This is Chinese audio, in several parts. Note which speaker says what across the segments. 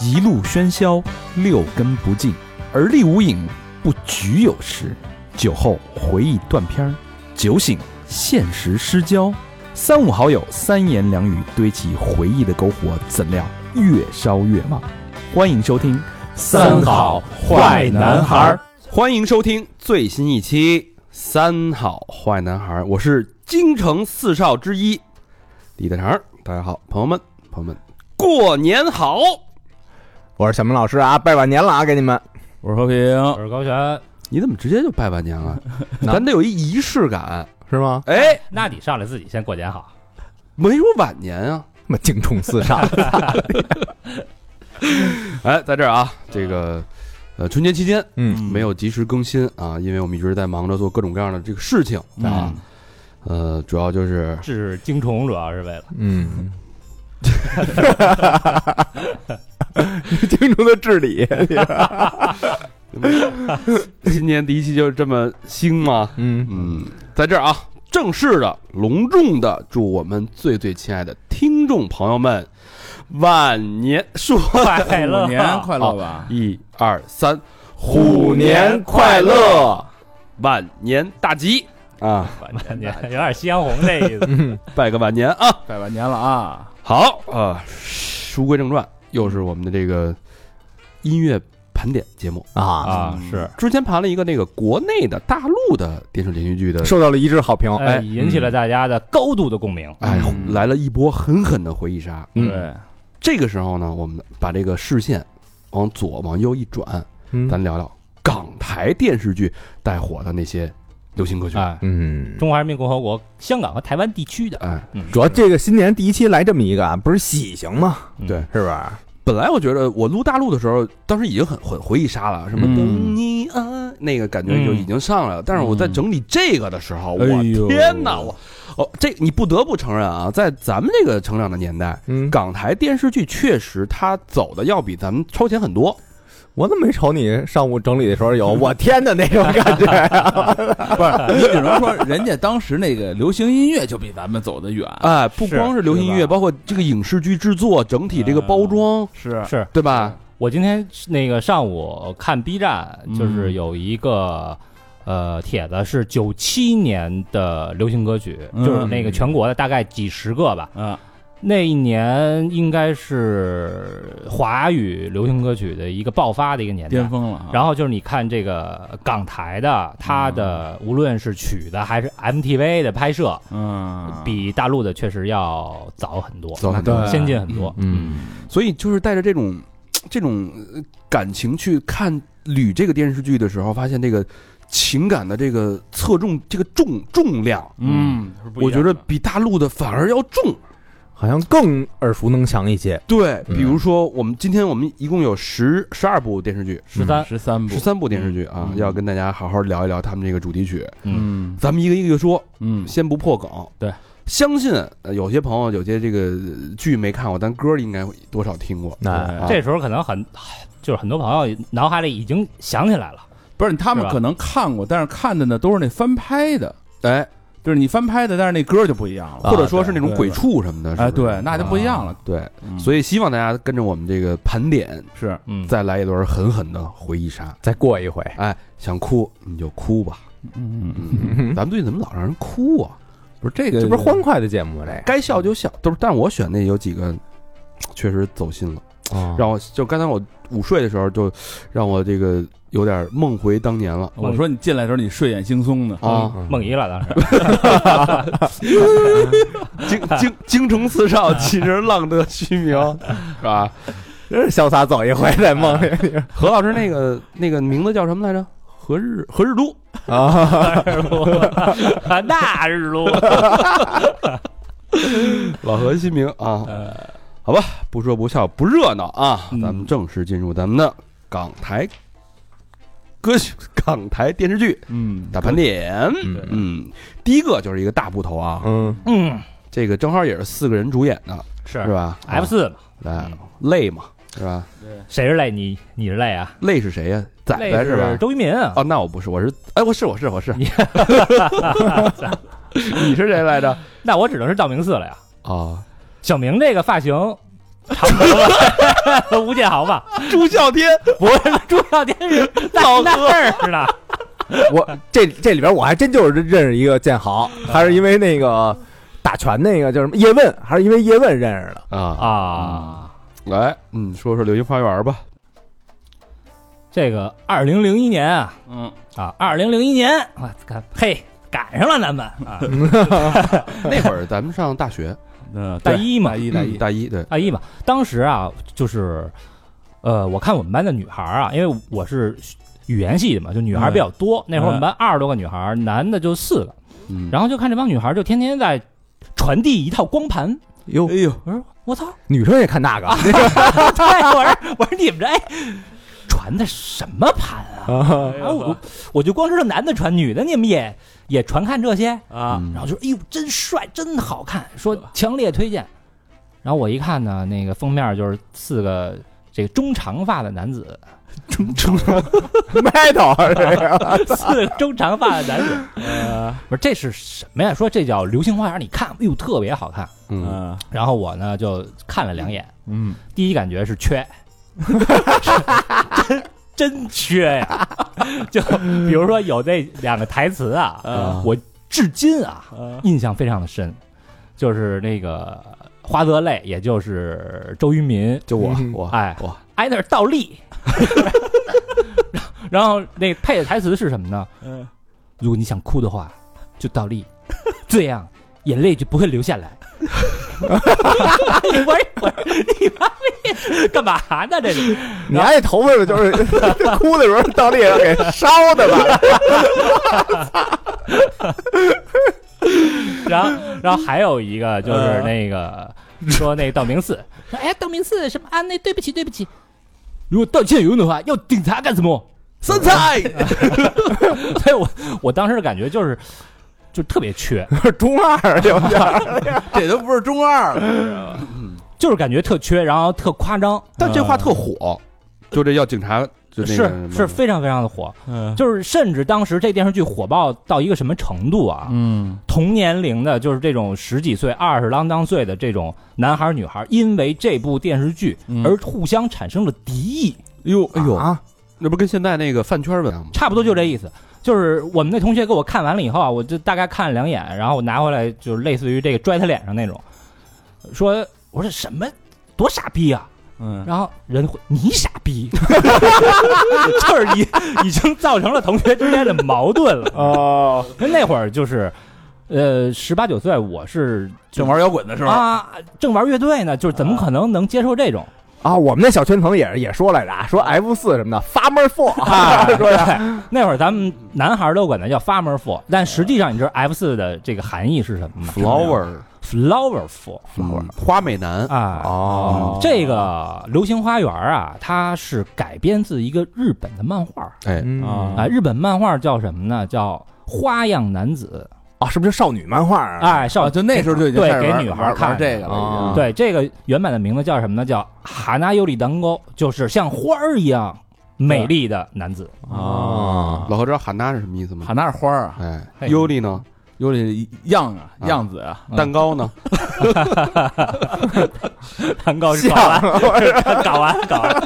Speaker 1: 一路喧嚣，六根不净，而立无影，不局有时。酒后回忆断片儿，酒醒现实失焦。三五好友，三言两语堆起回忆的篝火，怎料越烧越旺。欢迎收听《
Speaker 2: 三好坏男孩儿》，
Speaker 1: 欢迎收听最新一期《三好坏男孩儿》，我是京城四少之一李大肠。大家好，朋友们，朋友们，过年好！
Speaker 3: 我是小明老师啊，拜晚年了啊，给你们。
Speaker 2: 我是和 平，
Speaker 4: 我是高璇，
Speaker 1: 你怎么直接就拜晚年了？ 咱得有一仪式感。
Speaker 3: 是吗？
Speaker 1: 哎，
Speaker 4: 那你上来自己先过年好。
Speaker 1: 没有晚年啊！
Speaker 3: 他妈精虫四煞，
Speaker 1: 哎，在这儿啊，这个呃，春节期间
Speaker 3: 嗯，
Speaker 1: 没有及时更新啊，因为我们一直在忙着做各种各样的这个事情啊。呃，主要就是
Speaker 4: 治精虫主 要是为了
Speaker 3: 嗯，精虫的治理，
Speaker 1: 今年第一期就是这么兴吗？
Speaker 3: 嗯，
Speaker 1: 嗯，在这儿啊，正式的、隆重的祝我们最最亲爱的听众朋友们晚年说
Speaker 4: 快乐
Speaker 2: 虎
Speaker 4: 啊
Speaker 2: 年快乐吧！
Speaker 1: 一二三，
Speaker 3: 虎年快乐，
Speaker 1: 晚年大吉啊！
Speaker 4: 晚年有点夕阳红这意思。
Speaker 1: 拜个晚年啊！
Speaker 2: 拜晚年了啊！
Speaker 1: 好啊，书归正传，又是我们的这个音乐盘点节目
Speaker 3: 啊，
Speaker 4: 啊是，
Speaker 1: 之前盘了一个那个国内的大陆的电视连续剧的，
Speaker 3: 受到了一致好评。
Speaker 4: 哎，引起了大家的高度的共鸣。
Speaker 1: 哎，
Speaker 2: 嗯
Speaker 1: 来了一波狠狠的回忆杀。
Speaker 3: 嗯
Speaker 2: 对，
Speaker 1: 这个时候呢，我们把这个视线往左往右一转，
Speaker 3: 嗯
Speaker 1: 咱聊聊港台电视剧带火的那些流行歌
Speaker 2: 啊
Speaker 1: 曲。
Speaker 4: 哎，
Speaker 3: 嗯，
Speaker 4: 中华人民共和国香港和台湾地区的，
Speaker 1: 哎，
Speaker 4: 嗯，
Speaker 3: 主要这个新年第一期来这么一个，啊，不是喜庆吗？
Speaker 4: 嗯
Speaker 1: 对
Speaker 3: 是吧？
Speaker 1: 本来我觉得我录大陆的时候，当时已经很很回忆杀了，什么
Speaker 2: 嗯
Speaker 1: 等你啊，那个感觉就已经上来了。但是我在整理这个的时候，
Speaker 2: 哎
Speaker 1: 我
Speaker 2: 呦
Speaker 1: 天哪，我哦，这你不得不承认啊，在咱们这个成长的年代，
Speaker 3: 嗯，
Speaker 1: 港台电视剧确实它走的要比咱们超前很多。
Speaker 3: 我怎么没瞅你上午整理的时 候有我天的那种感 觉？
Speaker 2: 不是你只能说人家当时那个流行音乐就比咱们走得远，
Speaker 1: 哎，不光是流行音
Speaker 2: 啊是
Speaker 1: 乐，
Speaker 2: 吧
Speaker 1: 包括这个影视剧制作整体这个包装，
Speaker 2: 是
Speaker 4: 是
Speaker 1: 对吧？
Speaker 4: 我今天那个上午看 B 站，就
Speaker 2: 嗯
Speaker 4: 是有一个。呃，帖子是九七年的流行歌曲，
Speaker 2: 嗯
Speaker 4: 就是那个全国的大概几十个吧。
Speaker 2: 嗯，
Speaker 4: 那一年应该是华语流行歌曲的一个爆发的一个年 代
Speaker 2: 巅。峰了啊。
Speaker 4: 然后就是你看这个港台的，它的无论是曲的还是 MTV 的拍摄，
Speaker 2: 嗯，
Speaker 4: 比大陆的确实要早很多，
Speaker 1: 走很
Speaker 2: 对
Speaker 1: 多。
Speaker 4: 先进很多。
Speaker 3: 嗯
Speaker 1: 所以就是带着这种这种呃感情去看捋这个电视剧的时候，发现这个情感的这个侧重这个重重量，
Speaker 2: 嗯，是不一
Speaker 1: 我
Speaker 2: 样的
Speaker 1: 觉得比大陆的反而要重。
Speaker 3: 好像更耳熟能详一些。
Speaker 1: 对，
Speaker 3: 嗯
Speaker 1: 比如说我们今天我们一共有十十二部电视剧，
Speaker 4: 十三，
Speaker 2: 十三部
Speaker 1: 十，三部电视剧啊，
Speaker 2: 嗯
Speaker 1: 要跟大家好好聊一聊他们这个主题曲。
Speaker 2: 嗯
Speaker 1: 咱们一个一个说，
Speaker 2: 嗯
Speaker 1: 先不破梗。
Speaker 2: 对。
Speaker 1: 相信呃有些朋友有些这个呃剧没看过，但歌儿应该多少听过。
Speaker 3: 那
Speaker 1: 啊
Speaker 4: 这时候可能很，就是很多朋友脑海里已经想起来了。
Speaker 2: 不是他们
Speaker 4: 是吧
Speaker 2: 可能看过，但是看的呢都是那翻拍的，
Speaker 1: 哎，
Speaker 2: 就是你翻拍的，但是那歌就不一样了，
Speaker 1: 或者说是那种
Speaker 2: 啊对
Speaker 1: 鬼畜什么的，
Speaker 2: 哎，
Speaker 1: 是不是
Speaker 2: 对，那就不一样了。
Speaker 1: 对，
Speaker 2: 嗯
Speaker 1: 所以希望大家跟着我们这个盘点，
Speaker 2: 是
Speaker 4: 嗯，
Speaker 1: 再来一轮狠狠的回忆杀。
Speaker 3: 再过一回，
Speaker 1: 哎，想哭你就哭吧。
Speaker 2: 嗯嗯，
Speaker 1: 嗯，咱们最近怎么老让人哭啊？
Speaker 2: 不是这个，
Speaker 3: 这不是欢快的节目吗？这
Speaker 1: 该笑就笑，都是。但我选那有几个，确实走心了，
Speaker 2: 啊
Speaker 3: 个
Speaker 1: 让我就刚才我午睡的时候，就让我这个有点梦回当年了
Speaker 2: 我说你进来的时候你睡眼惺忪的，
Speaker 1: 啊！
Speaker 4: 梦遗了当时。
Speaker 1: 京京京城四 少其实浪得虚 名，是吧？哎
Speaker 3: 真是潇洒走一回，在梦里
Speaker 1: 何老师那个那个名字叫什么来着？何日何日都
Speaker 3: 啊，
Speaker 4: 那日落，
Speaker 1: 老何新名啊，好吧，不说不笑不热闹啊，
Speaker 4: 嗯
Speaker 1: 咱们正式进入咱们的港台歌曲、港台电视剧
Speaker 2: 嗯，
Speaker 1: 大盘点。
Speaker 3: 嗯
Speaker 1: 嗯，第一个就是一个大部头啊，
Speaker 3: 嗯，
Speaker 4: 嗯，
Speaker 1: 这个正好也是四个人主演的，
Speaker 4: 是
Speaker 1: 是吧
Speaker 4: F
Speaker 1: 啊
Speaker 4: 四嘛，
Speaker 1: 来累嘛，是吧？
Speaker 4: 谁是累？你你是累啊？
Speaker 1: 累是谁呀？仔
Speaker 4: 累
Speaker 1: 仔是吧？
Speaker 4: 周渝民啊，
Speaker 1: 哦，那我不是，我是，哎，我是，我是，我是， 你是谁来着？
Speaker 4: 那我只能是赵明寺了呀。
Speaker 1: 啊，
Speaker 4: 小明这个发型长头发， 吴建豪吧？
Speaker 5: 朱孝天，
Speaker 4: 不是，朱孝天是在那儿呢。
Speaker 3: 我这这里边我还真就是认识一个建豪，还是因为那个打拳那个叫什么叶问，还是因为叶问认识的。
Speaker 1: 啊，
Speaker 4: 啊，
Speaker 1: 来，嗯，说说《流星花园》吧。
Speaker 4: 这个二零零一年啊
Speaker 2: 嗯，
Speaker 4: 啊，二零零一年，我看嘿，赶上了咱们啊，
Speaker 1: 那会儿咱们上大学，
Speaker 2: 嗯，
Speaker 4: 大一嘛
Speaker 2: 大，一大
Speaker 1: 嗯
Speaker 2: 一，
Speaker 1: 大 一，对，
Speaker 4: 大一嘛，当时啊，就是呃，我看我们班的女孩儿啊，因为我是语言系的嘛，就女
Speaker 2: 嗯
Speaker 4: 孩儿比较多，那会儿我们班二十多个女孩儿，男的就四个，
Speaker 1: 嗯，
Speaker 4: 然后就看这帮女孩儿就天天在传递一套光盘，
Speaker 3: 哟
Speaker 2: 哎，呦，
Speaker 4: 我说我操，
Speaker 3: 女生也看那个，
Speaker 4: 对，我说我说你们这哎传的什么盘啊？然后我我就光知道男的传，女的你们也也传看这些，
Speaker 2: 啊，
Speaker 1: 嗯
Speaker 4: 然后就说：“哎呦，真帅，真好看！”说强烈推荐。然后我一看呢，那个封面就是四个这个中长发的男子，
Speaker 3: metal 这个
Speaker 4: 四个中长发的男子。不是这是什么呀？说这叫《流星花园》，你看，哎呦，特别好看。
Speaker 1: 嗯，
Speaker 2: 嗯，
Speaker 4: 然后我呢就看了两眼，
Speaker 3: 嗯，
Speaker 4: 第一感觉是缺， 真真缺呀！ 就比如说有那两个台词啊，
Speaker 2: 啊
Speaker 4: 我至今啊
Speaker 2: 啊
Speaker 4: 印象非常的深，就是那个花泽类，也就是周渝民，
Speaker 1: 就我
Speaker 3: 嗯
Speaker 1: 我
Speaker 4: 哎
Speaker 1: 我
Speaker 4: 挨那儿倒立， 然后那配的台词是什么呢？
Speaker 2: 嗯，
Speaker 4: 如果你想哭的话，就倒立，这样眼泪就不会流下 来。你玩一会儿，你妈逼干嘛呢？这是
Speaker 3: 你丫这头发就是哭的时候到地上给烧的吧？
Speaker 4: 然后，然后还有一个就是那个、说那个道明寺，说嗯 哎，道明寺什么啊？那对不起，对不起。如果道歉有用的话，要警察干什么？
Speaker 2: 身材，
Speaker 4: 所以我我当时的感觉就是，就特别缺，
Speaker 3: 中
Speaker 1: 哎
Speaker 3: 二有点儿，
Speaker 2: 这都不是中二了，
Speaker 4: 就是感觉特缺，然后特夸张，呃
Speaker 1: 但这话特火，就这要警察就那个什
Speaker 4: 是
Speaker 1: 么
Speaker 4: 是非常非常的火，
Speaker 2: 嗯
Speaker 4: 就是甚至当时这电视剧火爆到一个什么程度啊？
Speaker 2: 嗯，
Speaker 4: 同年龄的，就是这种十几岁、二十郎当岁的这种男孩儿女孩儿，因为这部电视剧
Speaker 2: 嗯
Speaker 4: 而互相产生了敌意，
Speaker 1: 哟哎呦，
Speaker 3: 啊，
Speaker 1: 那不跟现在那个饭圈儿一样吗？
Speaker 4: 差不多就这意思。就是我们那同学给我看完了以后啊，我就大概看了两眼，然后我拿回来就是类似于这个拽他脸上那种，说我说什么多傻逼啊！
Speaker 2: 嗯，
Speaker 4: 然后人回你傻逼， 就是已已经造成了同学之间的矛盾了。
Speaker 3: 哦，
Speaker 4: 跟那会儿就是，呃，十八九岁，我是
Speaker 2: 正玩摇滚的时候，
Speaker 4: 啊，正玩乐队呢，就是怎么可能能接受这种？
Speaker 3: 啊，我们那小圈层也也说来着啊，说 F 四什么的，Farmer Four 啊，说的
Speaker 4: 那会儿咱们男孩儿都管它叫 farmer four，但实际上你知道 F 四的这个含义是什么吗
Speaker 1: flower
Speaker 4: flower four
Speaker 1: 嗯花美男
Speaker 4: 啊。
Speaker 3: 哦
Speaker 4: 这个《流星花园》啊，它是改编自一个日本的漫画
Speaker 1: 哎，
Speaker 3: 嗯
Speaker 2: 啊
Speaker 4: 啊，日本漫画叫什么呢？叫《花样男子
Speaker 3: 啊，是不是少女漫画》啊？
Speaker 4: 哎，少
Speaker 2: 啊，就那时候就已经
Speaker 4: 对
Speaker 2: 开始
Speaker 4: 给
Speaker 2: 玩
Speaker 4: 女孩
Speaker 2: 玩
Speaker 4: 看
Speaker 2: 玩这
Speaker 4: 的
Speaker 2: 个
Speaker 3: 啊
Speaker 2: 了，
Speaker 4: 对，这个原版的名字叫什么呢？叫哈娜尤里当沟，就是像花儿一样美丽的男子。
Speaker 2: 已经啊，
Speaker 1: 老何知道喊娜是什么意
Speaker 4: 嗯
Speaker 1: 思吗
Speaker 2: 喊？那是花儿啊，
Speaker 1: 哎，
Speaker 4: 嘿
Speaker 1: 尤里呢？
Speaker 2: 有点样啊，
Speaker 1: 啊
Speaker 2: 样子啊，
Speaker 4: 嗯
Speaker 1: 蛋糕呢？
Speaker 4: 蛋糕是搞完， 搞完，搞完。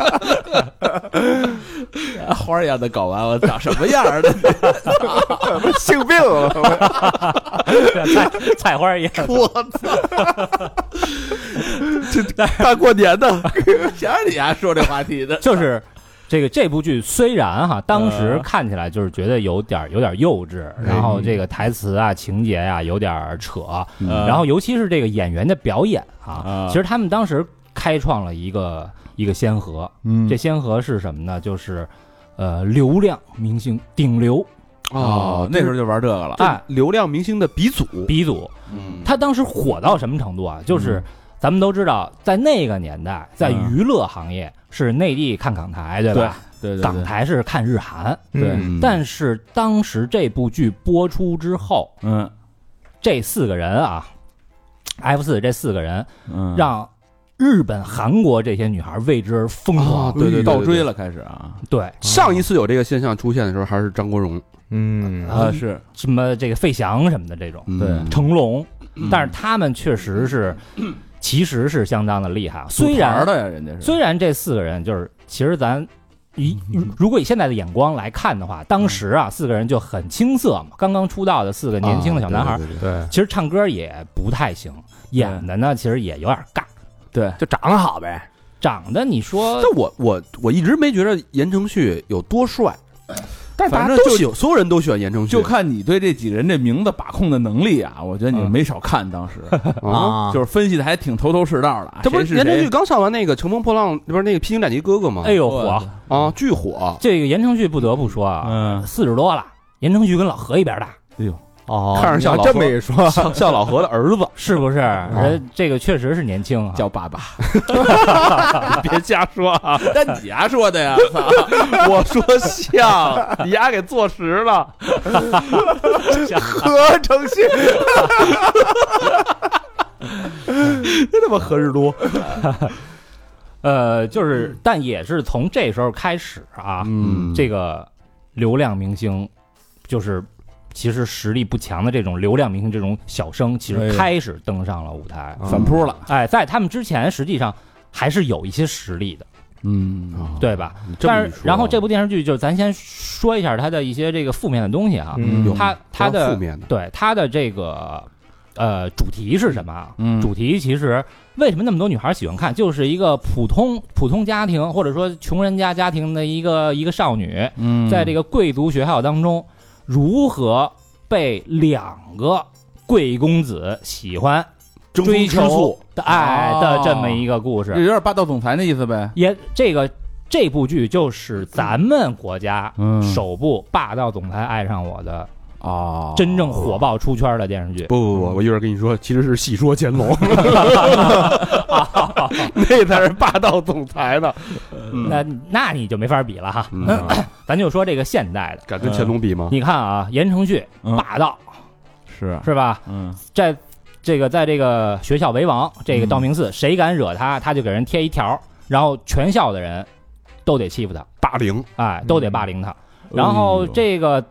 Speaker 2: 花儿一样的搞完，我长什么样儿的？
Speaker 3: 性病了，
Speaker 4: 菜菜花一样。
Speaker 2: 我操！这大过年的，谁让你丫说这话题的？
Speaker 4: 就是这个这部剧虽然哈，当时
Speaker 2: 呃
Speaker 4: 看起来就是觉得有点有点幼稚，然后这个台词啊、情节啊有点扯，
Speaker 2: 嗯
Speaker 4: 然后尤其是这个演员的表演啊
Speaker 2: 啊，
Speaker 4: 其实他们当时开创了一个一个先河，
Speaker 2: 嗯
Speaker 4: 这先河是什么呢？就是呃，流量明星顶流
Speaker 2: 哦，那时候就玩这个了。
Speaker 4: 哎
Speaker 1: 这流量明星的鼻祖，
Speaker 4: 鼻祖，
Speaker 1: 嗯，
Speaker 4: 他当时火到什么程度啊？就是咱们都知道，在那个年代，在
Speaker 2: 嗯
Speaker 4: 娱乐行业是内地看港台，对吧？
Speaker 2: 对对
Speaker 4: 港
Speaker 2: 对，
Speaker 4: 台是看日韩，
Speaker 2: 对
Speaker 1: 嗯
Speaker 4: 但是当时这部剧播出之后，
Speaker 2: 嗯
Speaker 4: 这四个人啊，F 四这四个人
Speaker 2: 嗯，
Speaker 4: 让日本、韩国这些女孩为之而疯狂。
Speaker 1: 啊对对对对
Speaker 2: 倒追了，开始啊
Speaker 4: 对，
Speaker 1: 上一次有这个现象出现的时候还是张国荣，
Speaker 3: 嗯
Speaker 4: 啊
Speaker 2: 啊是，
Speaker 4: 什么这个费翔什么的这种，
Speaker 1: 嗯
Speaker 2: 对
Speaker 4: 成龙，但是他们确实是其实是相当的厉害。啊虽
Speaker 2: 组团
Speaker 4: 然
Speaker 2: 的呀，人家是
Speaker 4: 虽然这四个人就是，其实咱以如果以现在的眼光来看的话，当时啊四个人就很青涩嘛，刚刚出道的四个年轻的小男孩，
Speaker 1: 啊对对对
Speaker 3: 对，
Speaker 4: 其实唱歌也不太行，演的呢其实也有点尬，
Speaker 2: 对
Speaker 3: 就长得好呗。
Speaker 4: 长得你说
Speaker 1: 但我我我一直没觉得言承旭有多帅，
Speaker 2: 但
Speaker 1: 反正就有所有人都喜欢言承旭，
Speaker 2: 就看你对这几人这名字把控的能力啊，我觉得你们
Speaker 4: 嗯
Speaker 2: 没少看，当时
Speaker 1: 啊。
Speaker 3: 啊，
Speaker 2: 就是分析的还挺头头是道的 啊。
Speaker 1: 这不
Speaker 2: 谁
Speaker 1: 是
Speaker 2: 是
Speaker 1: 言承
Speaker 2: 谁
Speaker 1: 旭刚上完那个《乘风破浪》，不是那个《披荆斩棘》哥哥吗？
Speaker 4: 哎呦
Speaker 2: 我
Speaker 4: 火，
Speaker 1: 啊，巨火！
Speaker 4: 这个言承旭不得不说啊，
Speaker 2: 嗯，
Speaker 4: 四十多了，言承旭跟老何一边大，
Speaker 3: 哦，
Speaker 1: 看着像
Speaker 3: 你
Speaker 1: 老
Speaker 3: 要这
Speaker 1: 头
Speaker 3: 么一说，
Speaker 1: 像像老何的 儿子，
Speaker 4: 是不是？人这个确实是年轻啊，
Speaker 2: 叫爸 爸，
Speaker 1: 别瞎说啊！
Speaker 2: 那你丫说的呀？操
Speaker 1: 我说像，你丫给坐实了。
Speaker 3: 何承旭，
Speaker 4: 呃，就是，但也是从这时候开始啊，
Speaker 1: 嗯
Speaker 4: 这个流量明星，就是其实实力不强的这种流量明星，这种小生，其
Speaker 2: 哎
Speaker 4: 实
Speaker 2: 呀
Speaker 4: 开始登上了舞台。
Speaker 1: 啊
Speaker 2: 反扑了，
Speaker 4: 哎，在他们之前，实际上还是有一些实力的，
Speaker 2: 嗯，
Speaker 4: 对吧？
Speaker 1: 啊你这么
Speaker 4: 但
Speaker 1: 一
Speaker 4: 是
Speaker 1: 说，啊
Speaker 4: 然后这部电视剧，就是咱先说一下它的一些这个负面的东西啊，
Speaker 1: 嗯有
Speaker 4: 它它
Speaker 1: 比较
Speaker 4: 的
Speaker 1: 负面的，
Speaker 4: 对它的这个呃主题是什么啊？
Speaker 2: 嗯
Speaker 4: 主题其实为什么那么多女孩喜欢看，就是一个普通普通家庭或者说穷人家家庭的一个一个少女，
Speaker 2: 嗯，
Speaker 4: 在这个贵族学校当中，如何被两个贵公子喜欢
Speaker 1: 争风
Speaker 4: 追
Speaker 1: 吃
Speaker 4: 求
Speaker 1: 醋，
Speaker 4: 的爱
Speaker 2: 哦嗯
Speaker 4: 的这么一个故
Speaker 2: 这
Speaker 4: 事，
Speaker 2: 有点霸道总裁那意思呗。
Speaker 4: 也这个这部剧就是咱们国家
Speaker 2: 嗯
Speaker 4: 首部《霸道总裁爱上我》的
Speaker 2: 哦，
Speaker 4: 真正火爆出圈的电视剧。
Speaker 1: 不不不，我一会儿跟你说，其实是戏说乾隆，那才是霸道总裁呢。嗯
Speaker 4: 那那你就没法比了哈，
Speaker 1: 嗯
Speaker 4: 咱就说这个现代的。
Speaker 1: 敢跟乾隆比吗？
Speaker 4: 你看啊，言承旭
Speaker 2: 嗯
Speaker 4: 霸道、
Speaker 2: 是，
Speaker 4: 是吧？
Speaker 2: 嗯，
Speaker 4: 在这个在这个学校为王，这个道明
Speaker 1: 嗯
Speaker 4: 寺、谁敢惹他，他就给人贴一条，然后全校的人都得欺负他，
Speaker 1: 霸凌，
Speaker 4: 哎，都得霸凌他。然
Speaker 1: 哎
Speaker 2: 哎
Speaker 4: 后这个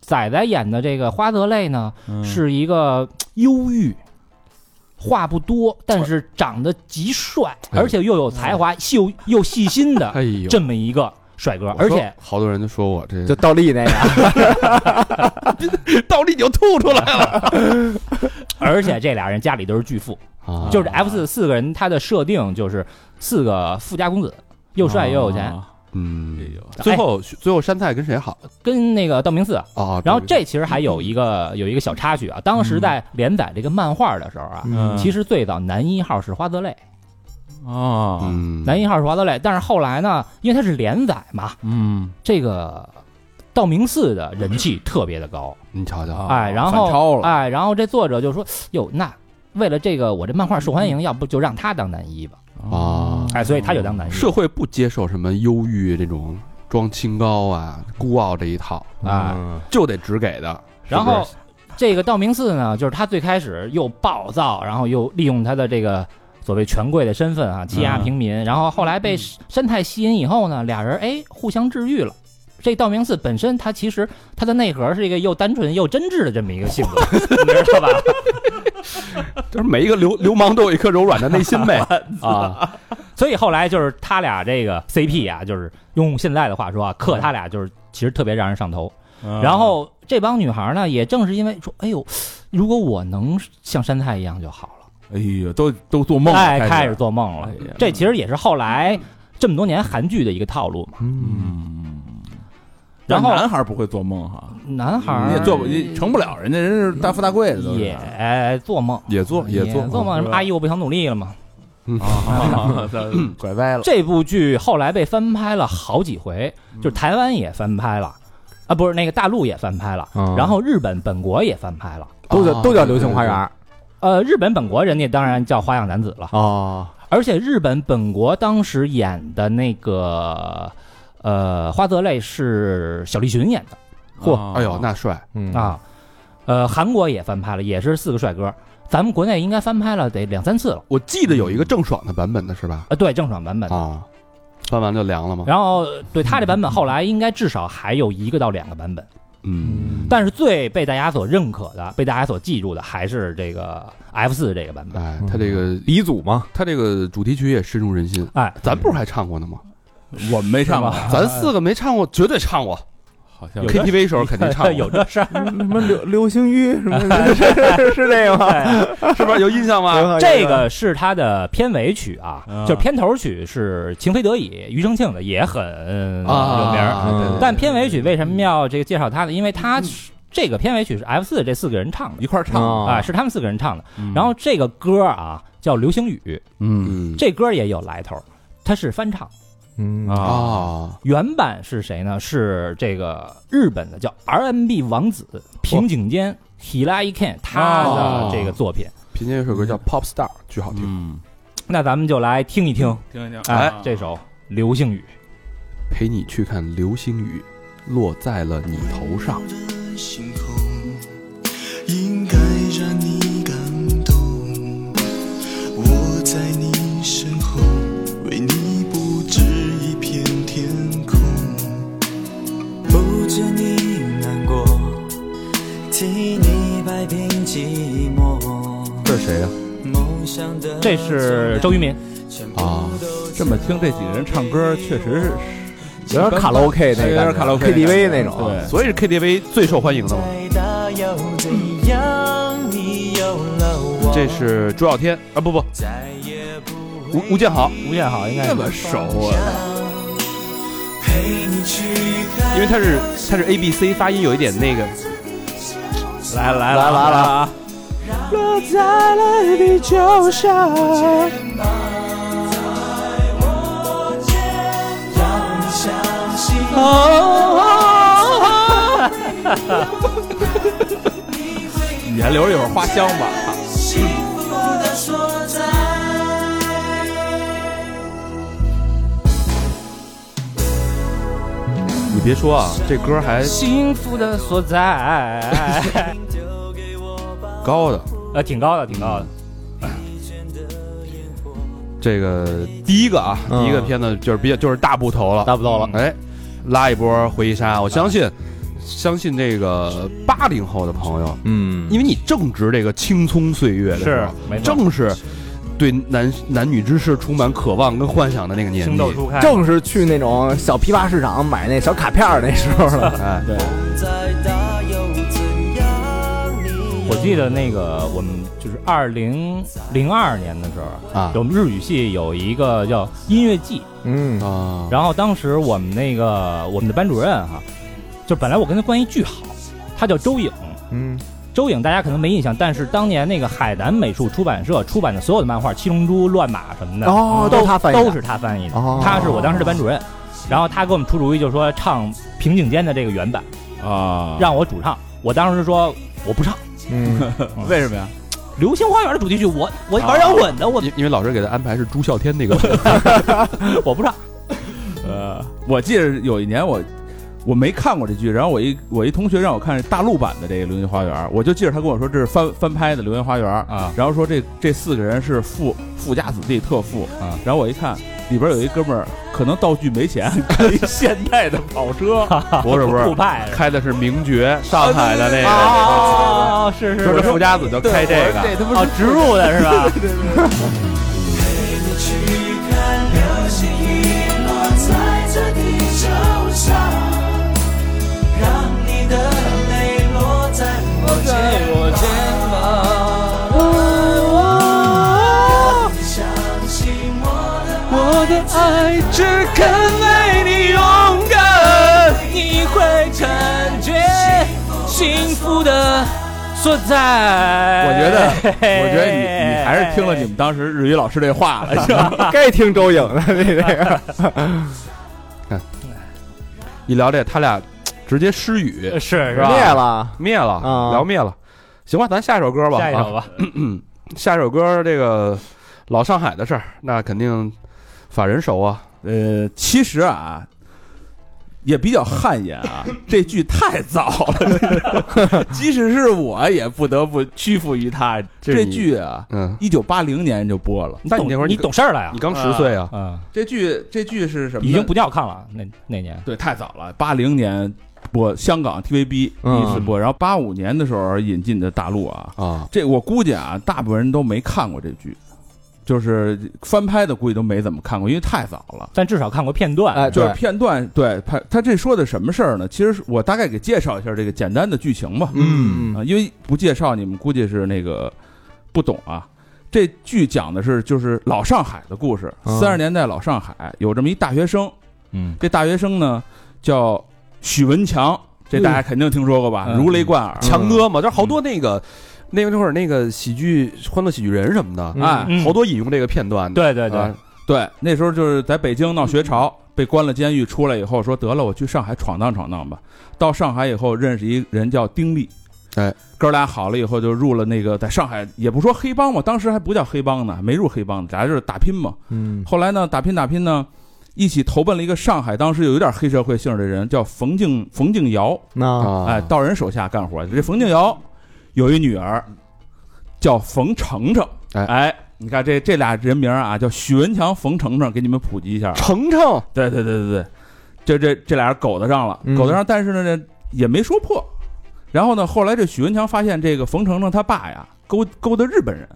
Speaker 4: 仔仔演的这个花泽类呢，
Speaker 2: 嗯
Speaker 4: 是一个忧郁。话不多，但是长得极帅，
Speaker 1: 哎
Speaker 4: 而且又有才华、又又细心的
Speaker 1: 哎呦，
Speaker 4: 这么一个帅哥，
Speaker 1: 我
Speaker 4: 而
Speaker 1: 说
Speaker 4: 且
Speaker 1: 好多人都说我这
Speaker 3: 就倒立那个，
Speaker 1: 道理你就吐出来了
Speaker 4: 而且这俩人家里都是巨富，
Speaker 1: 啊
Speaker 4: 就是 F 四四个人，他的设定就是四个富家公子，又帅又有钱，
Speaker 2: 啊哎
Speaker 1: 嗯，
Speaker 2: 呦
Speaker 1: 最后最后山菜跟谁好
Speaker 4: 跟那个道明寺。
Speaker 1: 啊？
Speaker 4: 然后这其实还有一个有一个小插曲啊，当时在连载这个漫画的时候啊，
Speaker 2: 嗯
Speaker 4: 其实最早男一号是花泽类，
Speaker 2: 哦，
Speaker 1: 嗯，
Speaker 4: 男一号是花泽类，但是后来呢，因为它是连载嘛，
Speaker 2: 嗯，
Speaker 4: 这个道明寺的人气特别的高，
Speaker 1: 你瞧
Speaker 2: 啊
Speaker 1: 瞧，
Speaker 4: 哎，然
Speaker 2: 反超
Speaker 4: 后
Speaker 2: 了
Speaker 4: 哎，然后这作者就说，哟，那为了这个我这漫画受欢迎，要不就让他当男一吧，
Speaker 2: 哦
Speaker 1: 啊
Speaker 4: 哎，所以他就
Speaker 2: 嗯
Speaker 4: 当男一了。
Speaker 1: 社会不接受什么忧郁这种装清高啊、孤傲这一套，
Speaker 4: 哎
Speaker 3: 嗯
Speaker 1: 就得只给的。
Speaker 4: 然后
Speaker 1: 是
Speaker 4: 这个道明寺呢，就是他最开始又暴躁，然后又利用他的这个所谓权贵的身份啊，欺
Speaker 1: 嗯
Speaker 4: 压平民。然后后来被山太吸引以后呢，俩人哎互相治愈了。这道明寺本身，他其实他的内核是一个又单纯又真挚的这么一个性格， 你知道吧？
Speaker 1: 不是 就是每一个流流氓都有一颗柔软的内心呗啊！
Speaker 4: 所以后来就是他俩这个 CP 啊，就是用现在的话说啊，
Speaker 1: 嗯
Speaker 4: 克他俩就是其实特别让人上头。哎然后这帮女孩呢，也正是因为说，哎呦，如果我能像山太一样就好了。
Speaker 2: 哎呦，都都做梦了，
Speaker 4: 哎，
Speaker 2: 开
Speaker 4: 开始做梦了
Speaker 2: 哎呀。
Speaker 4: 这其实也是后来这么多年韩剧的一个套路嘛。
Speaker 2: 嗯，
Speaker 4: 然后
Speaker 2: 但男孩不会做梦哈，
Speaker 4: 男孩儿
Speaker 2: 你也做不，你成不了，人家人是大富大贵的，都是
Speaker 4: 也做梦，
Speaker 1: 也做也做
Speaker 4: 做梦。什么阿姨，我不想努力了嘛。
Speaker 2: 啊，拐歪了，
Speaker 4: 这部剧后来被翻拍了好几回，
Speaker 2: 嗯
Speaker 4: 就是台湾也翻拍了，啊，不是那个大陆也翻拍了，
Speaker 3: 嗯
Speaker 4: 然后日本本国也翻拍了。
Speaker 3: 都
Speaker 1: 啊
Speaker 3: 叫都叫
Speaker 1: 对
Speaker 3: 流星
Speaker 1: 对
Speaker 3: 花
Speaker 1: 对
Speaker 3: 园
Speaker 4: 呃，日本本国人家当然叫《花样男子》了，
Speaker 3: 哦，
Speaker 4: 而且日本本国当时演的那个，呃，花泽类是小栗旬演的。
Speaker 2: 啊
Speaker 3: 啊
Speaker 4: 嚯
Speaker 1: 哎呦，那帅！
Speaker 3: 嗯
Speaker 4: 啊，呃，韩国也翻拍了，也是四个帅哥。咱们国内应该翻拍了得两三次了，
Speaker 1: 我记得有一个郑爽的版本的是吧？
Speaker 4: 呃，对，郑爽版本。
Speaker 1: 啊，翻完就凉了吗？
Speaker 4: 然后对他这版本后来应该至少还有一个到两个版本，
Speaker 1: 嗯，
Speaker 4: 但是最被大家所认可的、被大家所记住的，还是这个 F 四这个版本。
Speaker 1: 哎，他这个
Speaker 3: 嗯鼻祖嘛，
Speaker 1: 他这个主题曲也深入人心。
Speaker 4: 哎，
Speaker 1: 咱不是还唱过呢吗？
Speaker 2: 我们没唱过，
Speaker 1: 咱四个没唱过，绝对唱过。
Speaker 2: 好像
Speaker 4: 有
Speaker 1: KTV 时候肯定唱
Speaker 4: 有
Speaker 1: 过，
Speaker 4: 这事儿，
Speaker 3: 什么流流星雨什么的，是是这个吗？
Speaker 1: 是不是 啊有印象吗？
Speaker 4: 这个是它的片尾曲啊，
Speaker 2: 啊
Speaker 4: 就是片头曲是《情非得已》，庾澄庆的也很有名儿。
Speaker 1: 啊嗯对对对
Speaker 4: 但片尾曲为什么要这个介绍它呢？因为它是这个片尾曲是 F 四这四个人唱的
Speaker 2: 一块儿唱。
Speaker 3: 哦
Speaker 4: 啊，是他们四个人唱的。
Speaker 1: 嗯
Speaker 4: 然后这个歌啊叫《流星雨
Speaker 2: 嗯
Speaker 1: 嗯》，
Speaker 4: 这歌也有来头，它是翻唱。
Speaker 3: 嗯
Speaker 2: 啊
Speaker 1: 啊，
Speaker 4: 原版是谁呢？是这个日本的叫 R&B 王子平井坚 Hirai Ken 他的这个作品。
Speaker 1: 贫贱有首歌叫《Pop Star》，巨好听，
Speaker 2: 嗯，
Speaker 4: 那咱们就来听一听，
Speaker 2: 听一啊听，
Speaker 4: 哎，这首《流星雨》。
Speaker 1: 陪你去看流星雨落在了你头上。
Speaker 6: 星空应该让你感动，我在你身后，为你布置一片天空，
Speaker 7: 不止你难过，替你摆平寂寞。
Speaker 1: 这是谁呀？
Speaker 7: 梦想的
Speaker 4: 这是周渝民，
Speaker 1: 啊，
Speaker 2: 这么听这几个人唱歌，确实是哎
Speaker 3: 有点卡拉 OK 那个，
Speaker 2: 有点卡拉 OK
Speaker 3: KTV 那种。
Speaker 2: 对，
Speaker 1: 所以是 KTV 最受欢迎的嘛。
Speaker 7: 再大又怎样？你有了我，
Speaker 1: 这是朱耀天啊，不不，
Speaker 7: 再也不
Speaker 1: 吴吴建豪，
Speaker 4: 吴建豪应该是
Speaker 2: 这么熟啊，
Speaker 7: 陪你去看
Speaker 1: 因为他是他是 A B C 发音有一点那个，
Speaker 4: 来来
Speaker 3: 来来来
Speaker 4: 啊！
Speaker 7: 让你相信。
Speaker 2: 你还留着一会儿花香吧。
Speaker 7: 幸福的所在。
Speaker 1: 你别说啊，这歌还
Speaker 4: 幸福的所在，
Speaker 1: 高的。
Speaker 4: 呃，挺高的，挺高的。
Speaker 1: 这个第一个啊，
Speaker 3: 嗯
Speaker 1: 第一个片子就是比较就是大部头了，
Speaker 3: 大部头了
Speaker 1: 哎，拉一波回忆杀，我相信，相信这个八零后的朋友，
Speaker 3: 嗯
Speaker 1: 因为你正值这个青葱岁月的时候，
Speaker 4: 没错
Speaker 1: 正是对男男女之事充满渴望跟幻想的那个年
Speaker 4: 情
Speaker 1: 纪。
Speaker 4: 窦初开，
Speaker 3: 正是去那种小批发市场买那小卡片儿那时候 了。
Speaker 1: 哎，对，
Speaker 7: 再大又怎样？你
Speaker 4: 我记得那个我们就是二零零二年的时候
Speaker 1: 啊
Speaker 4: 我们日语系有一个叫音乐季，
Speaker 3: 嗯
Speaker 1: 啊，
Speaker 4: 然后当时我们那个我们的班主任哈、就本来我跟他关系巨好，他叫周颖。
Speaker 3: 嗯
Speaker 4: 周颖大家可能没印象，但是当年那个海南美术出版社出版的所有的漫画，《七龙珠》《乱马》什么的，
Speaker 3: 哦
Speaker 4: 都
Speaker 3: 都他翻译的
Speaker 4: 都是他翻译的。
Speaker 3: 哦
Speaker 4: 他是我当时的班主任，然后他给我们出主意，就说唱平井坚的这个原版，
Speaker 2: 啊，
Speaker 3: 哦
Speaker 4: 让我主唱。我当时说我不唱《
Speaker 3: 嗯，
Speaker 2: 为什么呀？
Speaker 4: 流星花园》的主题曲，我我玩摇滚的，我
Speaker 1: 因因为老师给他安排是朱孝 天那个，
Speaker 4: 我不唱。
Speaker 2: 呃，我记得有一年我我没看过这剧，然后我一我一同学让我看大陆版的这个《流星花园》，我就记着他跟我说这是翻翻拍的《流星花园》
Speaker 4: 啊，
Speaker 2: 然后说这这四个人是富富家子弟特富
Speaker 4: 啊，
Speaker 2: 然后我一看里边有一哥们儿，可能道具没 钱，开一现代的跑车，
Speaker 1: 不是不
Speaker 4: 酷
Speaker 1: 是，
Speaker 4: 派
Speaker 1: 开的是名爵上海的那
Speaker 4: 的
Speaker 1: 个，
Speaker 4: 哦，是
Speaker 1: 说
Speaker 4: 是
Speaker 1: 这
Speaker 4: 是
Speaker 1: 富家子就开这个，
Speaker 2: 这他妈
Speaker 4: 哦，植入的是吧？
Speaker 7: 陪你去看流星雨落在这地球上，让你的泪落在我肩膀。让你相信我的爱。
Speaker 4: 你会感觉幸福的所在。
Speaker 2: 我觉得， 我觉得你你还是听了你们当时日语老师这话了，是吧
Speaker 3: 该听周颖的这这个。
Speaker 1: 一聊这他俩直接失语
Speaker 4: 是 是
Speaker 3: 灭
Speaker 4: 吧？
Speaker 3: 了，
Speaker 1: 灭了，
Speaker 3: 啊
Speaker 1: 聊灭了。行吧，咱下一首歌吧。
Speaker 4: 下一首
Speaker 1: 啊，
Speaker 4: 吧，
Speaker 1: 下一首歌，这个老上海的事儿，那肯定法人熟啊。
Speaker 2: 呃，其实啊。也比较汗颜 啊，这剧太早了，即使是我也不得不屈服于他。
Speaker 1: 这是
Speaker 2: 这
Speaker 1: 你
Speaker 2: 剧啊，
Speaker 1: 嗯，
Speaker 2: 一九八零年就播了。
Speaker 1: 但你那会儿
Speaker 4: 你懂事儿了呀
Speaker 1: 你？刚十岁啊，
Speaker 4: 嗯，
Speaker 2: 这剧这剧是什么呢？
Speaker 4: 已经不尿炕了，那那年
Speaker 2: 对，太早了，八零年播香港 TVB 第
Speaker 1: 嗯
Speaker 2: 一次播，然后八五年的时候引进的大陆啊，
Speaker 1: 啊，
Speaker 2: 这我估计啊，大部分人都没看过这剧，就是翻拍的估计都没怎么看过，因为太早了。
Speaker 4: 但至少看过片段。
Speaker 3: 哎，
Speaker 2: 就是
Speaker 3: 对，
Speaker 2: 片段，对他他这说的什么事儿呢？其实是我大概给介绍一下这个简单的剧情吧，
Speaker 3: 嗯
Speaker 2: 啊，因为不介绍你们估计是那个不懂啊。这剧讲的是就是老上海的故事，
Speaker 3: 嗯
Speaker 2: 三十年代老上海有这么一大学生，
Speaker 5: 嗯，
Speaker 2: 这大学生呢叫许文强，这大家肯定听说过吧？
Speaker 5: 嗯
Speaker 2: 如雷贯耳，
Speaker 1: 强
Speaker 4: 嗯
Speaker 1: 哥嘛，就是好多那个那个那会儿那个喜剧《欢乐喜剧人》什么的，
Speaker 3: 嗯
Speaker 2: 哎，
Speaker 4: 嗯
Speaker 1: 好多引用这个片段的。
Speaker 4: 对对对，
Speaker 1: 啊
Speaker 2: 对，那时候就是在北京闹学潮，被关了监狱，出来以后说得了，我去上海闯荡闯荡吧。到上海以后，认识一人叫丁力，
Speaker 1: 哎，
Speaker 2: 哥俩好了以后就入了那个在上海，也不说黑帮嘛，当时还不叫黑帮呢，没入黑帮，咱就是打拼嘛。
Speaker 3: 嗯
Speaker 2: 后来呢，打拼打拼呢，一起投奔了一个上海当时有点黑社会性质的人，叫冯敬冯敬尧，
Speaker 3: 那
Speaker 1: 啊，
Speaker 2: 哎，到人手下干活。这冯敬尧有一女儿叫冯程程，
Speaker 1: 哎
Speaker 2: 哎，你看这这俩人名儿啊，叫许文强、冯程程，给你们普及一下啊。
Speaker 1: 程程
Speaker 2: 对对对对对，这这这俩人狗子上了，
Speaker 3: 嗯
Speaker 2: 狗子上，但是呢也没说破。然后呢，后来这许文强发现这个冯程程他爸呀勾勾搭日本人，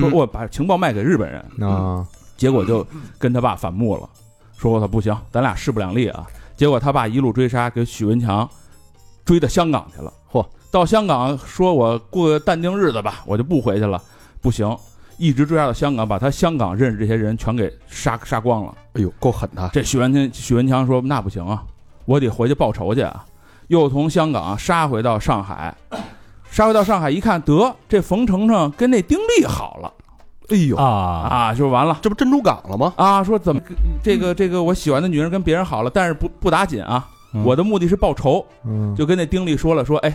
Speaker 2: 说
Speaker 1: 嗯啊
Speaker 2: 我把情报卖给日本人，
Speaker 3: 嗯那
Speaker 2: 结果就跟他爸反目了，说我操不行，咱俩势不两立啊。结果他爸一路追杀，给许文强追到香港去了。嚯，到香港说我过个淡定日子吧，我就不回去了。不行，一直追杀到香港，把他香港认识这些人全给杀杀光了。
Speaker 1: 哎呦，够狠的，
Speaker 2: 这许文强许文强说那不行啊，我得回去报仇去啊。又从香港杀回到上海，杀回到上海一看，得这冯程程跟那丁力好了
Speaker 1: 哎呦，
Speaker 4: 啊，
Speaker 2: 啊，就完了。
Speaker 1: 这不珍珠港了吗？
Speaker 2: 啊，说怎么跟这个这个我喜欢的女人跟别人好了，但是不不打紧啊，
Speaker 5: 嗯
Speaker 2: 我的目的是报仇，
Speaker 3: 嗯
Speaker 2: 就跟那丁力说了，说哎，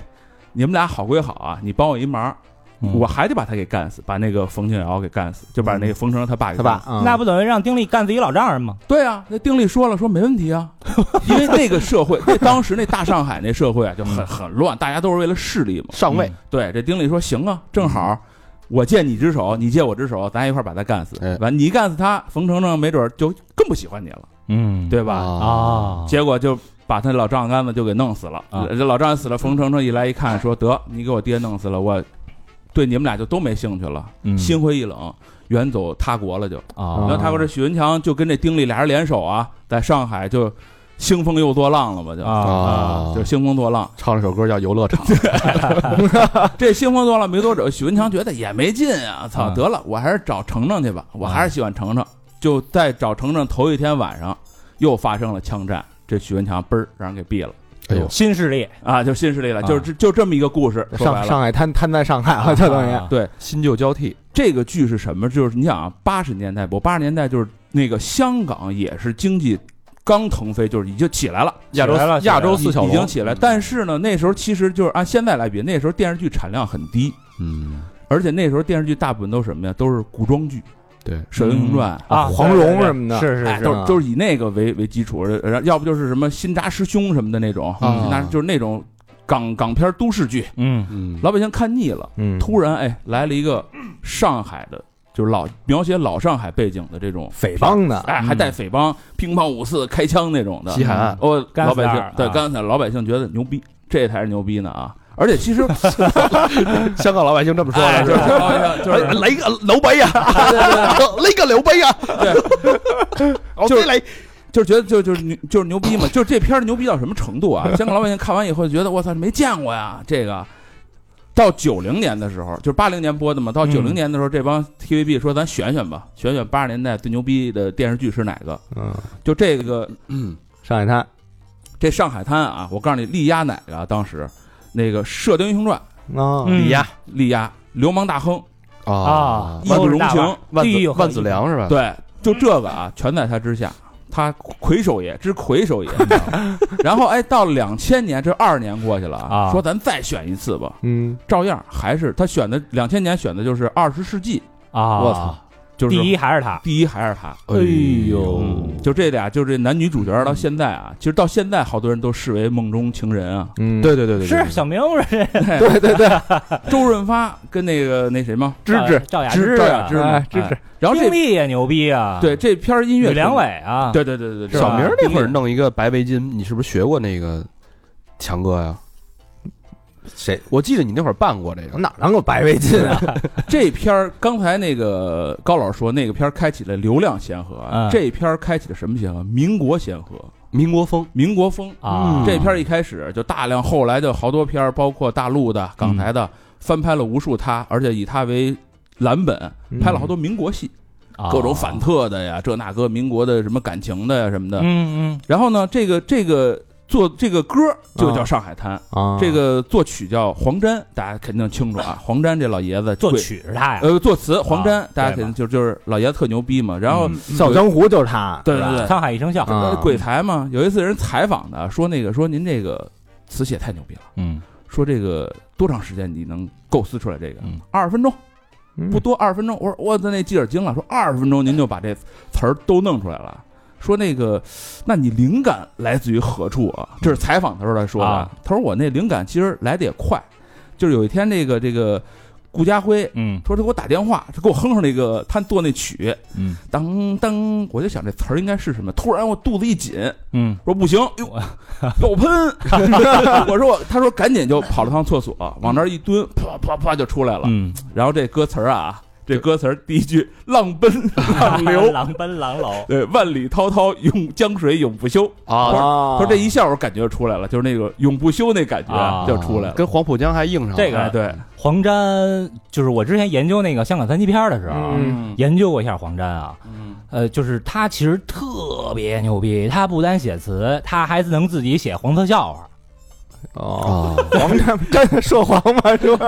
Speaker 2: 你们俩好归好啊，你帮我一忙，
Speaker 5: 嗯
Speaker 2: 我还得把他给干死，把那个冯庆尧给干死，就把那个冯程程他爸给
Speaker 3: 他
Speaker 2: 干
Speaker 3: 爸
Speaker 2: 死，
Speaker 3: 嗯
Speaker 4: 那不等于让丁力干自己老丈人吗？
Speaker 2: 对啊，那丁力说了，说没问题啊，因为那个社会，那当时那大上海那社会啊就很很乱，大家都是为了势力嘛。
Speaker 1: 上
Speaker 4: 嗯
Speaker 1: 位，
Speaker 2: 对，这丁力说行啊，正好我借你只手，你借我只手，咱一块儿把他干死
Speaker 1: 哎。
Speaker 2: 完，你一干死他，冯程程没准儿就更不喜欢你了，
Speaker 5: 嗯，
Speaker 2: 对吧？
Speaker 4: 啊，
Speaker 2: 结果就把他老丈人杆子就给弄死了。
Speaker 5: 啊
Speaker 2: 这老丈人死了，冯程程一来一看，说得你给我爹弄死了，我对你们俩就都没兴趣了，
Speaker 5: 嗯
Speaker 2: 心灰意冷，远走他国了就。
Speaker 4: 啊
Speaker 2: 然后他说这许文强就跟这丁力俩人联手啊，在上海就兴风又作浪了吧就。
Speaker 1: 啊
Speaker 2: 就兴风作浪，
Speaker 1: 唱了首歌叫《游乐 场》，
Speaker 2: 这兴风作浪没多久，许文强觉得也没劲啊，操，
Speaker 5: 啊
Speaker 2: 得了，我还是找程程去吧，我还是喜欢程程。就在找程程头一天晚上，又发生了枪战，这许文强嘣儿让人给毙了。
Speaker 1: 哎呦，
Speaker 4: 新势力
Speaker 2: 啊，就新势力了，
Speaker 5: 啊
Speaker 2: 就是这就这么一个故事。说白
Speaker 3: 上
Speaker 2: 了
Speaker 3: 上海滩滩在上海啊，就等于
Speaker 4: 啊
Speaker 2: 对
Speaker 1: 新旧交替，
Speaker 2: 这个剧是什么？就是你想啊，八十年代，我八十年代就是那个香港也是经济刚腾飞，就是已经起来了，
Speaker 1: 亚洲
Speaker 4: 起来了
Speaker 1: 亚洲
Speaker 2: 已
Speaker 1: 四小龙
Speaker 2: 已经起来。但是呢，那时候其实就是按现在来比，那时候电视剧产量很低，
Speaker 1: 嗯，
Speaker 2: 而且那时候电视剧大部分都是什么呀？都是古装剧，
Speaker 1: 对
Speaker 2: 《射雕英雄传》
Speaker 4: 啊，
Speaker 3: 黄
Speaker 4: 对对
Speaker 3: 蓉
Speaker 4: 对
Speaker 3: 什么的
Speaker 4: 是
Speaker 2: 哎，
Speaker 4: 是
Speaker 2: 都
Speaker 3: 嗯啊
Speaker 4: 是，
Speaker 2: 是都是以那个为为基础的，然后要不就是什么新扎师兄什么的那种，
Speaker 1: 啊
Speaker 2: 新扎就是那种港港片都市剧，
Speaker 5: 嗯
Speaker 1: 嗯，
Speaker 2: 老百姓看腻了。
Speaker 3: 嗯
Speaker 2: 突然哎来了一个上海的，就是老描写老上海背景的这种
Speaker 3: 匪，帮的，
Speaker 2: 哎，还带匪帮、乒乓五四、开枪那种的。
Speaker 1: 西海岸，
Speaker 2: 哦，
Speaker 4: 干
Speaker 2: 老
Speaker 4: 死
Speaker 2: 百
Speaker 4: 二
Speaker 2: 姓
Speaker 4: 啊
Speaker 2: 对刚才老百姓觉得牛逼，这才是牛逼呢啊！而且其实
Speaker 4: 嗯
Speaker 1: 香港老百姓这么说
Speaker 2: 哎，
Speaker 1: 的，
Speaker 2: 就是
Speaker 1: 吧
Speaker 2: 老百姓就
Speaker 1: 哎
Speaker 2: 是
Speaker 1: 来个刘备呀， 来个刘备呀， 我
Speaker 2: 就是
Speaker 1: 再来，
Speaker 2: 就是觉得就就是牛就是牛逼嘛，就是这片儿牛逼到什么程度啊？香港老百姓看完以后觉得我操没见过呀，这个。到九零年的时候，就是八零年播的嘛。到九零年的时候，这帮 TVB 说咱选选吧，选选八十年代最牛逼的电视剧是哪个？
Speaker 3: 嗯，
Speaker 2: 就这个
Speaker 1: 嗯，
Speaker 3: 上海滩
Speaker 2: 这上海滩啊，我告诉你，力压哪个啊？当时那个《射雕英雄传
Speaker 3: 啊，
Speaker 4: 嗯
Speaker 1: 呀》
Speaker 2: 力压流氓大亨，
Speaker 4: 啊
Speaker 2: 义不容情。
Speaker 1: 万
Speaker 4: 地狱
Speaker 1: 子
Speaker 4: 和
Speaker 1: 万子良是吧？
Speaker 2: 对，就这个啊，全在他之下。他魁首爷之魁首爷，你知道吗然后哎，到两千年，这二年过去了
Speaker 4: 啊
Speaker 2: 说咱再选一次吧，
Speaker 3: 嗯，
Speaker 2: 照样还是他选的两千年选的就是二十世纪，
Speaker 4: 啊，
Speaker 2: 我操，就是
Speaker 4: 第一还是他，
Speaker 2: 第一还是他，
Speaker 1: 哎呦
Speaker 2: 嗯就这俩，就这男女主角到现在啊，其实到现在好多人都视为梦中情人啊，
Speaker 3: 嗯，
Speaker 1: 对对对对，对
Speaker 4: 是小明不是
Speaker 2: 对对对，周润发跟那个那谁嘛，
Speaker 3: 芝芝
Speaker 4: 赵雅
Speaker 2: 芝
Speaker 4: 芝
Speaker 2: 赵雅
Speaker 4: 啊
Speaker 2: 芝嘛
Speaker 3: 哎，
Speaker 2: 哎
Speaker 3: 芝芝，
Speaker 2: 然后
Speaker 4: 丁
Speaker 2: 这
Speaker 4: 力也牛逼啊，，
Speaker 2: 对这篇音乐
Speaker 4: 吕良，伟啊，
Speaker 2: 对对对对对，
Speaker 4: 是吧
Speaker 1: 小明儿那会儿
Speaker 2: 弄
Speaker 1: 弄一个白围巾，你是不是学过那个强哥呀？
Speaker 3: 谁
Speaker 1: 我记得你那会儿办过这个，
Speaker 3: 哪能够白围巾啊？
Speaker 2: 这篇儿刚才那个高老师说那个片儿开启了流量先河啊，
Speaker 4: 嗯
Speaker 2: 这篇儿开启了什么先河？民国先河，
Speaker 1: 民国风，
Speaker 2: 民国风。嗯
Speaker 4: 啊，
Speaker 2: 这片儿一开始就大量，后来就好多片儿，包括大陆
Speaker 4: 嗯
Speaker 2: 的、港台的，翻拍了无数他，而且以他为蓝本拍了好多民国戏，
Speaker 4: 嗯啊
Speaker 2: 各种反，特的呀，这那个民国的什么感情的呀什么的。
Speaker 4: 嗯嗯
Speaker 2: 然后呢，这个这个做这个歌
Speaker 4: 啊
Speaker 2: 儿就叫《上海滩》，
Speaker 3: 啊，
Speaker 2: 这个作曲叫黄沾，大家肯定清楚啊。黄沾这老爷子
Speaker 4: 作
Speaker 2: 贵，
Speaker 4: 曲是他呀，
Speaker 2: 呃，作词黄沾，
Speaker 4: 啊嗯
Speaker 2: 大家肯定就就是老爷子特牛逼嘛。然后、
Speaker 3: 《笑傲江湖》就是他，
Speaker 2: 对
Speaker 3: 是吧
Speaker 2: 对对，
Speaker 4: 沧海一声笑，
Speaker 3: 啊，
Speaker 2: 鬼才嘛，有一次人采访他说那个说您这个词写太牛逼了。
Speaker 4: 嗯
Speaker 2: 说这个多长时间你能构思出来这个
Speaker 4: 嗯？
Speaker 2: 二十分钟
Speaker 3: 嗯
Speaker 2: 不多，二十分钟。我说我的那记者惊了，说二十分钟您就把这词儿都弄出来了。说那个，那你灵感来自于何处啊？这是采访的时候他说的
Speaker 4: 嗯啊。
Speaker 2: 他说我那灵感其实来的也快，就是有一天那个这个顾家辉，
Speaker 4: 嗯
Speaker 2: 他说他给我打电话，他给我哼哼那个他做那曲，
Speaker 4: 嗯
Speaker 2: 当当，我就想这词儿应该是什么。突然我肚子一紧，
Speaker 4: 嗯，
Speaker 2: 说 不行，哟，爆喷！我说我，他说赶紧就跑了趟厕所，往那儿一蹲，啪啪啪就出来了。
Speaker 4: 嗯，
Speaker 2: 然后这歌词儿啊，这歌词儿第一句“浪奔 浪流
Speaker 4: 狼奔狼楼”，，
Speaker 2: 对，万里滔滔永江水永不休。
Speaker 1: 啊，
Speaker 3: 啊，
Speaker 2: 说这一下我感觉就出来了，就是那个永不休那感觉
Speaker 4: 啊
Speaker 2: 就出来了。
Speaker 1: 跟黄浦江还硬上了
Speaker 4: 这个
Speaker 2: 哎对，
Speaker 4: 黄沾就是我之前研究那个香港三级片儿的时候，啊
Speaker 2: 嗯
Speaker 4: 研究过一下黄沾啊，
Speaker 2: 嗯
Speaker 4: 呃，就是他其实特别牛逼，他不单写词，他还能自己写黄色笑话。
Speaker 3: 哦，
Speaker 1: 啊，
Speaker 3: 黄沾沾着涉黄吗？是吧？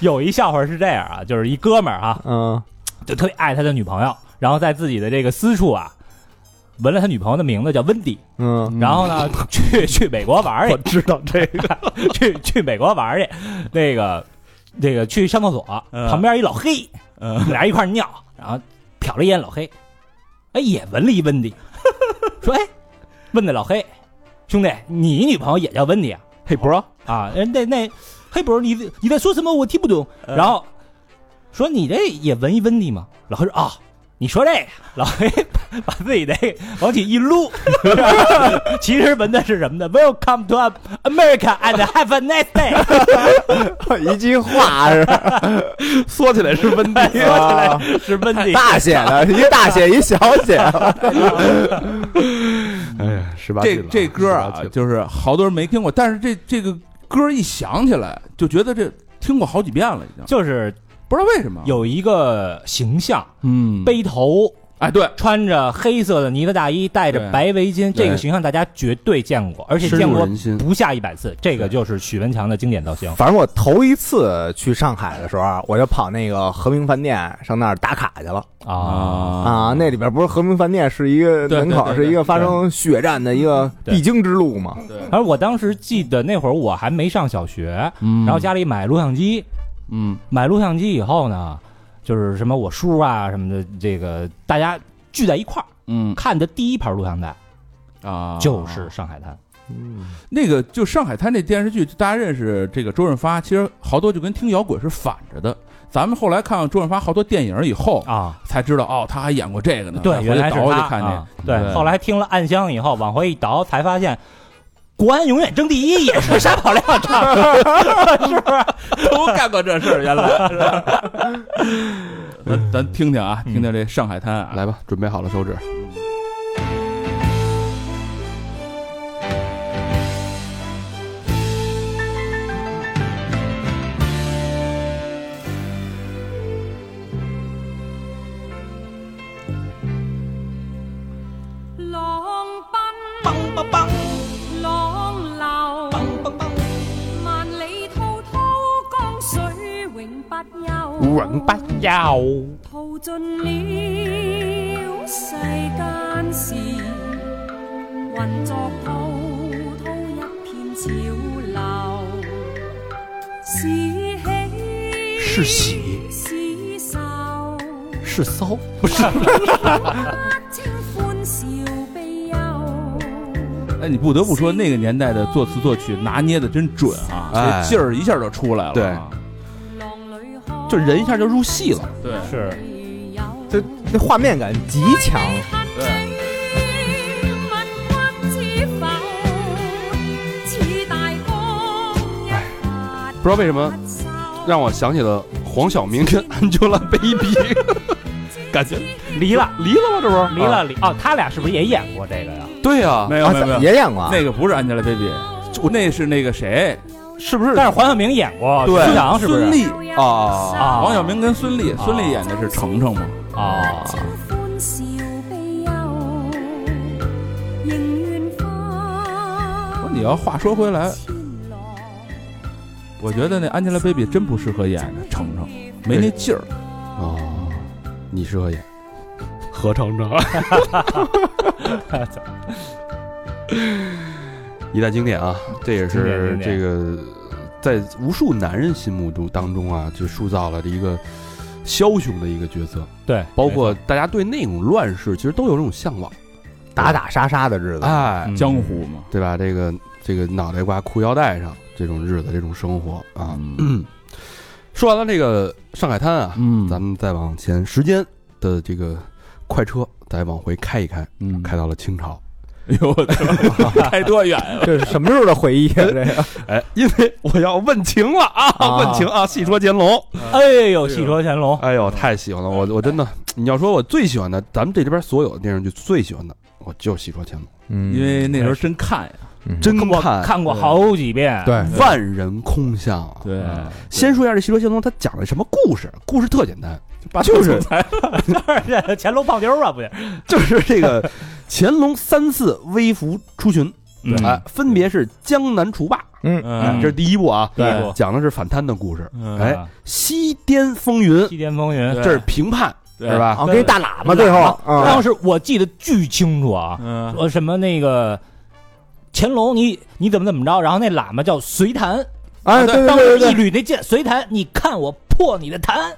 Speaker 4: 有一笑话是这样啊，就是一哥们儿啊，
Speaker 3: 嗯，
Speaker 4: 就特别爱他的女朋友，然后在自己的这个私处啊，纹了他女朋友的名字叫温迪，
Speaker 3: 嗯，
Speaker 4: 然后呢，去去美国玩儿去，我知道这个， 去去美国玩儿去，那个这个去上厕所，
Speaker 2: 嗯
Speaker 4: 旁边一老黑，俩人一块儿尿，然后瞟了一眼老黑，哎，也闻了一温 迪，说哎，问那老黑，兄弟，你女朋友也叫温迪啊？
Speaker 1: 嘿 bro，
Speaker 4: 啊，人那那黑博，你你在说什么？我听不懂。然后说你这也闻一闻你吗？老黑说啊、你说这个，老黑把把自己那个往起一撸， 其实闻的是什么呢？Welcome to America and have a nice day。
Speaker 3: 一句话是吧
Speaker 1: 缩起来是温蒂，
Speaker 3: 啊
Speaker 4: 是温迪，
Speaker 3: 大写的，一大写一小写，
Speaker 1: 哎呀，十八
Speaker 2: 这
Speaker 1: 禁了
Speaker 2: 这歌
Speaker 1: 十八
Speaker 2: 啊
Speaker 1: 禁，了
Speaker 2: 就是好多人没听过，但是这这个歌一响起来，就觉得这听过好几遍了，已经
Speaker 4: 就是
Speaker 2: 不知道为什么。
Speaker 4: 有一个形象，
Speaker 2: 嗯，
Speaker 4: 背头。
Speaker 2: 哎对，
Speaker 4: 穿着黑色的呢子大衣，戴着
Speaker 2: 对
Speaker 4: 白围巾，
Speaker 2: 对
Speaker 4: 这个形象大家绝对见过，而且
Speaker 1: 深
Speaker 4: 见
Speaker 1: 入
Speaker 4: 过
Speaker 1: 人心，
Speaker 4: 不下一百次。这个就是许文强的经典造型。
Speaker 3: 反正我头一次去上海的时候，啊我就跑那个和平饭店上那儿打卡去了
Speaker 2: 啊
Speaker 3: 啊。那里边不是和平饭店是一个
Speaker 2: 对
Speaker 3: 门口
Speaker 2: 对对嗯
Speaker 3: 是一个发生血战的一个
Speaker 4: 对
Speaker 3: 必经之路嘛？
Speaker 2: 对，
Speaker 4: 而我当时记得那会儿我还没上小学，
Speaker 2: 嗯
Speaker 4: 然后家里买录像机，
Speaker 2: 嗯
Speaker 4: 买录像机以后呢，就是什么我叔啊什么的，这个大家聚在一块儿
Speaker 2: 嗯
Speaker 4: 看的第一盘录像带
Speaker 2: 啊，
Speaker 4: 就是《上海滩》
Speaker 2: 那个就上海滩这电视剧，大家认识这个周润发，其实好多就跟听摇滚是反着的。咱们后来看周润发好多电影以后，
Speaker 4: 啊。
Speaker 2: 才知道哦，他还演过这个呢。
Speaker 4: 对，原来
Speaker 2: 倒
Speaker 4: 是
Speaker 2: 回去
Speaker 4: 他
Speaker 2: 看
Speaker 4: 啊
Speaker 2: 去。
Speaker 4: 对，后来听了《暗香》以后，往回一倒，才发现。国安永远争第一也 是沙宝亮唱 的，
Speaker 2: 都干过这事儿，原 来。是吧咱咱听听啊，听听这上海滩啊，
Speaker 1: 来吧，准备好了手指，
Speaker 8: 浪奔，蹦蹦蹦，浪流，蹦蹦蹦，萬里滔滔江水永不休，
Speaker 4: 永不休。
Speaker 8: 淘盡了世間事，混作滔滔一片潮流，
Speaker 4: 是
Speaker 8: 是喜
Speaker 4: 喜
Speaker 8: 是愁。
Speaker 4: 是骚，
Speaker 8: 清欢笑悲忧，
Speaker 2: 哎，你不得不说那个年代的作词作曲拿捏的真准啊，
Speaker 1: 哎
Speaker 2: 这劲儿一下就出来了啊。
Speaker 8: 浪里看
Speaker 1: 就人一下就入戏了，
Speaker 2: 对对
Speaker 4: 是
Speaker 8: 如有
Speaker 3: 这那画面感极强，
Speaker 8: 恨你，问君知否？
Speaker 1: 知道为什么呃让我想起了黄晓明跟 Angelababy，感觉
Speaker 4: 离了，
Speaker 1: 离了吗？这不是
Speaker 4: 离
Speaker 1: 啊
Speaker 4: 了，离哦，他俩是不是也演过这个呀？
Speaker 1: 对呀，
Speaker 2: 没有
Speaker 3: 啊
Speaker 2: 没有没有，
Speaker 3: 也演过啊，
Speaker 2: 那个不是 Angelababy，那是那个谁，
Speaker 1: 是不是
Speaker 4: 但是黄晓明演过，
Speaker 1: 对
Speaker 4: 啊孙杨是不
Speaker 2: 孙
Speaker 4: 是？
Speaker 2: 俪，
Speaker 1: 啊？
Speaker 4: 啊，
Speaker 2: 黄晓明跟孙俪，孙俪演的是程程嘛？
Speaker 4: 啊，
Speaker 2: 不是你要话说回来，哎我觉得那 Angelababy 真不适合演程程，
Speaker 8: 哎
Speaker 2: 没那劲儿。
Speaker 1: 哦，你适合演何成成，一代经典啊！这也
Speaker 4: 经典
Speaker 1: 是
Speaker 4: 经典
Speaker 1: 这个在无数男人心目中当中啊，就塑造了一个枭雄的一个角色，
Speaker 4: 对，
Speaker 1: 包括大家对那种乱世其实都有这种向往，
Speaker 3: 打打杀杀的日子，
Speaker 4: 嗯
Speaker 1: 哎，
Speaker 2: 江湖嘛，
Speaker 1: 对吧？这个这个脑袋挂裤腰带上这种日子，这种生活啊。
Speaker 2: 嗯
Speaker 1: 说完了这个上海滩啊，
Speaker 2: 嗯
Speaker 1: 咱们再往前，时间的这个快车再往回开一开，
Speaker 2: 嗯
Speaker 1: 开到了清朝。
Speaker 2: 哎呦我操，开多远啊！
Speaker 3: 这是什么时候的回忆啊？这个
Speaker 1: 哎，因为我要问情了啊，
Speaker 3: 啊
Speaker 1: 问情啊，细说乾隆。
Speaker 4: 哎呦，戏说乾隆，
Speaker 1: 哎呦，太喜欢了，我我真的，你要说我最喜欢的，咱们这里边所有的电视剧最喜欢的，我就是细说乾隆，
Speaker 3: 嗯
Speaker 2: 因为那时候真看呀，
Speaker 1: 真
Speaker 4: 我
Speaker 1: 看
Speaker 4: 哎看过好几遍。
Speaker 3: 对
Speaker 1: 万人空巷啊。
Speaker 2: 对，
Speaker 1: 先说一下这《细说乾隆》，它讲的什么故事？故事特简单，就是
Speaker 4: 对， 乾隆泡妞啊，不是？
Speaker 1: 就是这个乾隆三次微服出巡，
Speaker 2: 嗯
Speaker 1: 哎，分别是江南除霸，哎
Speaker 4: 嗯
Speaker 1: 这是第一部啊，
Speaker 4: 对
Speaker 1: 讲的是反贪的故事。
Speaker 2: 嗯
Speaker 1: 哎，西滇风云，
Speaker 4: 西天风云，
Speaker 2: 对
Speaker 1: 这是评判
Speaker 2: 对哦
Speaker 1: 是吧？
Speaker 3: 啊，给你大喇叭最后啊
Speaker 4: 当，时我记得巨清楚啊，
Speaker 2: 嗯，
Speaker 4: 说什么那个乾隆，你你怎么怎么着？然后那喇嘛叫隋谭，
Speaker 3: 哎，对对
Speaker 4: 当
Speaker 3: 对
Speaker 4: 时
Speaker 3: 对
Speaker 4: 一
Speaker 3: 对，
Speaker 4: 捋那剑，隋谭，你看我破你的谭。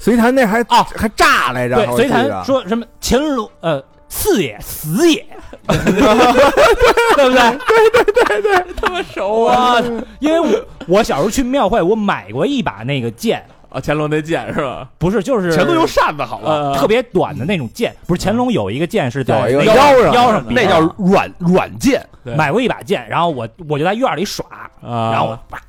Speaker 3: 隋唐那还
Speaker 4: 啊
Speaker 3: 还炸来着，
Speaker 4: 对，
Speaker 3: 我
Speaker 4: 隋
Speaker 3: 记
Speaker 4: 谭
Speaker 3: 得
Speaker 4: 说什么乾隆呃四也死 也， 对不对？对对对对，他们熟啊！因为我我小时候去庙会，我买过一把那个剑，
Speaker 2: 啊，乾隆那剑是吧？
Speaker 4: 不是就是
Speaker 1: 全都用扇子好啊了，
Speaker 2: 呃，
Speaker 4: 特别短的那种剑，不是乾隆有一个剑是在
Speaker 3: 有一个
Speaker 4: 腰
Speaker 3: 腰上
Speaker 4: 腰
Speaker 2: 呃
Speaker 4: 上比
Speaker 1: 那叫软软件，
Speaker 2: 对
Speaker 4: 买过一把剑，然后我我就在院里耍，
Speaker 2: 啊，
Speaker 4: 然后我啪。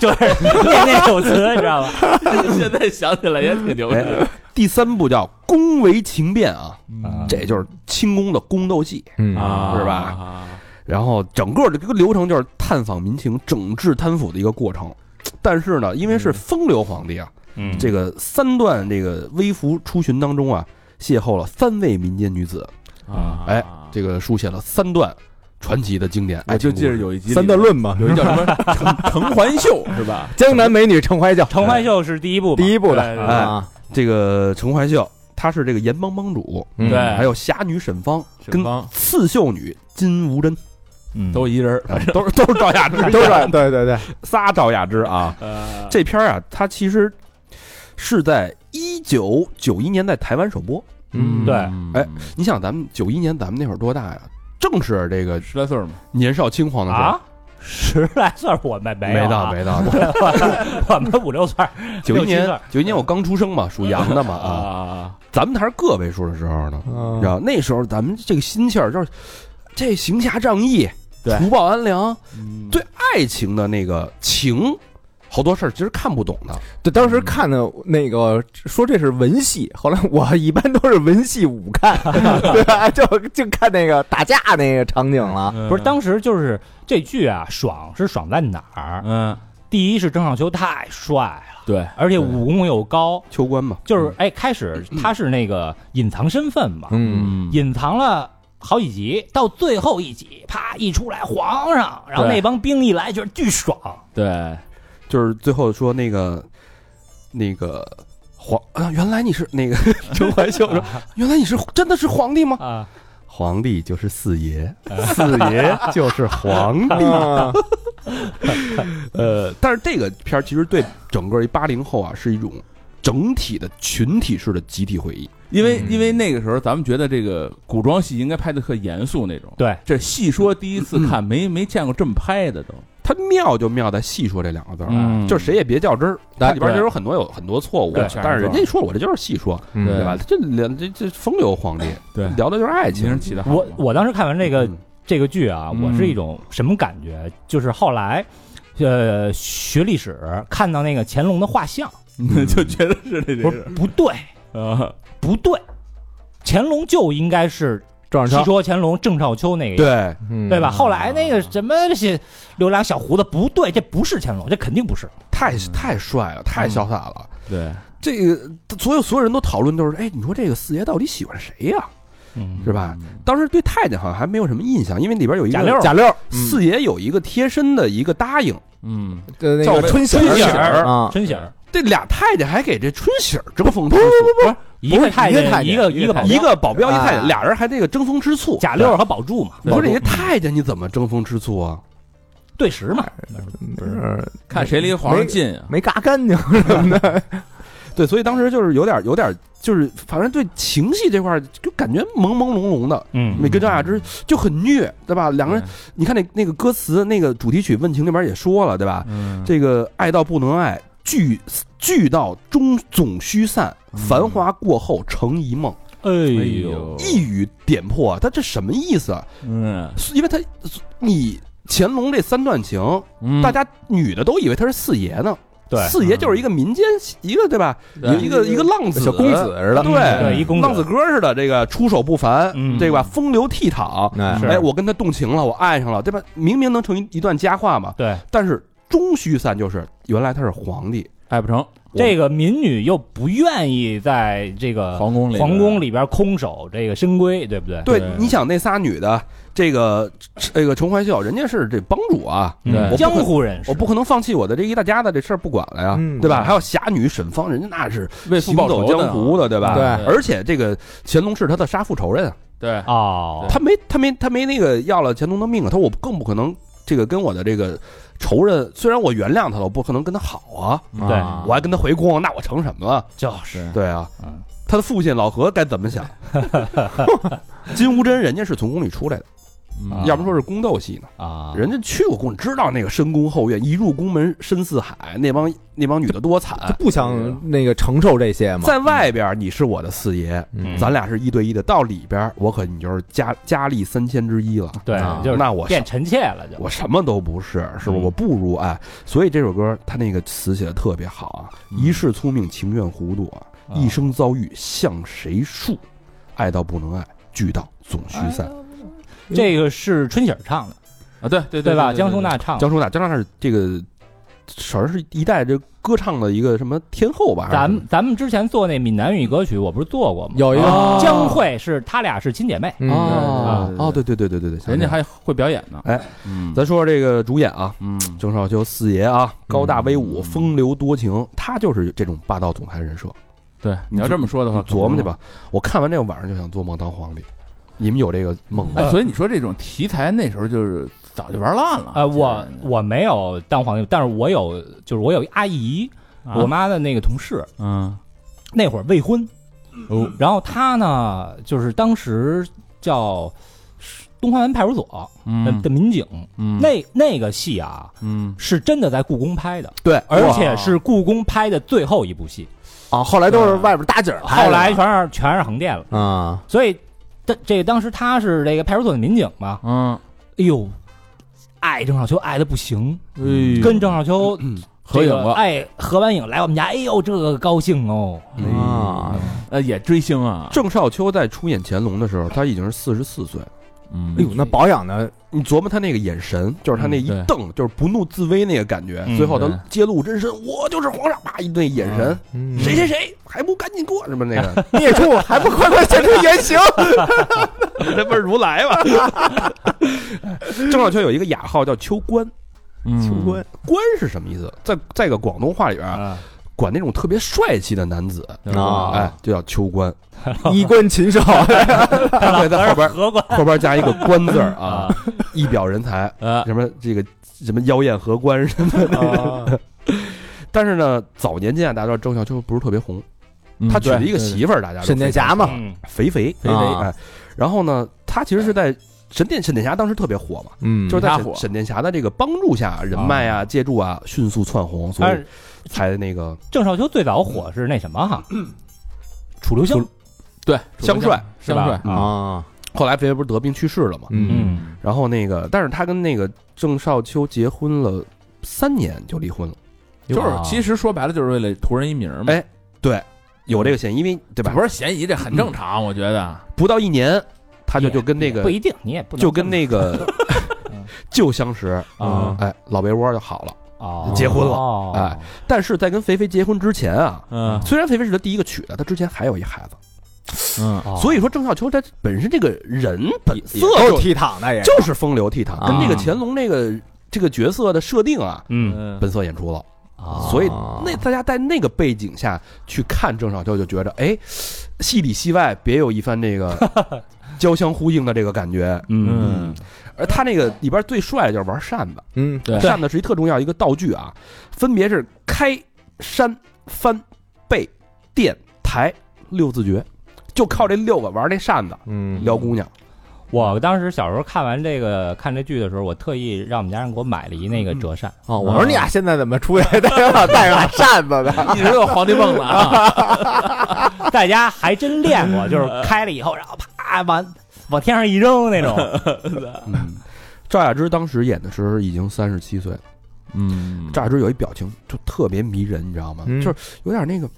Speaker 4: 就是 念念有词，你知道吧？
Speaker 2: 现在想起来也挺牛逼的。
Speaker 1: 哎，第三部叫《宫闱情变》啊，
Speaker 2: 嗯
Speaker 1: 这就是清宫的宫斗戏，
Speaker 3: 嗯
Speaker 2: 啊，
Speaker 1: 是吧？然后整个这个流程就是探访民情、整治贪腐的一个过程。但是呢，因为是风流皇帝啊，
Speaker 4: 嗯
Speaker 1: 这个三段这个微服出巡当中啊，邂逅了三位民间女子，
Speaker 2: 啊，
Speaker 1: 哎，这个书写了三段传奇的经典
Speaker 2: 我
Speaker 1: 爱情
Speaker 2: 哎就
Speaker 1: 故
Speaker 2: 记
Speaker 1: 事。
Speaker 2: 得有一集
Speaker 3: 三段论嘛，
Speaker 2: 有一叫什么《承环秀》是吧？
Speaker 3: 江南美女陈怀旧，
Speaker 4: 承欢秀是第一部吧，
Speaker 3: 第一部
Speaker 2: 对
Speaker 3: 的
Speaker 2: 对
Speaker 1: 对
Speaker 3: 啊，
Speaker 1: 这个陈怀秀，她是这个盐帮帮主，
Speaker 3: 嗯
Speaker 2: 对
Speaker 1: 还有侠女沈芳
Speaker 2: 沈
Speaker 1: 跟
Speaker 2: 芳
Speaker 1: 刺绣女金无贞，
Speaker 4: 嗯
Speaker 2: 都一人儿，
Speaker 1: 都是 都是赵雅芝，
Speaker 3: 都是对对对，
Speaker 1: 仨赵雅芝啊。
Speaker 2: 呃，
Speaker 1: 这片儿啊，它其实是在一九九一年在台湾首播。
Speaker 3: 嗯
Speaker 4: 对
Speaker 1: 哎，你想，咱们九一年，咱们那会儿多大呀？正是这个
Speaker 2: 十来岁儿嘛，
Speaker 1: 年少轻狂的时候，
Speaker 4: 啊，十来岁儿我们没有
Speaker 1: 没到
Speaker 4: 啊
Speaker 1: 没到，
Speaker 4: 我们五六岁儿，
Speaker 1: 九一
Speaker 4: 六七岁
Speaker 1: 年九一年我刚出生嘛，属羊的嘛啊，
Speaker 2: 啊，
Speaker 1: 咱们还是个位数的时候呢，
Speaker 3: 嗯
Speaker 1: 然后那时候咱们这个心气儿就是这行侠仗义、
Speaker 2: 对
Speaker 1: 除暴安良、
Speaker 2: 嗯
Speaker 1: 对爱情的那个情，好多事儿其实看不懂的。
Speaker 3: 对，当时看的那个说这是文戏，后来我一般都是文戏武看，对吧？就就看那个打架那个场景了。
Speaker 2: 嗯
Speaker 4: 不是当时就是这剧啊，爽是爽在哪儿？
Speaker 2: 嗯，
Speaker 4: 第一是郑少秋太帅了，
Speaker 2: 对，
Speaker 4: 而且武功又高，
Speaker 1: 秋官嘛，
Speaker 4: 就是哎，开始他是那个隐藏身份嘛，
Speaker 3: 嗯，
Speaker 4: 隐藏了好几集，到最后一集，啪一出来皇上，然后
Speaker 2: 对
Speaker 4: 那帮兵一来，觉得巨爽。
Speaker 2: 对，
Speaker 1: 就是最后说那个那个皇啊，原来你是那个 陈怀秀说，原来你是真的是皇帝吗？
Speaker 4: 啊，
Speaker 1: 皇帝就是四爷，四爷就是皇帝。
Speaker 3: 啊
Speaker 1: 呃，但是这个片儿其实对整个一八零后啊，是一种整体的群体式的集体回忆。
Speaker 2: 因为因为那个时候咱们觉得这个古装戏应该拍的特严肃那种，
Speaker 4: 对，
Speaker 2: 这戏说第一次看没没见过这么拍的都，
Speaker 1: 它妙就妙在“细说”这两个字儿，啊
Speaker 2: 嗯
Speaker 1: 就是谁也别较真儿。它里边
Speaker 2: 对
Speaker 1: 就有很多有很多错误
Speaker 2: 对，
Speaker 1: 但是人家说我这就是细说，
Speaker 3: 嗯
Speaker 1: 对吧？这两这这风流皇帝
Speaker 2: 对
Speaker 1: 聊的就是爱
Speaker 2: 名
Speaker 1: 情
Speaker 2: 人。起的
Speaker 4: 我我当时看完这个
Speaker 1: 嗯
Speaker 4: 这个剧啊，
Speaker 2: 嗯
Speaker 4: 我是一种什么感觉？就是后来呃学历史，看到那个乾隆的画像，
Speaker 2: 就觉得是这这
Speaker 4: 我说不对，
Speaker 2: 啊，
Speaker 4: 不对，乾隆就应该是
Speaker 3: 赵
Speaker 4: 戏
Speaker 3: 尚
Speaker 4: 说乾隆郑少秋那个样子
Speaker 1: 对，
Speaker 2: 嗯
Speaker 3: 昌，
Speaker 4: 对吧？嗯后来那个什么这些留俩小胡子，不对，这不是乾隆，这肯定不是。
Speaker 1: 太太帅了，太潇洒了。
Speaker 2: 对，
Speaker 1: 这个所有所有人都讨论都是，哎，你说这个四爷到底喜欢谁呀、
Speaker 4: 嗯
Speaker 1: 是吧？当时对太监好像还没有什么印象，因为里边有一个
Speaker 4: 贾嗯六
Speaker 1: 贾
Speaker 3: 贾六
Speaker 1: 四爷有一个贴身的一个答应，
Speaker 2: 嗯，
Speaker 3: 呃那
Speaker 1: 赵
Speaker 3: 个春喜
Speaker 1: 春喜
Speaker 3: 儿啊，
Speaker 4: 真喜儿，
Speaker 1: 这俩太监还给这春喜儿争风吃醋，
Speaker 4: 一个太
Speaker 3: 一个太
Speaker 4: 监，
Speaker 3: 监
Speaker 4: 一个
Speaker 3: 一
Speaker 4: 一
Speaker 3: 个
Speaker 4: 个
Speaker 3: 太
Speaker 4: 保
Speaker 1: 不是
Speaker 4: 镖
Speaker 1: 一个保镖一太
Speaker 3: 啊
Speaker 1: 监，俩人还这个争风吃醋。
Speaker 4: 哎贾六儿和宝柱嘛，
Speaker 1: 你说这些太监你怎么争风吃醋啊？
Speaker 4: 对时嘛，
Speaker 3: 不是
Speaker 2: 看谁离皇上近啊，
Speaker 3: 没嘎干净什么的，
Speaker 1: 对，所以当时就是有点有点就是，反正对情戏这块儿就感觉朦朦胧胧的。
Speaker 4: 嗯
Speaker 1: 那跟张雅芝就很虐，对吧？两个人，你看那那个歌词，那个主题曲《问情》里边也说了，对吧？
Speaker 2: 嗯，
Speaker 1: 这个爱到不能爱，聚聚到终总须散，繁华过后成一梦，
Speaker 4: 哎
Speaker 2: 哎
Speaker 4: 呦，
Speaker 2: 呦，
Speaker 1: 一语点破，啊他这什么意思？啊？
Speaker 2: 嗯，
Speaker 1: 因为他你乾隆这三段情，
Speaker 2: 嗯
Speaker 1: 大家女的都以为他是四爷呢，
Speaker 4: 对
Speaker 1: 四爷就是一个民间一个对吧？
Speaker 2: 对
Speaker 1: 一个一个浪子
Speaker 3: 小公子似的，
Speaker 1: 对
Speaker 4: 对一公子
Speaker 1: 浪子哥似的，这个出手不凡，
Speaker 4: 嗯
Speaker 1: 对吧？风流倜傥，
Speaker 3: 哎
Speaker 4: 是
Speaker 1: 哎，我跟他动情了，我爱上了，对吧？明明能成一一段佳话嘛，
Speaker 4: 对
Speaker 1: 但是终须散，就是原来他是皇帝，
Speaker 2: 爱不成，
Speaker 4: 这个民女又不愿意在这个
Speaker 2: 皇宫里
Speaker 4: 皇宫里边空手这个深闺，对不对？
Speaker 1: 对
Speaker 2: 对，
Speaker 1: 你想那仨女的，这个这个陈怀秀，人家是这帮主啊，
Speaker 4: 嗯
Speaker 2: 对
Speaker 1: 我不可
Speaker 4: 江湖人士，
Speaker 1: 我不可能放弃我的这一大家子这事儿不管了呀，
Speaker 3: 嗯
Speaker 1: 对吧？还有侠女沈芳，人家那是
Speaker 2: 为父
Speaker 1: 行
Speaker 2: 报
Speaker 1: 走
Speaker 2: 仇啊
Speaker 1: 江湖的，对吧？
Speaker 3: 对
Speaker 1: 而且这个乾隆是他的杀父仇人啊，
Speaker 2: 对，
Speaker 4: 哦，
Speaker 1: 他没他没他没那个要了乾隆的命啊，他我更不可能这个跟我的这个仇人，虽然我原谅他了，我不可能跟他好啊，
Speaker 4: 对
Speaker 3: 啊
Speaker 1: 我还跟他回宫，那我成什么了？
Speaker 4: 就是
Speaker 1: 对啊
Speaker 4: 嗯，
Speaker 1: 他的父亲老何该怎么想？ 金乌真人家是从宫里出来的，
Speaker 2: 嗯
Speaker 1: 要不说是宫斗戏呢。
Speaker 4: 啊，
Speaker 1: 人家去过宫，知道那个深宫后院，一入宫门深似海，那帮那帮女的多惨。
Speaker 3: 不想那个承受这些嘛，
Speaker 1: 在外边儿你是我的四爷，
Speaker 3: 嗯
Speaker 1: 咱俩是一对一的；到里边儿我可你就是佳佳丽三千之一了。
Speaker 4: 对
Speaker 3: 啊，
Speaker 4: 就是
Speaker 1: 那我什
Speaker 4: 变臣妾了，就
Speaker 1: 我什么都不是，是不是？
Speaker 4: 嗯
Speaker 1: 我不如爱。所以这首歌它那个词写的特别好啊！
Speaker 4: 嗯
Speaker 1: 一世聪明情愿糊涂啊，
Speaker 4: 啊
Speaker 1: 一生遭遇向谁诉？爱到不能爱，聚到总须散。
Speaker 4: 嗯这个是春喜儿唱的，
Speaker 2: 啊，对对
Speaker 4: 对吧？江
Speaker 2: 淑
Speaker 4: 淑娜唱的。
Speaker 1: 江疏娜，江疏娜是这个，好像是一代这歌唱的一个什么天后吧？还是
Speaker 4: 咱
Speaker 1: 什么
Speaker 4: 们咱们之前做那闽南语歌曲，我不是做过吗？
Speaker 3: 有一个
Speaker 2: 啊
Speaker 4: 江蕙是她俩是亲姐妹，
Speaker 3: 嗯
Speaker 1: 哦
Speaker 2: 对对对对对
Speaker 1: 哦，对对对对对对，
Speaker 2: 人家
Speaker 1: 还
Speaker 2: 还会表演呢，
Speaker 1: 哎，
Speaker 2: 嗯，
Speaker 1: 咱说说这个主演啊，
Speaker 2: 嗯，
Speaker 1: 郑少秋四爷啊，高大威武，
Speaker 2: 嗯
Speaker 1: 风流多情，他就是这种霸道总裁人设。
Speaker 2: 对，你要这么说的话，
Speaker 1: 琢磨去吧。我看完这个晚上就想做梦当皇帝，你们有这个梦
Speaker 2: 可能。
Speaker 1: 吗？
Speaker 2: 哎，所以你说这种题材那时候就是早啊就玩烂了。
Speaker 4: 呃，我我没有当皇帝，但是我有，就是我有一阿姨，
Speaker 2: 啊
Speaker 4: 我妈的那个同事，
Speaker 2: 嗯
Speaker 4: 那会儿未婚，
Speaker 2: 哦
Speaker 4: 然后她呢，就是当时叫东华门派出所的
Speaker 2: 嗯
Speaker 4: 的民警，
Speaker 2: 嗯
Speaker 4: 那那个戏啊，
Speaker 2: 嗯
Speaker 4: 是真的在故宫拍的，
Speaker 1: 对，
Speaker 4: 而且是故宫拍的最后一部戏，
Speaker 3: 啊，后来都是外边搭景儿拍的，
Speaker 4: 后来全是全是横店哦了，
Speaker 3: 啊，
Speaker 4: 所以这这个当时她是这个派出所的民警嘛，
Speaker 2: 嗯，
Speaker 4: 哎呦，爱郑少秋爱的不行，
Speaker 2: 哎
Speaker 4: 跟郑少秋
Speaker 2: 合影
Speaker 4: 这个
Speaker 2: 了，
Speaker 4: 哎，合完影来我们家，哎呦，这个高兴哦，
Speaker 3: 啊，
Speaker 2: 呃，也追星啊，
Speaker 1: 郑少秋在出演乾隆的时候，他已经是四十四岁了。
Speaker 2: 嗯
Speaker 3: 哎呦，那保养的
Speaker 1: 你琢磨他那个眼神，就是他那
Speaker 2: 嗯
Speaker 1: 一
Speaker 2: 对
Speaker 1: 瞪，就是不怒自威那个感觉。
Speaker 2: 嗯
Speaker 1: 最后他
Speaker 2: 对嗯
Speaker 1: 揭露真身，我就是皇上，啪一顿眼神，
Speaker 3: 嗯
Speaker 1: 谁谁谁还不赶紧给我什么那 个，
Speaker 3: 孽畜，还不快快现出原形？
Speaker 1: 这不是如来吗？ 郑少秋有一个雅号叫秋官，
Speaker 2: 秋
Speaker 3: 官
Speaker 1: 官是什么意思？在在个广东话里边啊，
Speaker 4: 啊，
Speaker 1: 管那种特别帅气的男子，
Speaker 3: 啊
Speaker 1: 哎，就叫秋官。
Speaker 3: 衣冠禽兽，
Speaker 1: 对，在后边
Speaker 4: 荷官
Speaker 1: 后边加一个“官”字儿啊
Speaker 4: 啊，
Speaker 1: 一表人才，
Speaker 2: 呃，
Speaker 1: 什么这个什么妖艳荷官什么的。 但是呢，早年间啊，大家知道郑少秋不是特别红，
Speaker 2: 嗯
Speaker 1: 他娶了一个媳妇儿，大家都
Speaker 3: 沈殿霞嘛，
Speaker 4: 嗯
Speaker 1: 非常，肥肥
Speaker 3: 肥肥
Speaker 1: 啊哎，然后呢，他其实是在沈殿沈殿霞当时特别火嘛，
Speaker 3: 嗯
Speaker 1: 就是在
Speaker 2: 他
Speaker 1: 沈
Speaker 2: 火
Speaker 1: 沈殿霞的这个帮助下，人脉啊、借助啊，迅速窜红，所
Speaker 4: 但
Speaker 1: 以
Speaker 4: 是
Speaker 1: 才那个
Speaker 4: 郑少秋最早火是那什么 哈，楚留香，
Speaker 2: 对
Speaker 1: 香帅。
Speaker 4: 是
Speaker 2: 香
Speaker 4: 吧
Speaker 2: 帅，
Speaker 3: 啊，
Speaker 1: 后来肥肥不是得病去世了嘛，
Speaker 3: 嗯
Speaker 4: 嗯
Speaker 1: 然后那个，但是他跟那个郑少秋结婚了三年就离婚了。
Speaker 2: 就是其实说白了就是为了图人一名嘛，
Speaker 1: 哎对，有这个嫌疑，因为对吧
Speaker 2: 不？是嫌疑，这很正常，我觉得。
Speaker 1: 不到一年，他就就跟那
Speaker 4: 不
Speaker 1: 个
Speaker 4: 一定，你也不能
Speaker 1: 就跟那个
Speaker 4: 嗯
Speaker 1: 旧相识，
Speaker 4: 啊
Speaker 1: 哎，老被窝就好了。
Speaker 4: 哦
Speaker 1: 结婚了
Speaker 4: 哦
Speaker 1: 哎但是在跟肥肥结婚之前啊，
Speaker 2: 嗯
Speaker 1: 虽然肥肥是他第一个娶的，他之前还有一孩子，
Speaker 2: 嗯，
Speaker 4: 哦
Speaker 1: 所以说郑少秋他本身这个人本色
Speaker 3: 都
Speaker 1: 就
Speaker 3: 踢躺的也是
Speaker 1: 就是风流倜傥，
Speaker 3: 啊
Speaker 1: 跟这个乾隆这个这个角色的设定啊，
Speaker 4: 嗯
Speaker 1: 本色演出了。
Speaker 4: 啊
Speaker 1: 所以那大家在那个背景下去看郑少秋，就觉得哎，戏里戏外别有一番这个 交相呼应的这个感觉。
Speaker 2: 嗯，
Speaker 1: 而他那个里边最帅的就是玩扇子，
Speaker 3: 嗯，
Speaker 4: 哎
Speaker 2: 对
Speaker 1: 扇子是一特重要一个道具啊，分别是开、扇、翻、背、垫、抬六字诀，就靠这六个玩那扇子
Speaker 3: 嗯，
Speaker 1: 撩姑娘。
Speaker 4: 我当时小时候看完这个看这剧的时候，我特意让我们家人给我买了一
Speaker 1: 嗯
Speaker 4: 那个折扇，
Speaker 3: 哦，我说你俩现在怎么出去带着带着俩扇子 的？
Speaker 1: 嗯
Speaker 2: 一直有皇帝梦了啊，
Speaker 1: 啊
Speaker 4: 在家还真练过，就是开了以后，然后啪往往天上一扔那 种。
Speaker 1: 嗯，赵雅芝当时演的时候已经三十七岁了，
Speaker 2: 嗯
Speaker 1: 赵雅芝有一表情就特别迷人，你知道吗？
Speaker 3: 嗯
Speaker 1: 就是有点那个，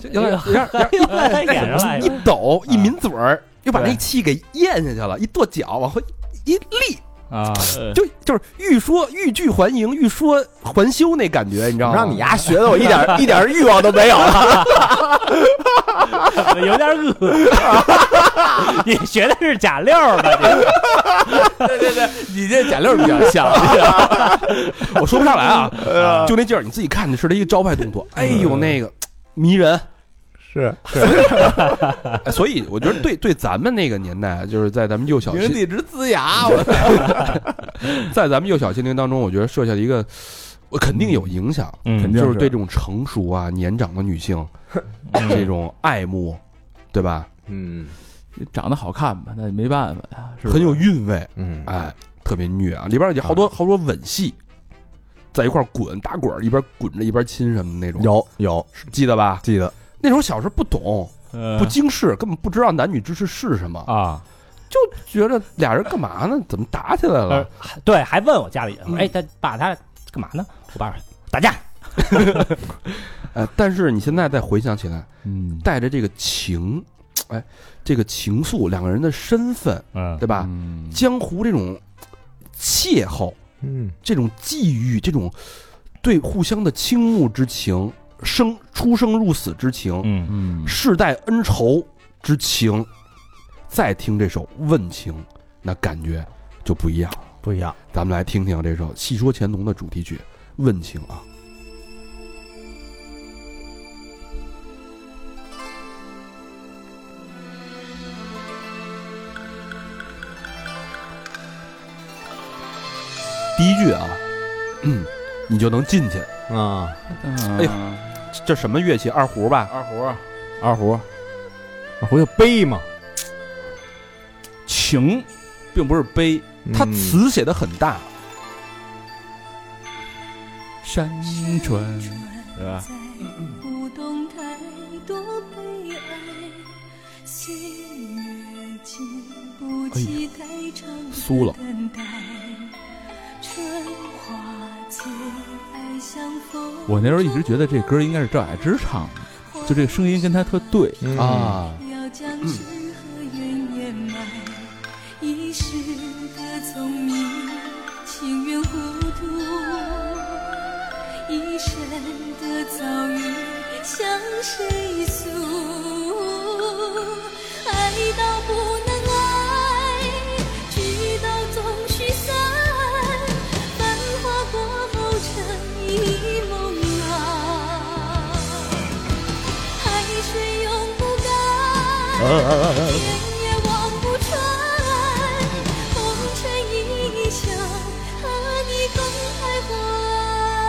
Speaker 1: 就有点有点有点
Speaker 4: 演上来
Speaker 1: 一抖一抿嘴儿，又把那气给咽下去了，一跺脚往后一一立，
Speaker 4: 啊，
Speaker 1: 就就是欲说欲拒还迎，欲说还休那感觉，你知道吗？
Speaker 3: 让你丫学的我一点一点欲望都 没有了。
Speaker 4: 有点恶。 你学的是假料吧？
Speaker 2: 你这贾六比较 像，
Speaker 1: 我说不上来
Speaker 3: 呃
Speaker 1: 啊，就那劲儿，你自己看着是他一个招牌动作，哎呦那个迷人，
Speaker 3: 是，
Speaker 1: 哎所以我觉得对对咱们那个年代，就是在咱们幼小
Speaker 2: 明
Speaker 1: 心，
Speaker 2: 帝之呲牙，我
Speaker 1: 在咱们幼小心灵当中，我觉得设下了一个，我肯定有影响，
Speaker 4: 嗯
Speaker 1: 就是对这种成熟啊、年长的女性这种爱慕，对吧？
Speaker 3: 嗯
Speaker 2: 长得好看吧，那没办法呀，是吧
Speaker 1: 很有韵味，
Speaker 3: 嗯，
Speaker 1: 哎，特别虐啊！里边有好多好多吻戏，在一块儿滚打滚儿，一边滚着一边亲什么的那种，
Speaker 3: 有有
Speaker 1: 是记得吧？
Speaker 3: 记得，
Speaker 1: 那时候小时候不懂，
Speaker 2: 嗯
Speaker 1: 不经事，根本不知道男女之事是什么，
Speaker 4: 啊，
Speaker 1: 就觉得俩人干嘛呢？怎么打起来了？
Speaker 4: 对，还问我家里人，哎，他爸他干嘛呢？我爸说打架。
Speaker 1: 哎，但是你现在再回想起来，
Speaker 2: 嗯
Speaker 1: 带着这个情，哎，这个情愫，两个人的身份，
Speaker 4: 嗯
Speaker 1: 对吧？
Speaker 2: 嗯
Speaker 1: 江湖这种邂逅，
Speaker 3: 嗯
Speaker 1: 这种际遇，这种对互相的倾慕之情，生出生入死之情，
Speaker 4: 嗯，
Speaker 2: 嗯
Speaker 1: 世代恩仇之情，再听这首《问情》，那感觉就不一样了。
Speaker 3: 不一样。
Speaker 1: 咱们来听听这首《戏说乾隆》的主题曲《问情》啊。第一句啊， 嗯，你就能进去。
Speaker 3: 啊，
Speaker 2: 哎
Speaker 1: 哎
Speaker 2: 呦
Speaker 1: 呦，这这什么乐器？二胡吧？
Speaker 2: 二胡
Speaker 3: 二胡，二胡就悲嘛，
Speaker 2: 情，并不是悲，
Speaker 1: 它
Speaker 3: 嗯
Speaker 1: 词写的很大，
Speaker 2: 山川对吧？
Speaker 8: 不懂太多悲哀，岁月经不
Speaker 2: 哎
Speaker 8: 起太长
Speaker 1: 酥了
Speaker 8: 的等待。春花最爱像风，
Speaker 2: 我那时候一直觉得这歌应该是赵雅芝唱的，就这个声音跟她特对。
Speaker 3: 嗯，
Speaker 1: 啊，
Speaker 8: 要将诗和远掩埋，一时的聪明，情愿糊涂，一生的遭遇向谁诉？爱到不能爱，聚到总须散，繁华过后成一梦啊。海水永不干，天也望不穿。红尘一笑，和你共徘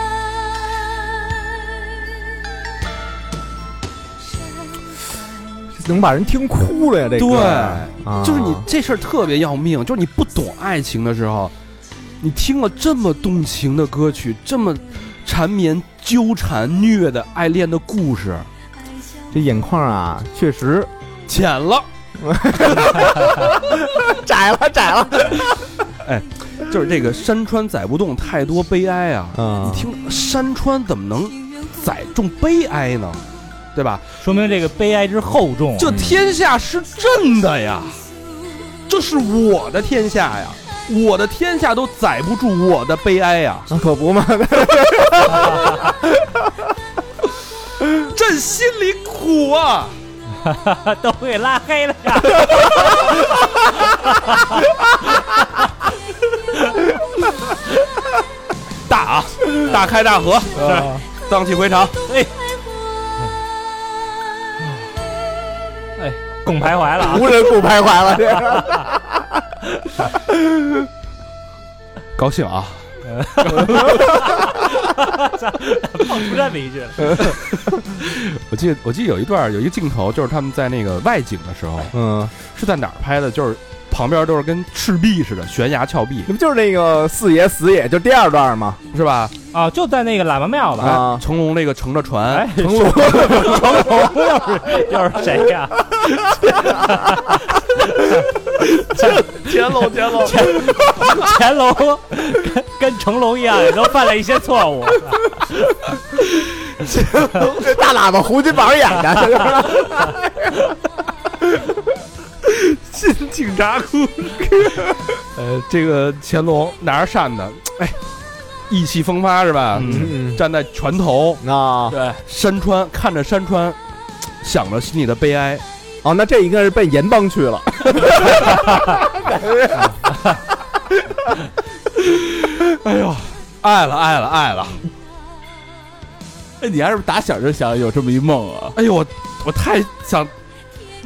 Speaker 8: 徊。
Speaker 3: 能把人听哭了呀，这歌
Speaker 1: 对
Speaker 3: 啊
Speaker 1: 就是你这事儿特别要命，就是你不懂爱情的时候，你听了这么动情的歌曲，这么缠绵、纠缠、虐的爱恋的故事，
Speaker 3: 这眼眶啊，确实
Speaker 1: 浅了。
Speaker 3: 窄了窄了，
Speaker 1: 哎就是这个山川载不动太多悲哀啊！
Speaker 3: 嗯
Speaker 1: 你听山川怎么能载重悲哀呢？对吧？
Speaker 4: 说明这个悲哀之厚重啊。
Speaker 1: 这天下是朕的呀，这是我的天下呀，我的天下都载不住我的悲哀呀！
Speaker 3: 那可不嘛，
Speaker 1: 朕心里苦啊！
Speaker 4: 都给拉黑了呀！
Speaker 1: 大啊，大开大合，
Speaker 4: 啊
Speaker 1: 荡气回肠。
Speaker 4: 哎，哎，共徘徊了啊！
Speaker 3: 无人不徘徊了。这个
Speaker 5: 高兴啊！
Speaker 4: 放出这么一句了，
Speaker 5: 我记得我记得有一段有一个镜头，就是他们在那个外景的时候，
Speaker 3: 嗯，
Speaker 5: 是在哪儿拍的？就是旁边都是跟赤壁似的悬崖峭壁，
Speaker 3: 那不就是那个四爷死也就第二段吗？
Speaker 5: 是吧？
Speaker 4: 啊，就在那个喇嘛庙吧。
Speaker 3: 啊，
Speaker 1: 成龙那个乘着船，
Speaker 4: 哎， 成龙，成龙又是又是谁呀？
Speaker 1: 乾隆，乾隆，
Speaker 4: 乾隆跟跟成龙一样，也都犯了一些错误。
Speaker 3: 这大喇叭胡金宝演的， 这就是
Speaker 1: 新警察 故事。
Speaker 5: 呃，这个乾隆拿着扇子，哎，意气风发是吧？
Speaker 3: 嗯
Speaker 5: 站在船头，
Speaker 3: 啊
Speaker 1: 对，
Speaker 5: 山川看着山川，想着心里的悲哀。
Speaker 3: 哦，那这应该是被盐帮去了。
Speaker 1: 哎呦，爱了，爱了，爱了！
Speaker 2: 哎，你还是打小就想有这么一梦啊？
Speaker 1: 哎呦，我我太想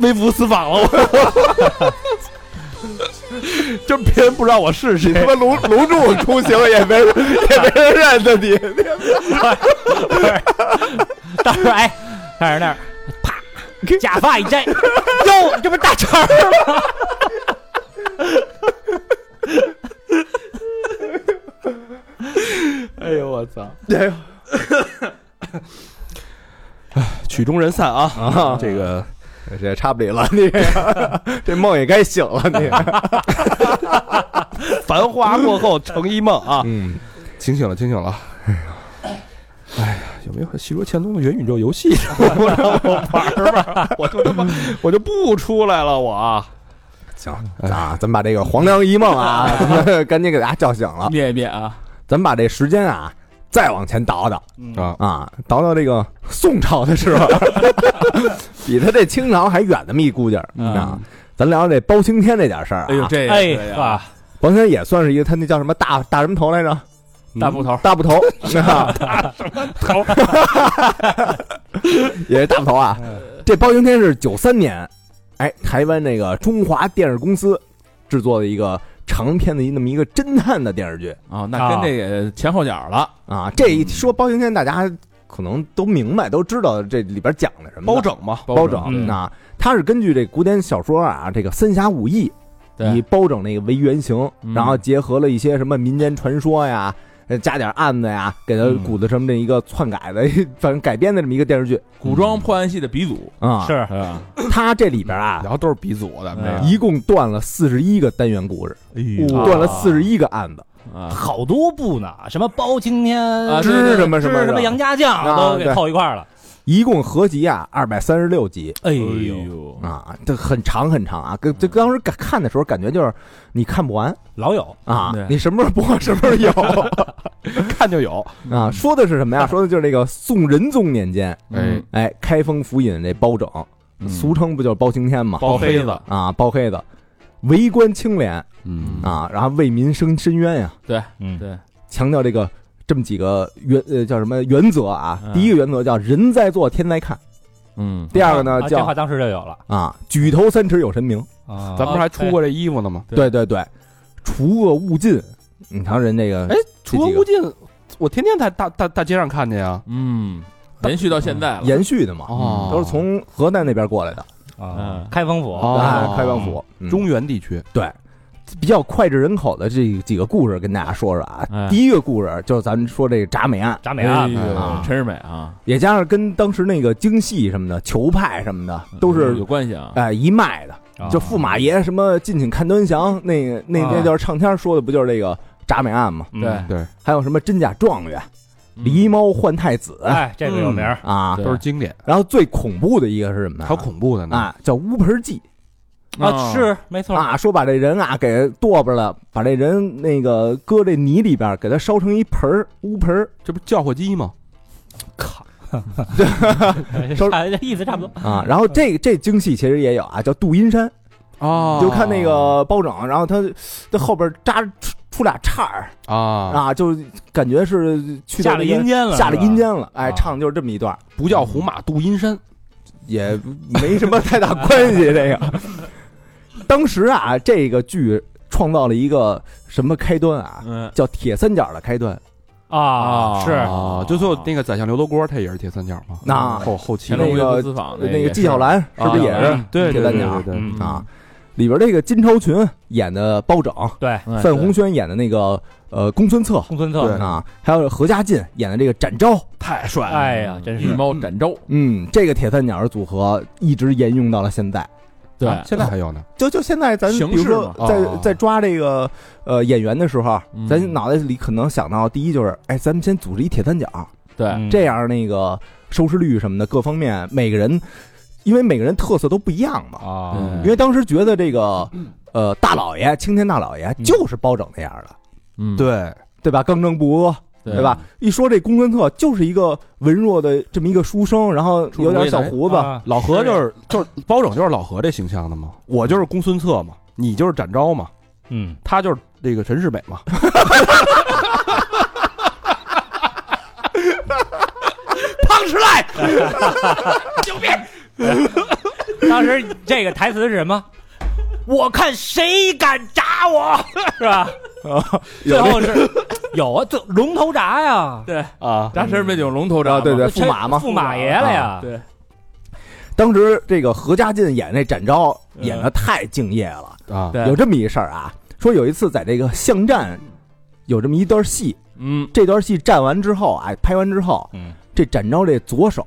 Speaker 1: 微服私访了，我 就别人不知道我是谁
Speaker 3: 他。妈龙龙柱出行也没人也没人认得你，
Speaker 4: 到时候哎，到时候那儿啪，假发一摘， 哟，这不是大肠儿吗？
Speaker 2: 哎呦我操！
Speaker 1: 曲终人散啊！
Speaker 3: 啊
Speaker 1: 这个
Speaker 3: 这插不里了，你 这梦也该醒了，你。
Speaker 1: 繁花过后成一梦啊！
Speaker 3: 嗯，
Speaker 5: 清醒了，清醒了。哎呀，哎呀，有没有《戏说乾隆》的元宇宙游戏？
Speaker 1: 我就他妈 我就不出来了，我啊
Speaker 3: 行啊，咱们把这个黄粱一梦啊，咱们赶紧给大家叫醒了。
Speaker 2: 灭一灭啊！
Speaker 3: 咱们把这时间啊再往前倒倒
Speaker 5: 啊
Speaker 3: 啊，倒到这个宋朝的时候， 比他这清朝还远那么一估计儿
Speaker 1: 嗯
Speaker 3: 啊。咱聊聊这包青天这点事儿啊，
Speaker 2: 嗯哎呦，这个
Speaker 4: 哎
Speaker 2: 这个
Speaker 4: 呀，
Speaker 3: 包青天也算是一个，他那叫什么大大什么头来着？
Speaker 2: 大布头，
Speaker 3: 大部头，啊、大
Speaker 4: 嗯
Speaker 3: 什么头？也是大部头啊。这包青天是九三年，哎，台湾那个中华电视公司制作的一个长篇的一那么一个侦探的电视剧
Speaker 2: 啊，那跟这个前后脚了，
Speaker 3: 啊。这一说包青天，大家可能都明白，都知道这里边讲的什
Speaker 5: 嗯
Speaker 3: 么的。
Speaker 1: 包拯嘛，
Speaker 3: 包
Speaker 2: 拯嗯
Speaker 3: 拯啊，他是根据这古典小说啊，这个《三侠五义》以
Speaker 2: 对，
Speaker 3: 包拯那个为原型，
Speaker 2: 嗯
Speaker 3: 然后结合了一些什么民间传说呀，呃加点案子呀，给他
Speaker 2: 嗯
Speaker 3: 鼓的这么一个篡改的， 反正改编的这么一个电视剧
Speaker 2: 古装破案戏的鼻祖
Speaker 3: 啊。
Speaker 4: 是
Speaker 2: 啊，
Speaker 3: 他这里边啊
Speaker 5: 然，后都是鼻祖的，
Speaker 2: 嗯
Speaker 3: 一共断了四十一个单元故事，
Speaker 5: 哎
Speaker 2: 啊
Speaker 3: 断了四十一个案子，
Speaker 2: 啊，
Speaker 4: 好多部呢，什么包青天、
Speaker 2: 啊
Speaker 4: 知
Speaker 2: 对对
Speaker 3: 知
Speaker 2: 对
Speaker 3: 什么什
Speaker 4: 什
Speaker 3: 么
Speaker 4: 么杨家将
Speaker 3: 啊
Speaker 4: 都给
Speaker 3: 对
Speaker 4: 凑一块儿了。
Speaker 3: 一共合集啊二百三十六集。
Speaker 2: 哎
Speaker 4: 哎呦，
Speaker 5: 哦
Speaker 2: 呦，
Speaker 3: 啊，这很长很长啊！
Speaker 5: 嗯
Speaker 3: 跟这当时看看的时候，感觉就是你看不完
Speaker 4: 老有
Speaker 3: 啊
Speaker 2: 对，
Speaker 3: 你什么时候播什么时候有，
Speaker 5: 看就有。嗯
Speaker 3: 啊，说的是什么呀？说的就是这个宋仁宗年间，
Speaker 2: 嗯
Speaker 5: 哎，
Speaker 3: 哎，开封府尹这包拯，
Speaker 5: 嗯
Speaker 3: 俗称不就是包青天嘛？
Speaker 1: 包黑子，
Speaker 3: 啊，包黑子，为官清廉
Speaker 2: 嗯
Speaker 3: 啊，然后为民生伸冤呀、
Speaker 4: 嗯
Speaker 2: 对，
Speaker 3: 强调这个这么几个原呃叫什么原则啊？
Speaker 2: 嗯
Speaker 3: 第一个原则叫人在做天在看，
Speaker 2: 嗯，
Speaker 3: 第二个呢
Speaker 4: 啊这话
Speaker 3: 叫
Speaker 4: 当时就有了。
Speaker 3: 啊举头三尺有神明，
Speaker 4: 啊
Speaker 5: 咱不是还出过这衣服呢吗？
Speaker 3: 对
Speaker 2: 对
Speaker 3: 对对，除恶务尽。你瞧人这个
Speaker 1: 哎，除
Speaker 3: 这
Speaker 1: 了
Speaker 3: 几个
Speaker 1: 吴尽，我天天在大大大街上看见啊。
Speaker 2: 嗯，延续到现在了，
Speaker 3: 嗯延续的嘛，
Speaker 1: 哦
Speaker 3: 都是从河南那边过来的，
Speaker 4: 啊
Speaker 2: 嗯，
Speaker 4: 开封府
Speaker 1: 哦
Speaker 3: 啊，开封府，嗯
Speaker 1: 中原地区，
Speaker 3: 比较脍炙人口的这几个故事跟大家说说啊。
Speaker 2: 哎
Speaker 3: 第一个故事就是咱们说这个铡美案，
Speaker 4: 铡美
Speaker 2: 哎
Speaker 4: 案
Speaker 2: 呦，
Speaker 3: 啊
Speaker 2: 真是美啊，
Speaker 3: 也加上跟当时那个京戏什么的、球派什么的
Speaker 2: 有
Speaker 3: 都是
Speaker 2: 有关系啊，
Speaker 3: 哎一脉的。
Speaker 4: 啊
Speaker 3: 就驸马爷什么“敬请看端详”，那个那
Speaker 4: 啊
Speaker 3: 那就是唱片说的，不就是这个铡美案嘛，
Speaker 4: 嗯
Speaker 5: 哎
Speaker 2: 对，
Speaker 1: 对，
Speaker 3: 还有什么真假状元、
Speaker 2: 嗯
Speaker 3: 狸猫换太子
Speaker 4: 哎，这个有名儿，
Speaker 3: 啊。
Speaker 4: 对
Speaker 1: 都是经典，
Speaker 3: 然后最恐怖的一个是什么呀？
Speaker 1: 好恐怖的呢。
Speaker 3: 啊，叫乌盆记
Speaker 2: 嗯哦
Speaker 4: 啊，是没错，
Speaker 3: 啊，说把这人啊给剁巴了，把这人那个搁这泥里边儿，给他烧成一盆儿乌盆儿
Speaker 1: 这不是叫火鸡吗？
Speaker 3: 稍
Speaker 4: 差哎这意思差不多。
Speaker 3: 啊。然后这这京戏其实也有啊，叫杜阴山，
Speaker 1: 啊
Speaker 4: 哦
Speaker 5: 哦
Speaker 3: 你就看那个包拯，然后他他后边扎出出俩叉儿
Speaker 1: 啊，
Speaker 3: 啊，就感觉是去到
Speaker 4: 下了
Speaker 3: 那个
Speaker 4: 阴间了，
Speaker 3: 下了
Speaker 4: 是吧
Speaker 3: 阴。间了，哎
Speaker 4: 啊，
Speaker 3: 唱的就是这么一段儿。
Speaker 1: 不叫胡马度阴山，
Speaker 3: 也没什么太大关 系。这个，当时啊，这个剧创造了一个什么开端啊？
Speaker 2: 嗯，
Speaker 3: 叫铁三角的开端。
Speaker 4: 啊，是
Speaker 1: 啊，就最后那个宰相刘罗锅，他也是铁三角嘛。
Speaker 3: 那
Speaker 1: 后后期啊
Speaker 2: 乾
Speaker 1: 的
Speaker 2: 隆
Speaker 3: 那个
Speaker 2: 微服私访
Speaker 3: 那
Speaker 2: 哎也
Speaker 3: 个
Speaker 2: 是
Speaker 3: 纪晓岚是不是也
Speaker 2: 啊
Speaker 3: 是
Speaker 2: 对
Speaker 3: 铁
Speaker 2: 对
Speaker 3: 三
Speaker 2: 对
Speaker 3: 角
Speaker 2: 对对对
Speaker 4: 嗯
Speaker 3: 啊？里边这个金朝群演的包拯，
Speaker 4: 对，
Speaker 2: 哎
Speaker 3: 范鸿轩演的那个呃公孙策
Speaker 4: 公孙策，
Speaker 3: 啊，还有何家劲演的这个展昭，
Speaker 1: 太帅了，
Speaker 4: 哎呀，真
Speaker 2: 一
Speaker 4: 是
Speaker 2: 猫嗯展昭，
Speaker 3: 嗯，这个铁三角的组合一直沿用到了现在。
Speaker 4: 对
Speaker 1: 啊现在还有呢。
Speaker 3: 就就现在咱
Speaker 2: 形
Speaker 3: 比如
Speaker 2: 式
Speaker 3: 说
Speaker 1: 嘛
Speaker 3: 在
Speaker 1: 哦
Speaker 3: 在抓这个呃演员的时候，
Speaker 2: 嗯
Speaker 3: 咱脑袋里可能想到第一就是，哎，咱们先组织一铁三角，
Speaker 2: 对，
Speaker 4: 嗯
Speaker 3: 这样那个收视率什么的各方面，每个人因为每个人特色都不一样嘛。
Speaker 4: 啊，
Speaker 2: 嗯
Speaker 3: 因为当时觉得这个呃大老爷青天大老爷就是包拯那样的，
Speaker 2: 嗯
Speaker 1: 对，
Speaker 3: 对吧？刚正不阿，
Speaker 2: 对嗯
Speaker 3: 对吧？？一说这公孙策就是一个文弱的这么一个书生，然后有点小胡子，
Speaker 4: 啊
Speaker 1: 老何就是就是包拯就是老何这形象的嘛，我就是公孙策嘛，你就是展昭嘛，
Speaker 4: 嗯，
Speaker 1: 他就是那个陈世美嘛。
Speaker 7: 胖 吃赖，
Speaker 4: 当时这个台词是什么？我看谁敢铡我，是吧？
Speaker 3: 哦
Speaker 4: 最后是有啊，这龙头铡呀，
Speaker 2: 对
Speaker 1: 啊，
Speaker 2: 扎身没有龙头
Speaker 3: 啊，
Speaker 2: 铡，
Speaker 3: 对对，驸
Speaker 4: 这
Speaker 3: 马嘛，啊
Speaker 4: 驸马爷了呀，
Speaker 2: 对，
Speaker 3: 当时这个何家劲演那展昭
Speaker 2: 嗯
Speaker 3: 演的太敬业了，
Speaker 1: 啊，
Speaker 2: 对
Speaker 3: 有这么一事儿啊，说有一次在这个巷战有这么一段戏，
Speaker 2: 嗯，
Speaker 3: 这段戏战完之后，哎，拍完之后，
Speaker 4: 嗯，
Speaker 3: 这展昭这左手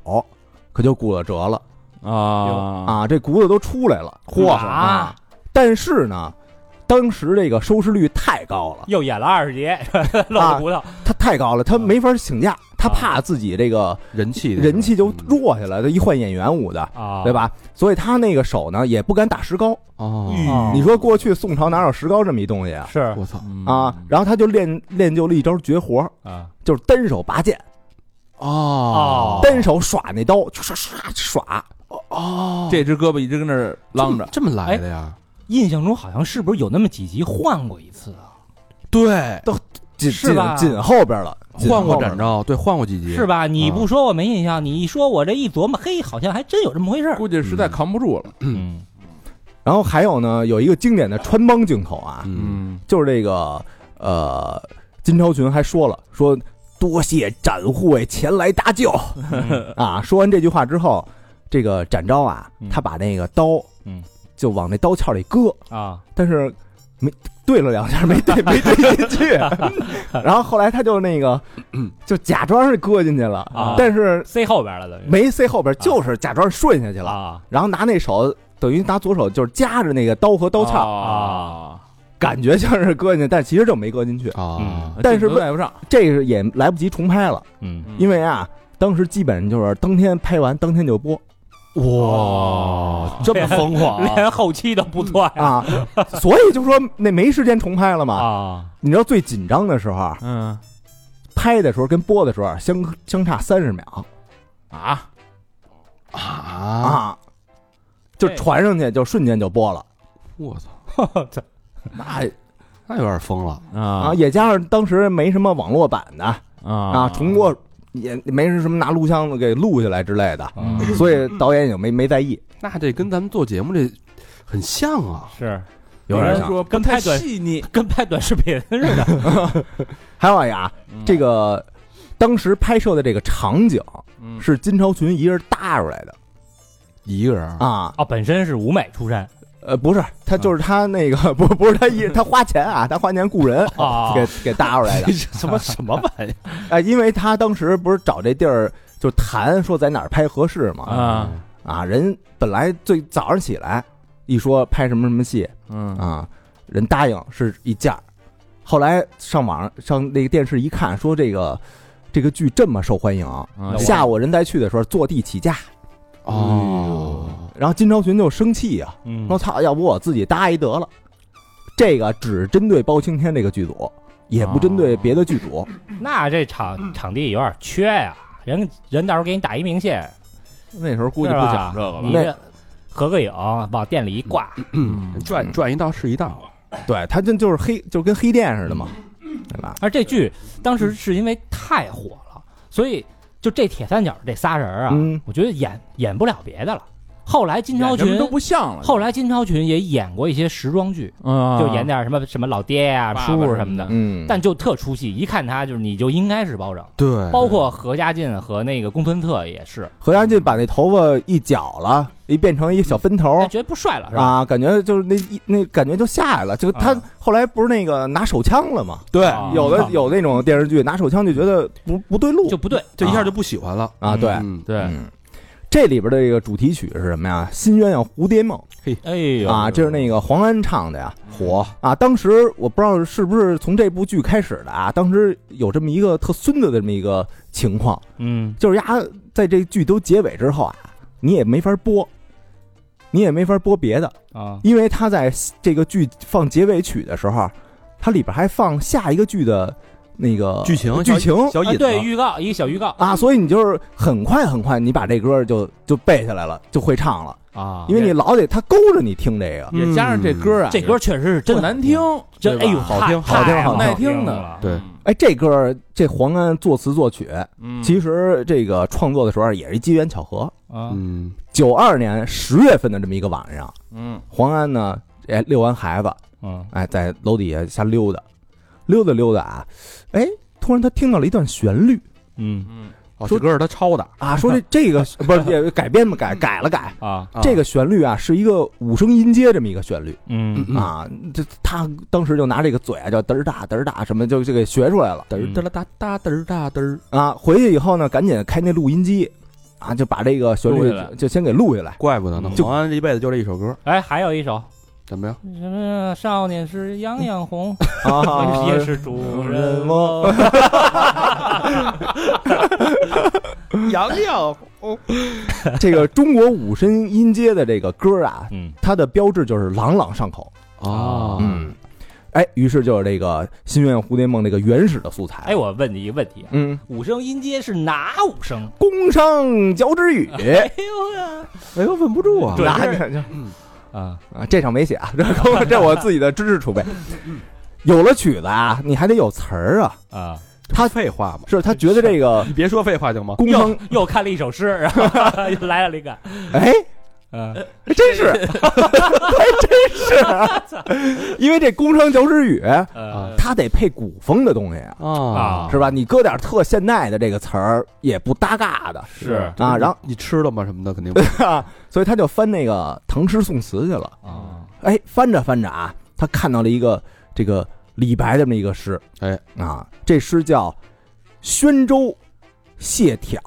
Speaker 3: 可就骨了折了
Speaker 2: 啊
Speaker 3: 啊，这骨头都出来了，
Speaker 4: 嚯
Speaker 3: 啊！但是呢，当时这个收视率太高了，
Speaker 4: 又演了二十节，
Speaker 3: 啊
Speaker 4: 露着骨头，
Speaker 3: 他太高了，他没法请假，他怕自己这个
Speaker 1: 人气
Speaker 3: 人气就弱下来，他一换演员舞的，
Speaker 4: 啊，
Speaker 3: 对？吧？所以他那个手呢也不敢打石膏。
Speaker 1: 哦，
Speaker 4: 哦
Speaker 3: 嗯你说过去宋朝哪有石膏这么一东西啊？
Speaker 4: 是
Speaker 1: 我操
Speaker 2: 嗯
Speaker 3: 啊，然后他就练练就了一招绝活，
Speaker 4: 啊，
Speaker 3: 就是单手拔剑，
Speaker 1: 哦
Speaker 3: 单手耍那刀，唰唰唰耍。
Speaker 1: 哦，
Speaker 2: 这只胳膊一直跟那儿啷着，
Speaker 1: 这么来的呀？
Speaker 4: 印象中好像是不是有那么几集换过一次啊？
Speaker 1: 对，
Speaker 3: 紧
Speaker 4: 是
Speaker 3: 紧
Speaker 4: 吧
Speaker 3: 紧后边了，紧
Speaker 1: 换过
Speaker 3: 后边
Speaker 1: 展
Speaker 3: 了
Speaker 1: 昭，对，换过几集
Speaker 4: 是
Speaker 1: 吧？
Speaker 4: 吧？你不说我没印象，你一说我这一琢磨，嘿，好像还真有这么回事儿。
Speaker 2: 估计实在扛不住了。
Speaker 4: 嗯，
Speaker 3: 然后还有呢，有一个经典的穿帮镜头啊，
Speaker 1: 嗯，
Speaker 2: 嗯，
Speaker 3: 就是这个呃，金超群还说了说多谢展护卫前来搭救啊。说完这句话之后，这个展昭啊，
Speaker 4: 嗯
Speaker 3: 他把那个刀
Speaker 4: 嗯
Speaker 3: 就往那刀鞘里搁，
Speaker 4: 啊，
Speaker 3: 但是没对了两下，没对，没对 进去。然后后来他就那 个，就假装是搁进去了，
Speaker 4: 啊
Speaker 3: 但是
Speaker 4: 塞后边了等于
Speaker 3: 没塞后边，就是假装顺下去了。
Speaker 4: 啊
Speaker 3: 然后拿那手，等于拿左手就是夹着那个刀和刀
Speaker 4: 啊
Speaker 3: 鞘，
Speaker 2: 啊，
Speaker 3: 感觉像是搁进去，但其实就没搁进去。
Speaker 1: 啊，
Speaker 4: 嗯
Speaker 3: 但是
Speaker 2: 镜头带不上，
Speaker 3: 这个也来不及重拍了，
Speaker 4: 嗯，
Speaker 3: 因为啊，当时基本上就是当天拍完，当天就播
Speaker 1: 哇，这么疯狂啊！
Speaker 4: 连后期都不错呀
Speaker 3: 啊，所以就说那没时间重拍了嘛。
Speaker 4: 啊
Speaker 3: 你知道最紧张的时候啊，
Speaker 2: 嗯
Speaker 3: 拍的时候跟播的时候啊相相差三十秒。
Speaker 2: 啊，
Speaker 1: 啊，
Speaker 3: 啊，就
Speaker 2: 哎
Speaker 3: 传上去就瞬间就播了。
Speaker 1: 我操，
Speaker 2: 嗯
Speaker 3: 那
Speaker 1: 那有点疯了
Speaker 3: 啊，
Speaker 2: 啊
Speaker 3: 也加上当时没什么网络版的啊，
Speaker 2: 啊
Speaker 3: 重播也没什么拿录像的给录下来之类的，
Speaker 4: 嗯
Speaker 3: 所以导演也没没在意。
Speaker 1: 那这跟咱们做节目这很像啊，
Speaker 4: 是
Speaker 3: 有点像
Speaker 2: 说
Speaker 4: 跟
Speaker 2: 不太
Speaker 4: 拍短
Speaker 2: 细腻，
Speaker 4: 跟拍短视频似的
Speaker 3: 还有呀，这个当时拍摄的这个场景
Speaker 2: 嗯
Speaker 3: 是金超群一人搭出来的
Speaker 1: 一个人啊
Speaker 3: 啊，
Speaker 4: 啊，本身是舞美 出身
Speaker 3: 呃，不是他就是他那个 不不是他一他花钱啊，他花钱雇人
Speaker 4: 啊
Speaker 3: 给给搭出来的
Speaker 1: 什 么什么玩意儿
Speaker 3: 哎，因为他当时不是找这地儿就谈说在哪儿拍合适嘛
Speaker 2: 啊，
Speaker 3: 啊，人本来最早上起来一说拍什么什么戏啊
Speaker 2: 嗯
Speaker 3: 啊，人答应是一价儿，后来上网上那个电视一看，说这个这个剧这么受欢迎，
Speaker 2: 啊
Speaker 3: 下午人才去的时候坐地起价，
Speaker 1: 哦，
Speaker 3: 然后金超群就生气啊，
Speaker 2: 嗯
Speaker 3: 我操，要不我自己搭一得了。这个只针对包青天这个剧组，也不针对别的剧组。
Speaker 4: 那这
Speaker 2: 嗯
Speaker 4: 场场地有点缺呀、人人到时候给你打一明线，
Speaker 2: 那时候估计不讲这个嗯
Speaker 4: 你
Speaker 2: 吧，
Speaker 4: 这合个影往店里一挂，
Speaker 1: 嗯转转一道是一道，啊
Speaker 3: 对他这就是黑，就跟黑店似的嘛，对吧？
Speaker 4: 而这剧当时是因为太火了，所以就这铁三角这仨人啊，
Speaker 3: 嗯
Speaker 4: 我觉得演演不了别的了。后来金超
Speaker 2: 演什么
Speaker 4: 群
Speaker 2: 都不啊像了。
Speaker 4: 后来金超群也演过一些时装剧，
Speaker 2: 啊，
Speaker 4: 就演点什么什么老爹呀、
Speaker 2: 爸爸
Speaker 4: 叔叔什么的，
Speaker 3: 嗯，
Speaker 4: 但就特出戏，一看他就是你就应该是包拯，
Speaker 1: 对
Speaker 4: 包括何家劲和那个公孙策也是，
Speaker 3: 何家劲把那头发一绞了，一变成一小分头
Speaker 4: 哎觉得不帅了是吧？
Speaker 3: 哦啊，感觉就是那一那感觉就下来了。就他
Speaker 4: 啊
Speaker 3: 后来不是那个拿手枪了吗？
Speaker 1: 对
Speaker 4: 啊
Speaker 3: 有的有那种电视剧拿手枪就觉得不不对路
Speaker 4: 就不对，
Speaker 1: 这一下就不喜欢了。
Speaker 3: 啊，对，
Speaker 1: 嗯，
Speaker 2: 对，
Speaker 3: 嗯，这里边的这个主题曲是什么呀？《新鸳鸯蝴蝶梦
Speaker 4: 哎呦》
Speaker 3: 啊，这是那个黄安唱的呀，火啊！当时我不知道是不是从这部剧开始的啊，当时有这么一个特孙子的这么一个情况，
Speaker 4: 嗯，
Speaker 3: 就是丫在这剧都结尾之后啊，你也没法播，你也没法播别的，
Speaker 4: 啊，
Speaker 3: 因为他在这个剧放结尾曲的时候，它里边还放下一个剧的那个
Speaker 1: 剧情
Speaker 3: 剧情
Speaker 1: 小
Speaker 4: 啊
Speaker 1: 引
Speaker 4: 对，
Speaker 1: 子，
Speaker 4: 预告一个小预告
Speaker 3: 啊，所以你就是很快很快，你把这歌就就背下来了，就会唱了，
Speaker 4: 啊，
Speaker 3: 因为你老得他勾着你听这个。
Speaker 2: 也加上这歌啊，
Speaker 4: 这歌确实是真
Speaker 2: 不难听，
Speaker 4: 真哎
Speaker 2: 对
Speaker 4: 呦，
Speaker 2: 吧
Speaker 4: 好
Speaker 3: 听好听好
Speaker 2: 耐
Speaker 4: 听
Speaker 2: 听的
Speaker 4: 了，
Speaker 1: 对
Speaker 3: 哎，这歌这黄安作词作曲，
Speaker 2: 嗯
Speaker 3: 其实这个创作的时候啊也是机缘巧合。
Speaker 4: 啊，
Speaker 1: 嗯，
Speaker 3: 九二年十月份的这么一个晚上，
Speaker 2: 嗯
Speaker 3: 黄安呢，哎，遛完孩子，
Speaker 4: 嗯
Speaker 3: 哎，在楼底下瞎溜达，溜达溜达啊，哎，突然他听到了一段旋律
Speaker 4: 嗯
Speaker 2: 嗯
Speaker 1: 哦，
Speaker 3: 说
Speaker 1: 这歌是他抄的，
Speaker 3: 啊，说这这个不是也改编嘛，改改了改，
Speaker 4: 啊，
Speaker 1: 啊
Speaker 3: 这个旋律啊是一个五声音阶这么一个旋律。
Speaker 4: 嗯
Speaker 1: 嗯
Speaker 3: 啊，这他当时就拿这个嘴啊，叫嘚儿大嘚儿大，什么就就给学出来了嗯
Speaker 1: 嘚儿嘚儿哒哒嘚儿哒嘚儿，
Speaker 3: 啊。回去以后呢，赶紧开那录音机，啊，就把这个旋
Speaker 2: 录
Speaker 3: 律
Speaker 2: 下来
Speaker 3: 就先给录下 来。
Speaker 1: 怪不得呢
Speaker 2: 嗯，
Speaker 1: 黄安这一辈子就这一首歌，
Speaker 4: 哎，还有一首
Speaker 1: 怎么样？
Speaker 4: 什
Speaker 3: 嗯
Speaker 4: 么少年时样样红，
Speaker 3: 啊
Speaker 4: 也是主人翁。
Speaker 1: 洋洋，
Speaker 3: 这个中国五声音阶的这个歌啊，
Speaker 4: 嗯
Speaker 3: 它的标志就是朗朗上口。
Speaker 4: 啊
Speaker 1: 哦，
Speaker 3: 嗯，哎，于是就是这个《心愿蝴蝶梦》这个原始的素材。
Speaker 4: 哎，，我问你一个问题啊，
Speaker 3: 嗯，
Speaker 4: 五声音阶是哪五声？
Speaker 3: 工商交 之语
Speaker 4: 哎呦呀，
Speaker 1: 哎呦，问不住啊，
Speaker 4: 对
Speaker 3: 那
Speaker 4: 是
Speaker 3: 你
Speaker 4: 啊，
Speaker 3: 啊，这场没写啊，这我这我自己的知识储 备。
Speaker 4: 嗯
Speaker 3: 有了曲子啊，你还得有词儿啊。
Speaker 4: 啊，
Speaker 3: 他
Speaker 1: 废话嘛，
Speaker 3: 是他觉得这个
Speaker 1: 你别说废话行吗？
Speaker 3: 工
Speaker 4: 又
Speaker 3: 商，
Speaker 4: 又看了一首诗，然后又来了灵感。
Speaker 3: 哎，
Speaker 4: 嗯，
Speaker 3: 还真 是，哎还真啊是，因为这工商交之语，
Speaker 4: 呃，
Speaker 3: 它得配古风的东西啊，
Speaker 1: 啊，
Speaker 4: 啊
Speaker 3: 是吧？你搁点特现代的这个词儿也不搭嘎的
Speaker 4: 是
Speaker 3: 啊。然后，
Speaker 1: 你吃了吗？什么的肯定不是
Speaker 3: 啊所以他就翻那个唐诗宋词去了。
Speaker 4: 啊，
Speaker 3: 哎，翻着翻着啊，他看到了一个这个李白这么一个诗，
Speaker 1: 哎
Speaker 3: 啊，这诗叫《宣州谢挑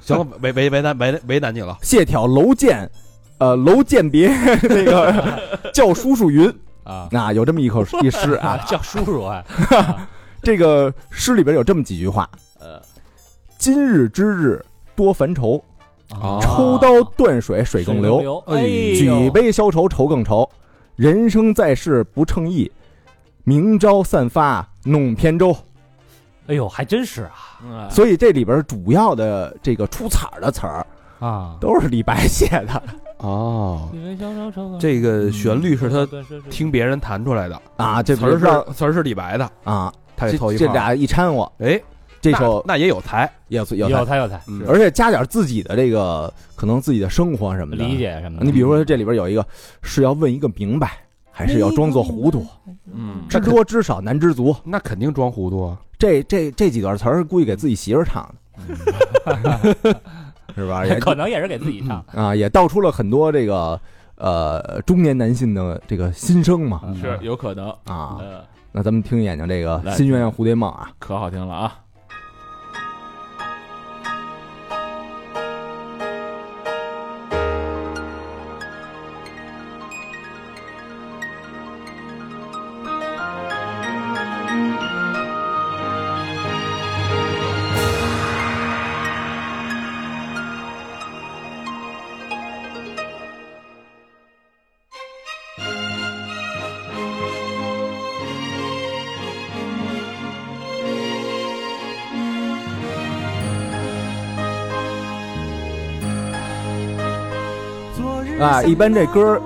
Speaker 1: 行了，为为为难为为难你了，
Speaker 3: 谢挑楼见，呃，楼鉴别那个叫叔叔云
Speaker 4: 啊
Speaker 3: 啊，有这么一口一诗啊，
Speaker 4: 叫叔叔啊，
Speaker 3: 这个诗里边有这么几句话，
Speaker 4: 呃，
Speaker 3: 今日之日多烦愁，
Speaker 1: 哦
Speaker 3: 啊抽刀断水水更流，
Speaker 4: 啊嗯流，哎呦，
Speaker 3: 举杯消愁愁更愁，人生在世不称意，明朝散发弄扁舟。
Speaker 4: 哎呦，还真是啊
Speaker 2: 嗯
Speaker 3: 所以这里边主要的这个出彩儿的词儿
Speaker 4: 啊，
Speaker 3: 都是李白写的
Speaker 1: 哦，
Speaker 4: 举杯消愁愁更
Speaker 1: 这个旋律是他
Speaker 4: 啊对是是
Speaker 1: 听别人弹出来的，
Speaker 3: 啊，这
Speaker 1: 词
Speaker 3: 不
Speaker 1: 儿
Speaker 3: 是让
Speaker 1: 是词儿是李白的，
Speaker 3: 啊，
Speaker 1: 他
Speaker 3: 这
Speaker 1: 给凑一
Speaker 3: 这
Speaker 1: 块儿。
Speaker 3: 俩一掺和，
Speaker 1: 哎，
Speaker 3: 这首
Speaker 1: 那那也有才，
Speaker 3: 也有
Speaker 4: 有
Speaker 3: 有，
Speaker 4: 才有才，
Speaker 1: 嗯
Speaker 3: 而且加点自己的这个可能自己的生活什么的
Speaker 4: 理。解什么的。
Speaker 3: 嗯你比如说这里边有一个是要问一个明白，还是要装作糊涂？
Speaker 2: 嗯
Speaker 3: 知多知少难知足，
Speaker 1: 那肯定装糊涂啊。
Speaker 3: 这这这几段词儿估计给自己媳妇儿唱 的，是吧？也
Speaker 4: 可能也是给自己唱，
Speaker 3: 啊，也道出了很多这个呃中年男性的这个心声嘛
Speaker 4: 嗯
Speaker 2: 是有可能，
Speaker 3: 啊。
Speaker 2: 呃，
Speaker 3: 那咱们听一眼睛这个
Speaker 2: 来
Speaker 3: 《新鸳鸯蝴蝶梦》啊，
Speaker 2: 可好听了啊。
Speaker 8: 你
Speaker 3: 啊，一般这歌儿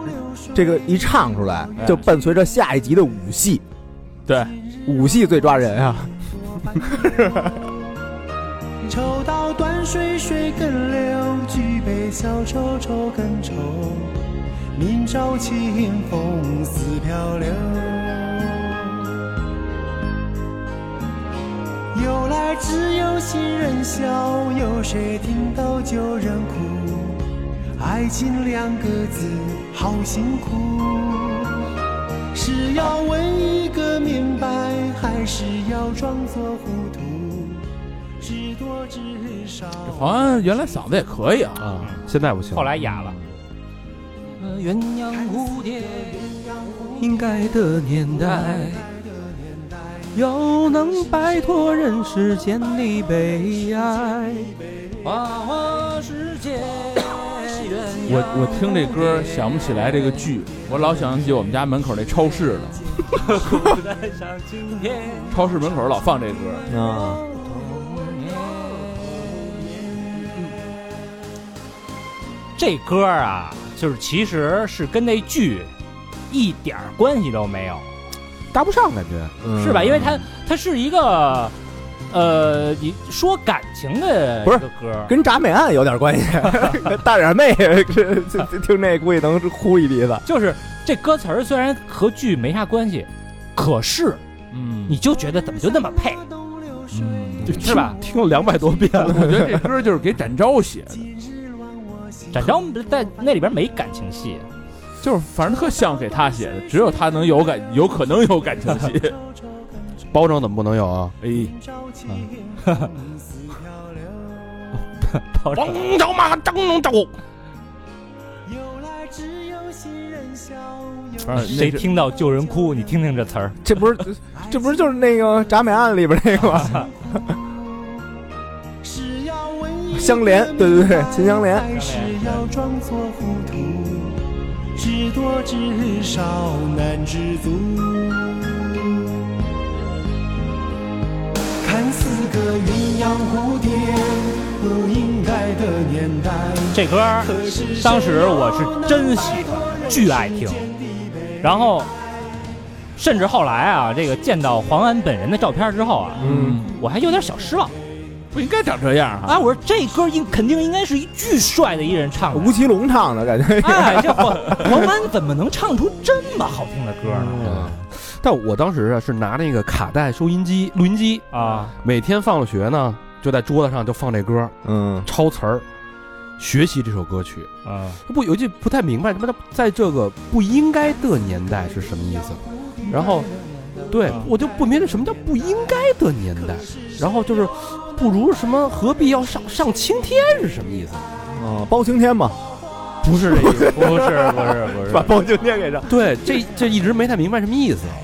Speaker 3: 这个一唱出来，
Speaker 4: 哎
Speaker 3: 就伴随着下一集的舞戏，
Speaker 2: 对，
Speaker 3: 舞戏最抓人啊。
Speaker 7: 抽刀断水水更流，举杯消愁愁更愁。明朝清风似飘流。有来只有新人笑，有谁听到旧人哭？爱情两个字好辛苦，是要问一个明白，还是要装作糊涂？知多知少。
Speaker 2: 好像啊原来嗓子也可以啊，
Speaker 1: 啊，现在不行。
Speaker 4: 后来哑了。
Speaker 7: 鸳鸯蝴蝶，
Speaker 1: 应该的年代，要能摆脱人世间的悲哀。
Speaker 7: 花花世界。
Speaker 2: 我我听这歌想不起来这个剧，我老想起我们家门口那超市了，超市门口老放这歌。
Speaker 3: 啊，
Speaker 1: 嗯
Speaker 4: 这歌儿啊，就是其实是跟那剧一点儿关系都没有，
Speaker 1: 搭不上感觉，
Speaker 3: 嗯
Speaker 4: 是吧？因为它它是一个呃，你说感情的
Speaker 3: 不是
Speaker 4: 一个歌儿，
Speaker 3: 跟铡美案有点关系， 大眼妹 这这这听这估计能呼一鼻子。
Speaker 4: 就是这歌词儿虽然和剧没啥关系，可是
Speaker 2: 嗯
Speaker 4: 你就觉得怎么就那么配？
Speaker 2: 嗯，
Speaker 4: 是吧？
Speaker 1: 听了两百多遍
Speaker 2: 我
Speaker 1: 了。
Speaker 2: 觉得这歌就是给展昭写的，
Speaker 4: 展昭在那里边没感情戏，
Speaker 2: 就是反正特像给他写的，只有他能有感，有可能有感情戏。
Speaker 1: 包拯怎么不能有啊？
Speaker 2: 哎，
Speaker 4: 嗯
Speaker 1: 王朝马张龙赵，
Speaker 3: 呃
Speaker 2: 反正
Speaker 4: 谁
Speaker 2: 那是
Speaker 4: 听到救人哭？你听听这词儿，
Speaker 3: 这不是这不是就是那个铡美案里边那个吗？相连，对对对，秦香莲。
Speaker 7: 还是要装作糊涂，知多知少难知足。看似个鸳鸯蝴蝶，不应该的年代。
Speaker 4: 这歌儿
Speaker 7: 可是
Speaker 4: 当时我是真喜欢，巨爱听。然后，甚至后来啊，这个见到黄安本人的照片之后啊，
Speaker 3: 嗯，
Speaker 4: 我还有点小失望
Speaker 2: 不应该长这样啊！
Speaker 4: 啊。我说这歌应肯定应该是一巨帅的一人唱
Speaker 3: 吴
Speaker 4: 的。
Speaker 3: 奇隆唱的感觉。
Speaker 4: 哎，这黄黄安怎么能唱出这么好听的歌呢？
Speaker 1: 但我当时啊是拿那个卡带收音机、录音机，
Speaker 4: 啊，
Speaker 1: 每天放了学呢，就在桌子上就放这歌，
Speaker 3: 嗯，
Speaker 1: 抄词儿，学习这首歌曲。
Speaker 4: 嗯，
Speaker 1: 不，有一句不太明白，他妈的，在这个不应该的年代是什么意思？然后，对我就不明白什么叫不应该的年代，然后就是不如什么，何必要上上青天是什么意思？
Speaker 3: 哦，包青天嘛，
Speaker 4: 不是这意思，不是，不是，不是。
Speaker 3: 把包青天给上。
Speaker 1: 对，这这一直没太明白什么意思啊。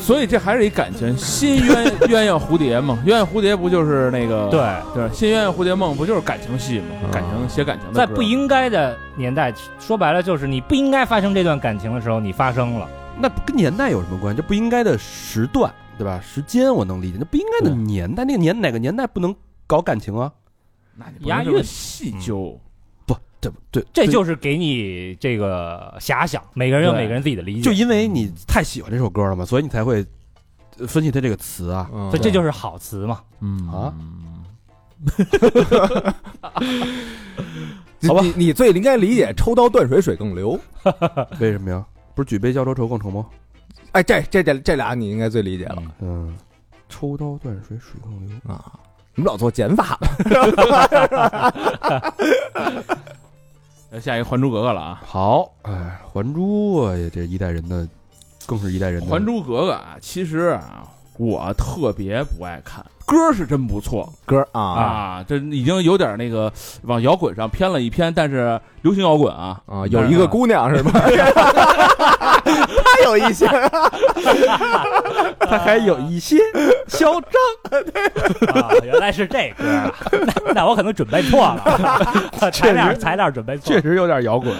Speaker 2: 所以这还是一感情，新鸳 鸳鸯蝴蝶嘛，鸳鸯蝴蝶不就是那个
Speaker 4: 对，
Speaker 2: 对，新鸳鸯蝴蝶梦不就是感情戏
Speaker 3: 嗯
Speaker 2: 吗？感情写感情的
Speaker 4: 在
Speaker 2: 歌
Speaker 4: 不应该的年代，说白了就是你不应该发生这段感情的时候，你发生了。
Speaker 1: 那跟年代有什么关系？这不应该的时段，对吧？时间我能理解，那不应该的年代，那个年哪个年代不能搞感情啊？
Speaker 2: 那你
Speaker 4: 押
Speaker 2: 押
Speaker 4: 韵
Speaker 2: 韵细究，
Speaker 1: 不，这不对，
Speaker 4: 这就是给你这个遐想，每个人有
Speaker 2: 对
Speaker 4: 每个人自己的理解，
Speaker 1: 就因为你太喜欢这首歌了嘛，所以你才会呃分析它这个词 啊。
Speaker 3: 嗯
Speaker 4: 所以这就是好词嘛。
Speaker 2: 嗯
Speaker 1: 啊，
Speaker 3: 好吧，你你最应该理解“抽刀断水水更流
Speaker 1: 为什么呀？不是举杯消愁愁更愁吗？”。
Speaker 3: 哎，这这这这俩你应该最理解了。
Speaker 1: 嗯，抽刀断水水更流。
Speaker 3: 你们老做减法吧，
Speaker 2: 要呃下一个《还珠格格》了啊，
Speaker 1: 好，哎，《还珠》哎呀，这一代人的，更是一代人
Speaker 2: 《
Speaker 1: 的。
Speaker 2: 还，珠格格》啊，其实啊，我特别不爱看，歌是真不错
Speaker 3: 哥啊
Speaker 2: 啊，这已经有点那个往摇滚上偏了一偏，但是流行摇滚啊，
Speaker 3: 啊，有一个姑娘 是吧？她有一些，
Speaker 1: 他还有一些嚣张。
Speaker 4: 啊，原来是这歌啊，那那我可能准备错了，材料材料准备错
Speaker 1: 确
Speaker 4: 了。
Speaker 1: 实有点摇 滚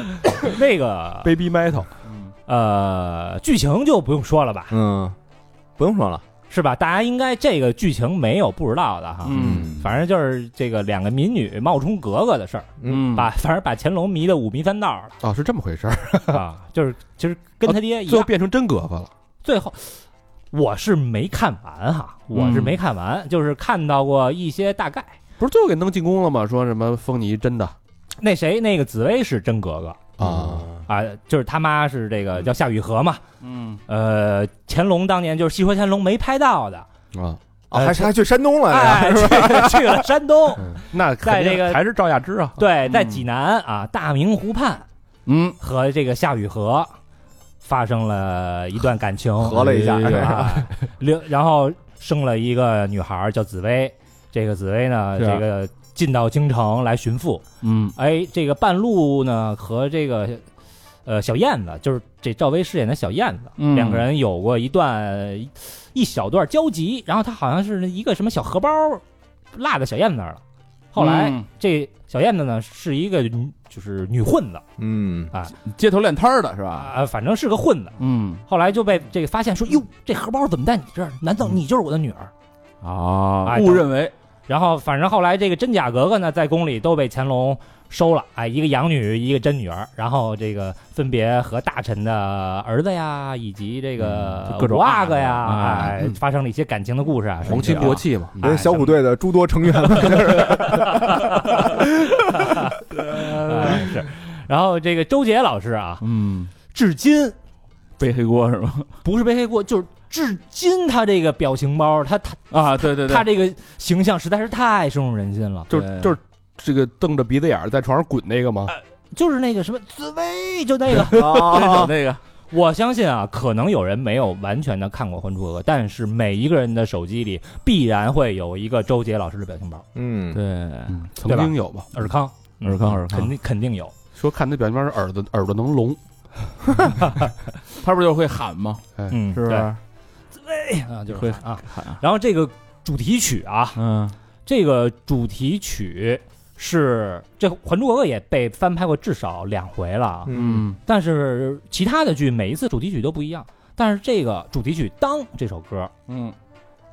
Speaker 4: 那个
Speaker 1: ，Baby Metal。
Speaker 4: 呃，剧情就不用说了吧，
Speaker 3: 嗯，不用说了，
Speaker 4: 是吧？大家应该这个剧情没有不知道的哈。
Speaker 2: 嗯
Speaker 4: 反正就是这个两个民女冒充格格的事儿，
Speaker 2: 嗯
Speaker 4: 把反正把乾隆迷得五迷三道
Speaker 1: 哦，是这么回事儿，
Speaker 4: 了啊，就是其实跟他爹一
Speaker 1: 最
Speaker 4: 样
Speaker 1: 后。变成真格格了。
Speaker 4: 最后我是没看完哈，
Speaker 3: 嗯
Speaker 4: 我是没看完，就是看到过一些大概。
Speaker 1: 不是最后给弄进宫了吗？说什么封你真的
Speaker 4: 那谁那个紫薇是真格格
Speaker 3: 嗯
Speaker 1: 啊？
Speaker 4: 啊，就是他妈是这个叫夏雨荷嘛。
Speaker 2: 嗯，
Speaker 4: 呃，乾隆当年就是《戏说乾隆》没拍到的，呃
Speaker 1: 啊，
Speaker 3: 啊，还是还去山东了呢，
Speaker 4: 哎， 去去了山东，
Speaker 3: 嗯
Speaker 1: 那
Speaker 4: 在这个
Speaker 1: 还是赵雅芝啊？
Speaker 4: 对，在
Speaker 2: 嗯
Speaker 4: 济南啊大明湖畔
Speaker 2: 嗯，
Speaker 4: 和这个夏雨荷发生了一段感情，
Speaker 3: 合了一下，
Speaker 2: 哎
Speaker 4: 对 吧？留然后生了一个女孩儿叫紫薇，这个紫薇呢，
Speaker 2: 是啊
Speaker 4: 这个进到京城来寻父，
Speaker 2: 嗯，
Speaker 4: 哎，这个半路呢和这个呃小燕子，就是这赵薇饰演的小燕子，
Speaker 2: 嗯
Speaker 4: 两个人有过一段一小段交集，然后她好像是一个什么小荷包落在小燕子那儿了，后来、
Speaker 2: 嗯
Speaker 4: 这小燕子呢是一个女就是女混子
Speaker 3: 嗯，
Speaker 2: 街头练摊儿的是吧？
Speaker 4: 啊，反正是个混子。
Speaker 2: 嗯
Speaker 4: 后来就被这个发现说，哟，这荷包怎么在你这儿？难
Speaker 2: 嗯
Speaker 4: 道你就是我的女儿？
Speaker 2: 啊
Speaker 4: 哎
Speaker 2: 误认为
Speaker 4: 然后反正后来这个真假格格呢，在宫里都被乾隆收了，哎，一个养女，一个真女儿，然后这个分别和大臣的儿子呀，以及这个
Speaker 2: 嗯就各种
Speaker 4: 五阿哥呀，
Speaker 2: 啊
Speaker 4: 哎，发生了一些感情的故事啊，
Speaker 1: 皇亲
Speaker 4: 什么的
Speaker 1: 国戚嘛。
Speaker 3: 人小虎队的诸多成员们
Speaker 4: 哎是。然后这个周杰老师啊，
Speaker 2: 嗯，
Speaker 4: 至今
Speaker 2: 背黑锅是吧？
Speaker 4: 不是背黑锅，就是至今他这个表情包，他他
Speaker 2: 啊，对对对，
Speaker 4: 他这个形象实在是太深入人心了。
Speaker 1: 就是就是这个瞪着鼻子眼儿在床上滚那个吗？
Speaker 4: 就是那个什么紫薇，就那个，
Speaker 3: 啊，
Speaker 2: 那个
Speaker 4: 我相信啊，可能有人没有完全的看过《还珠格格》，但是每一个人的手机里必然会有一个周杰老师的表情包，
Speaker 3: 嗯，
Speaker 2: 对，
Speaker 1: 嗯，曾
Speaker 4: 对吧
Speaker 1: 经有吧？
Speaker 4: 尔康，
Speaker 2: 尔康尔康
Speaker 4: 肯定肯定有。
Speaker 1: 说看那表情包，耳朵耳朵能聋，
Speaker 2: 他不是就会喊吗？
Speaker 4: 嗯，
Speaker 2: 是不是？
Speaker 4: 对 啊，就是
Speaker 2: 会
Speaker 4: 啊
Speaker 2: 喊啊。
Speaker 4: 然后这个主题曲啊，
Speaker 2: 嗯
Speaker 4: 这个主题曲是这《还珠格格》也被翻拍过至少两回了啊，
Speaker 3: 嗯，
Speaker 2: 嗯
Speaker 4: 但是其他的剧每一次主题曲都不一样，但是这个主题曲《当》这首歌
Speaker 2: 嗯，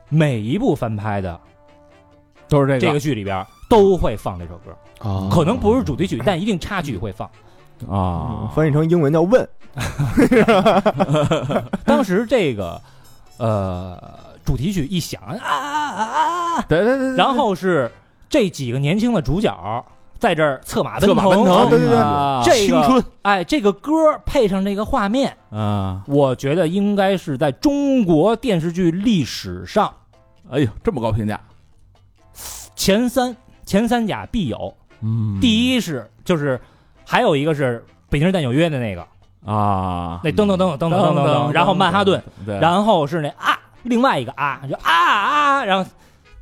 Speaker 4: 每一部翻拍的
Speaker 2: 都是这个
Speaker 4: 这个剧里边都会放这首歌，
Speaker 1: 啊
Speaker 4: 可能不是主题曲，但一定插曲会放。
Speaker 2: 啊，
Speaker 3: 翻译成英文叫问，
Speaker 4: 当时这个呃主题曲一响啊啊啊啊，
Speaker 2: 对对对，对
Speaker 4: 然后是这几个年轻的主角在这儿策马奔
Speaker 2: 策马奔
Speaker 4: 腾
Speaker 2: 腾，
Speaker 3: 对对对
Speaker 2: 啊
Speaker 4: 这个
Speaker 1: 青春
Speaker 4: 哎，这个歌配上这个画面，
Speaker 2: 啊，
Speaker 4: 我觉得应该是在中国电视剧历史上
Speaker 2: 哎呦，这么高评价，
Speaker 4: 前三前三甲必有。
Speaker 2: 嗯
Speaker 4: 第一是就是还有一个是《北京人在纽约》的那个，
Speaker 2: 啊，
Speaker 4: 那噔噔噔噔噔噔噔
Speaker 2: 嗯
Speaker 4: 噔，然后曼哈顿，，
Speaker 2: 对，
Speaker 4: 然后是那啊，另外一个啊，就啊啊，然后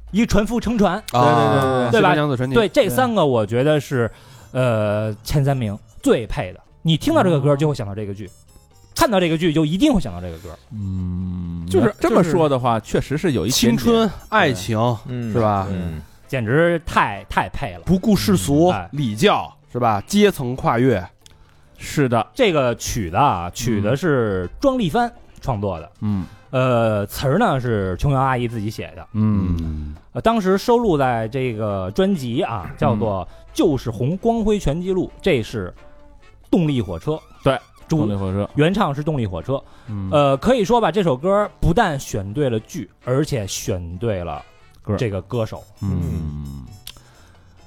Speaker 4: 一个船夫撑船，
Speaker 1: 啊，对对
Speaker 4: 对吧
Speaker 1: 娘子传奇，
Speaker 4: 对，这三个我觉得是，呃，前三名最配的。你听到这个歌就会想到这个剧，看到这个剧就一定会想到这个歌。
Speaker 2: 嗯，
Speaker 1: 就是
Speaker 2: 那这么说的话，确实是有一点
Speaker 1: 青
Speaker 2: 点
Speaker 1: 春爱情
Speaker 3: 嗯
Speaker 1: 是吧？
Speaker 3: 嗯，
Speaker 4: 简直太太配了。
Speaker 1: 不顾世俗
Speaker 4: 嗯哎
Speaker 1: 礼教是吧？阶层跨越，
Speaker 2: 是的，
Speaker 4: 这个曲子啊，曲的是庄丽帆创作的，
Speaker 2: 嗯
Speaker 4: 呃，词儿呢是琼瑶阿姨自己写的，
Speaker 2: 嗯
Speaker 4: 呃，当时收录在这个专辑啊，叫做《就是红光辉全记录》，这是动力火车，
Speaker 2: 对，动力
Speaker 4: 主
Speaker 2: 火车，
Speaker 4: 原唱是动力火车，
Speaker 2: 嗯
Speaker 4: 呃，可以说吧，这首歌不但选对了剧，而且选对了
Speaker 2: 歌
Speaker 4: 这个歌手。
Speaker 2: 嗯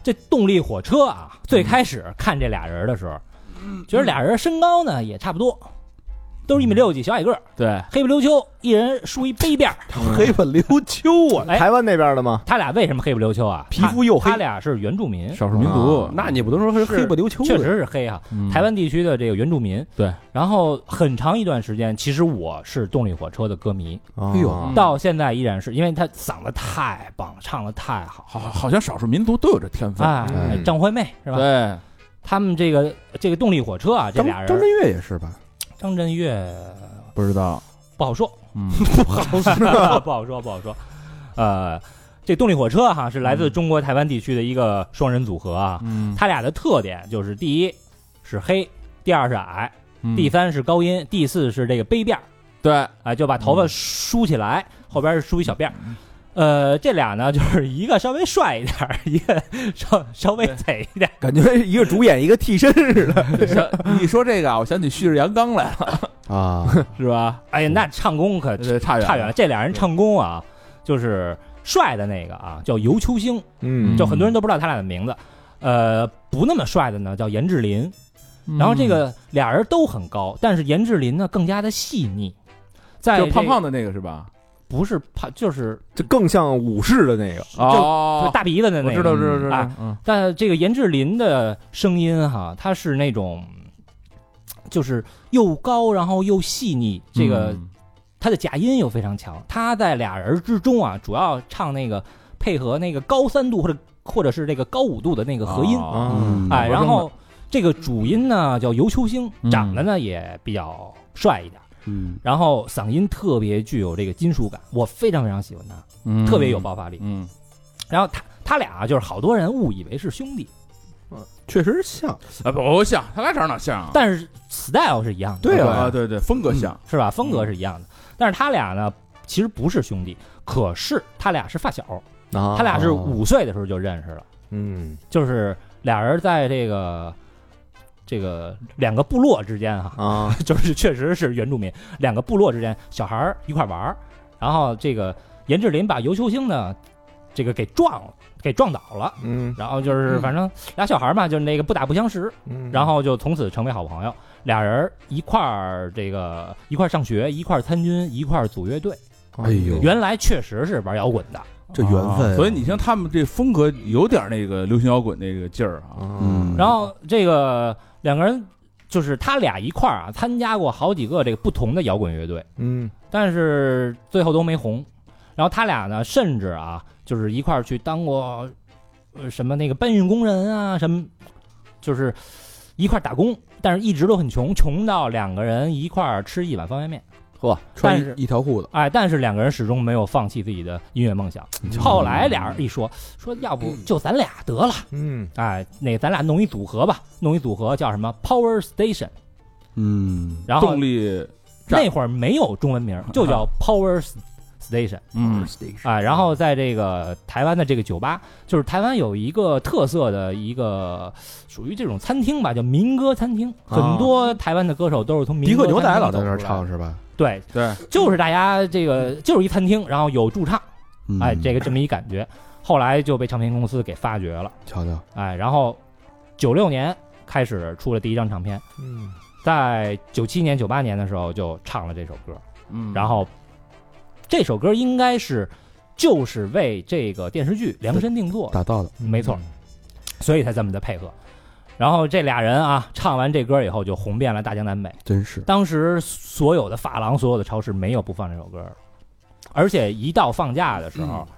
Speaker 4: 这动力火车啊，最开始看这俩人的时候，觉得俩人身高呢也差不
Speaker 2: 嗯
Speaker 4: 多，都是一米六几小矮个儿，
Speaker 2: 对，
Speaker 4: 黑不溜秋，一人梳一背辫儿。
Speaker 1: 黑不溜秋啊，
Speaker 4: 哎
Speaker 3: 嗯台湾那边的吗？
Speaker 4: 他俩为什么黑不溜秋啊？
Speaker 1: 皮肤黝黑
Speaker 4: 他，俩是原住民，
Speaker 2: 少数民族
Speaker 3: 啊，
Speaker 1: 那你不能说是
Speaker 4: 是
Speaker 1: 黑不溜秋的，
Speaker 4: 确实是黑哈、
Speaker 2: 嗯
Speaker 4: 台湾地区的这个原住民。
Speaker 2: 对，
Speaker 4: 然后很长一段时间，其实我是动力火车的歌迷，
Speaker 3: 哎
Speaker 1: 哎呦
Speaker 2: 啊
Speaker 4: 到现在依然是，因为他嗓子太棒了，唱的太好。
Speaker 2: 好，好像少数民族都有这天分，
Speaker 4: 啊，
Speaker 3: 嗯
Speaker 4: 张惠妹是吧？
Speaker 2: 对，
Speaker 4: 他们这个这个动力火车啊，这
Speaker 1: 张
Speaker 4: 俩人
Speaker 1: 张震岳也是吧？
Speaker 4: 张震岳
Speaker 2: 不知道，
Speaker 4: 不 好说，
Speaker 2: 嗯
Speaker 4: 不好说，不好说。呃，这动力火车哈是来自中国台湾地区的一个双人组合啊，
Speaker 2: 嗯
Speaker 4: 他俩的特点就是第一是黑，第二是矮，
Speaker 2: 嗯
Speaker 4: 第三是高音，第四是这个背辫儿哎
Speaker 2: 对，嗯
Speaker 4: 啊，就把头发梳起来，后边是梳一小辫儿。呃，这俩呢，就是一个稍微帅一点儿，一个稍稍微贼一点儿。
Speaker 3: 感觉一个主演一个替身似的
Speaker 2: 想 你说这个啊，我想起旭日阳刚来了，
Speaker 1: 啊，
Speaker 2: 是吧？
Speaker 4: 哎呀，那唱功可
Speaker 2: 这呃差远
Speaker 4: 差远了。这俩人唱功啊，就是帅的那个啊，叫尤秋兴，
Speaker 3: 嗯
Speaker 4: 就很多人都不知道他俩的名字。呃，不那么帅的呢，叫严志林。
Speaker 2: 嗯
Speaker 4: 然后这个俩人都很高，但是严志林呢更加的细腻，在
Speaker 2: 就胖胖
Speaker 4: 的
Speaker 2: 的那个是吧？
Speaker 4: 不是胖，就是
Speaker 3: 就更像武士的那个，
Speaker 4: 就
Speaker 2: 哦，
Speaker 4: 大鼻子的那
Speaker 2: 我知
Speaker 4: 个。
Speaker 2: 道，知道，知道
Speaker 4: 啊。
Speaker 2: 嗯，
Speaker 4: 但这个严志林的声音哈，他是那种，就是又高然后又细腻，这个
Speaker 2: 嗯
Speaker 4: 他的假音又非常强。他在俩人之中啊，主要唱那个配合那个高三度或者或者是这个高五度的那个和音，
Speaker 2: 哦
Speaker 1: 嗯
Speaker 4: 哎，
Speaker 3: 我
Speaker 4: 然
Speaker 3: 正
Speaker 4: 后这个主音呢叫尤秋兴，
Speaker 2: 嗯
Speaker 4: 长得呢也比较帅一点，
Speaker 1: 嗯
Speaker 4: 然后嗓音特别具有这个金属感，我非常非常喜欢他，
Speaker 2: 嗯
Speaker 4: 特别有爆发力。
Speaker 2: 嗯，
Speaker 4: 然后他他俩啊就是好多人误以为是兄弟，
Speaker 1: 确实像，
Speaker 2: 啊不我像，他俩长得哪像啊？
Speaker 4: 但是 style 是一样的，
Speaker 1: 对啊
Speaker 2: 啊，对对，风格像，
Speaker 4: 嗯是吧？风格是一样的，但是他俩呢其实不是兄弟，可是他俩是发小，
Speaker 3: 啊
Speaker 4: 他俩是五岁的时候就认识了，
Speaker 3: 嗯
Speaker 4: 就是俩人在这个。这个两个部落之间哈、
Speaker 3: 啊，
Speaker 4: 就是确实是原住民，两个部落之间小孩儿一块儿玩儿，然后这个严志林把尤秋兴呢，这个给撞了，给撞倒了，
Speaker 3: 嗯
Speaker 4: 然后就是反正俩小孩儿嘛，就是那个不打不相识，
Speaker 3: 嗯
Speaker 4: 然后就从此成为好朋友，俩人儿一块儿这个一块儿上学，一块儿参军，一块儿组乐队，
Speaker 1: 哎呦，
Speaker 3: 嗯
Speaker 4: 原来确实是玩摇滚的，
Speaker 1: 这
Speaker 2: 嗯
Speaker 1: 缘分啊，
Speaker 2: 哦所以你听他们这风格有点那个流行摇滚那个劲儿
Speaker 3: 哎
Speaker 2: 啊，
Speaker 1: 嗯，
Speaker 4: 然后这个两个人就是他俩一块儿啊，参加过好几个这个不同的摇滚乐队。
Speaker 3: 嗯
Speaker 4: 但是最后都没红。然后他俩呢，甚至啊，就是一块儿去当过呃什么那个搬运工人啊，什么就是一块儿打工，但是一直都很穷，穷到两个人一块儿吃一碗方便面。
Speaker 3: 呵，
Speaker 4: 但
Speaker 1: 穿
Speaker 4: 是
Speaker 1: 一一条裤子，
Speaker 4: 哎，但是两个人始终没有放弃自己的音乐梦想。
Speaker 1: 嗯
Speaker 4: 后来俩人一说，说要不就咱俩得了，
Speaker 3: 嗯
Speaker 4: 哎，那咱俩弄一组合吧，弄一组合叫什么 Power Station，
Speaker 1: 嗯，
Speaker 4: 然后
Speaker 2: 动力，
Speaker 4: 那会儿没有中文名，就叫 Power Station。
Speaker 2: 嗯
Speaker 4: 啊，然后在这个台湾的这个酒吧，就是台湾有一个特色的一个属于这种餐厅吧，叫民歌餐厅，
Speaker 3: 啊
Speaker 4: 很多台湾的歌手都是从民
Speaker 1: 迪克牛仔
Speaker 4: 餐厅
Speaker 1: 老嗯在那
Speaker 4: 走
Speaker 1: 儿
Speaker 4: 出来
Speaker 1: 唱
Speaker 4: 的，
Speaker 1: 是吧？
Speaker 4: 对，
Speaker 2: 对，
Speaker 4: 就是大家这个就是一餐厅，然后有驻唱，
Speaker 1: 嗯
Speaker 4: 哎，这个这么一感觉，后来就被唱片公司给发掘了，
Speaker 1: 瞧瞧，
Speaker 4: 哎，然后九六年开始出了第一张唱片，
Speaker 3: 嗯
Speaker 4: 在九七年、九八年的时候就唱了这首歌，
Speaker 2: 嗯，
Speaker 4: 然后这首歌应该是就是为这个电视剧量身定做的，
Speaker 1: 打到的，
Speaker 4: 没错，所以才这么的配合。然后这俩人啊，唱完这歌以后就红遍了大江南北。
Speaker 1: 真是
Speaker 4: 当时所有的发廊、所有的超市没有不放这首歌的，而且一到放假的时
Speaker 2: 嗯
Speaker 4: 候，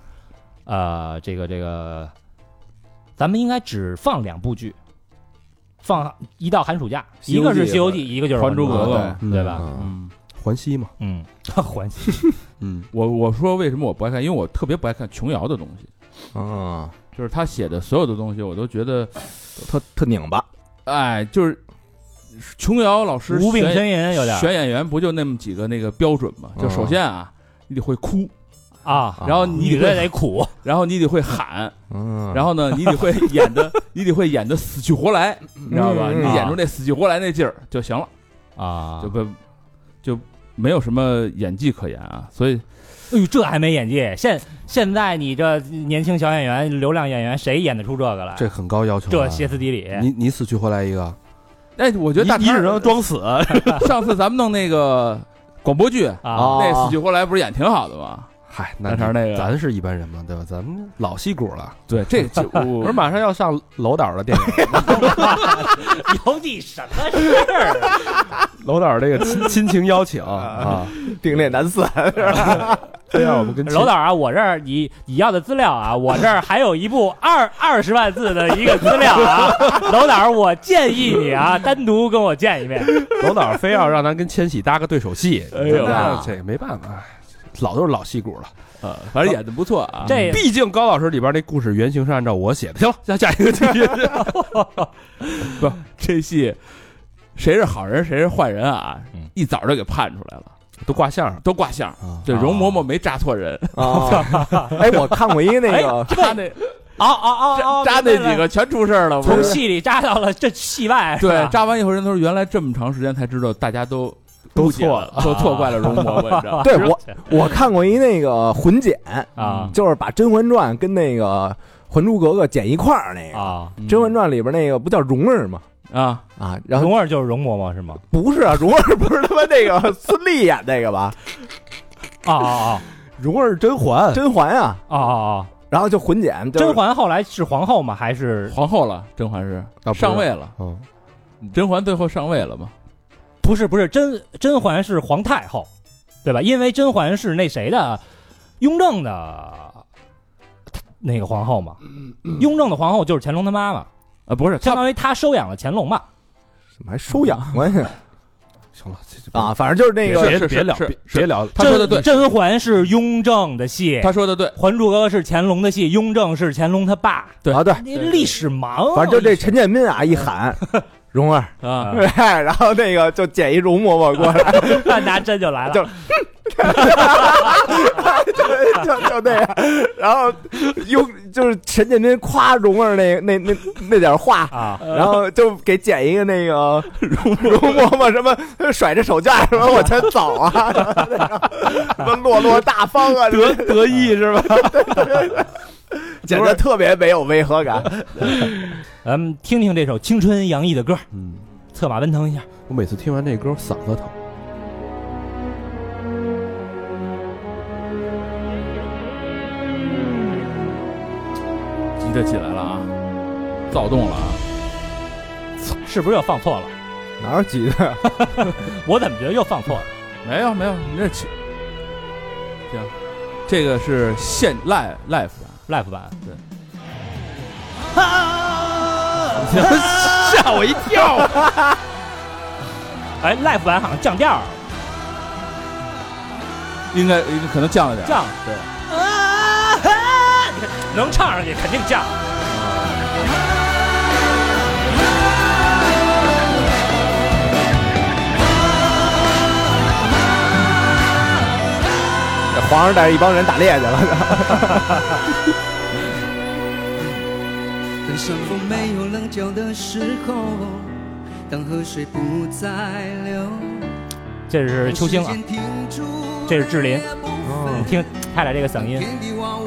Speaker 4: 呃，这个这个，咱们应该只放两部剧，放一到寒暑假，
Speaker 2: 西
Speaker 4: 一
Speaker 2: 游记
Speaker 4: 个是《西游记》，一个就是《
Speaker 2: 还珠格格
Speaker 4: 格》，对吧？
Speaker 1: 嗯
Speaker 2: 嗯，
Speaker 1: 环西嘛，
Speaker 4: 嗯，环
Speaker 1: 嗯，
Speaker 2: 我我说为什么我不爱看，因为我特别不爱看琼瑶的东西，
Speaker 3: 啊，
Speaker 2: 就是他写的所有的东西，我都觉得，
Speaker 3: 特特拧巴，
Speaker 2: 哎，就是琼瑶老师
Speaker 4: 无病
Speaker 2: 选
Speaker 4: 呻吟有点
Speaker 2: 选演员不就那么几个那个标准吗？就首先啊，你得会哭，
Speaker 4: 啊，
Speaker 2: 然后你
Speaker 4: 女的
Speaker 2: 得
Speaker 4: 得
Speaker 2: 会，
Speaker 4: 苦，
Speaker 2: 然后你得会喊，
Speaker 3: 嗯
Speaker 2: 然后呢，你得会演的，你得会演的死去活来，你知道吧？
Speaker 3: 嗯
Speaker 2: 你演出那死去活来那劲儿就行了，
Speaker 4: 啊，
Speaker 2: 就不就没有什么演技可言啊。所以
Speaker 4: 哎呦，这还没演技？现现在你这年轻小演员、流量演员，谁演得出这个来？
Speaker 1: 这很高要求啊，
Speaker 4: 这歇斯底里，
Speaker 1: 你你死去活来一个，
Speaker 2: 哎，我觉得大
Speaker 1: 你你
Speaker 2: 肠
Speaker 1: 只能装死，
Speaker 2: 上次咱们弄那个广播剧，
Speaker 4: 啊，
Speaker 2: 那死去活来不是演挺好的吗？
Speaker 1: 嗨，
Speaker 2: 大肠那个
Speaker 1: 咱是一般人嘛，对吧？咱们老戏骨了，
Speaker 2: 对，这这
Speaker 1: 不
Speaker 2: 我
Speaker 1: 是马上要上楼岛的 电影，
Speaker 4: 有你什么事儿？
Speaker 1: 楼岛这个 亲亲情邀请啊，
Speaker 3: 并列难散，
Speaker 1: 这让我们跟
Speaker 4: 楼导啊，我这儿你你要的资料啊，我这儿还有一部二 二十万字的一个资料啊，楼导，我建议你啊，单独跟我见一面。
Speaker 1: 楼导非要让咱跟千玺搭个对手戏，
Speaker 2: 哎呦
Speaker 1: 那这个没办法，老都是老戏骨了。
Speaker 2: 呃，反正演的不错啊。
Speaker 4: 这
Speaker 1: 毕竟高老师里边那故事原型是按照我写的。行 了，下下一个继续。
Speaker 2: 这戏谁是好人谁是坏人啊啊
Speaker 4: 嗯，
Speaker 2: 嗯一早就给判出来了。
Speaker 5: 都挂相上。
Speaker 2: 都挂相。对，容嬷嬷没扎错人，
Speaker 3: 啊！ 哎，我看过一个那个，
Speaker 2: 扎那
Speaker 4: 哦哦哦
Speaker 2: 扎
Speaker 4: 哦，
Speaker 2: 扎那
Speaker 4: 明
Speaker 2: 几
Speaker 4: 白了
Speaker 2: 个全出事儿了，不
Speaker 4: 从
Speaker 2: 是？
Speaker 4: 戏里扎到了这戏外，是
Speaker 2: 对
Speaker 4: 吧，
Speaker 2: 扎完以后，人都说原来这么长时间才知道，大家都都错了，都错怪了容嬷 嬷，你知道吗？
Speaker 3: 对我我看过一那个混剪，
Speaker 4: 啊
Speaker 2: 嗯
Speaker 3: 就是把《甄嬛传》跟那个《还珠格格》剪一块儿那个，
Speaker 4: 啊，
Speaker 2: 嗯
Speaker 3: 《甄嬛传》里边那个不叫蓉儿吗？
Speaker 2: 啊，
Speaker 3: 啊，然后
Speaker 4: 蓉儿就是容嬷嬷是吗？
Speaker 3: 不是啊， 蓉儿不是他妈那个孙俪演那个吧？
Speaker 4: 啊啊
Speaker 5: 蓉儿甄
Speaker 2: 呃
Speaker 5: 嬛，
Speaker 3: 甄嬛啊，
Speaker 4: 啊啊啊！
Speaker 3: 然后就混剪，就是
Speaker 4: 甄嬛后来是皇后吗？还是
Speaker 2: 皇后了，甄嬛是
Speaker 1: 啊不是
Speaker 2: 上位了，
Speaker 1: 嗯，
Speaker 2: 甄嬛最后上位了嘛？
Speaker 4: 不是不是甄甄嬛是皇太后，对吧？因为甄嬛是那谁的雍正的那个皇后嘛，雍正的皇后就是乾隆他妈妈，
Speaker 2: 啊，嗯不是，
Speaker 4: 相
Speaker 2: 她
Speaker 4: 当于他收养了乾隆嘛。
Speaker 3: 怎么还 收养关系
Speaker 5: 行了，这这
Speaker 3: 啊？反正就是那
Speaker 2: 是
Speaker 3: 个
Speaker 5: 别别聊
Speaker 2: 是，
Speaker 5: 别
Speaker 2: 是
Speaker 5: 别聊了。
Speaker 2: 她说的对，
Speaker 4: 甄甄嬛是雍正的戏，
Speaker 2: 她说的对，
Speaker 4: 《还珠格格》是乾隆的戏，雍正是乾隆他爸。
Speaker 2: 对哦
Speaker 3: 啊，对，
Speaker 4: 你历史盲，
Speaker 3: 反正就这陈建斌啊 一喊蓉儿，
Speaker 2: 啊，
Speaker 3: 对，然后那个就剪一容嬷嬷过来，
Speaker 4: 拿针啊就来了，
Speaker 3: 就就就就那样，然后用就是陈建斌夸蓉儿那那那那点话
Speaker 4: 啊，
Speaker 3: 然后就给剪一个 那个容嬷嬷什么甩着手绢什么往前走 啊，什么落落大方啊，
Speaker 5: 得得意是 吧？
Speaker 3: 简直特别没有违和感。
Speaker 4: 咱们嗯听听这首青春洋溢的歌，
Speaker 1: 嗯，
Speaker 4: 策马奔腾一下。
Speaker 1: 我每次听完这歌嗓子疼。
Speaker 2: 急得起来了啊，躁动了啊，
Speaker 4: 是不是又放错了？
Speaker 3: 哪有 几个？
Speaker 4: 我怎么觉得又放错了？
Speaker 2: 没有没有，你这起，行，这个是现啊 live live 版。
Speaker 4: live 版，对。
Speaker 5: 吓我一跳！
Speaker 4: 哎，live 版好像降调儿，
Speaker 2: 应该应该可能降了点儿，
Speaker 4: 降
Speaker 2: 对，
Speaker 4: 啊哈，能唱上去肯定降。
Speaker 3: 皇上带着一帮人打猎去了。
Speaker 7: 当山峰没有棱角的时候，当河水不再流，
Speaker 4: 这是
Speaker 7: 是
Speaker 4: 秋兴啊，，这是志林
Speaker 3: 哦
Speaker 4: 你听他俩这个嗓音，
Speaker 7: 天地万物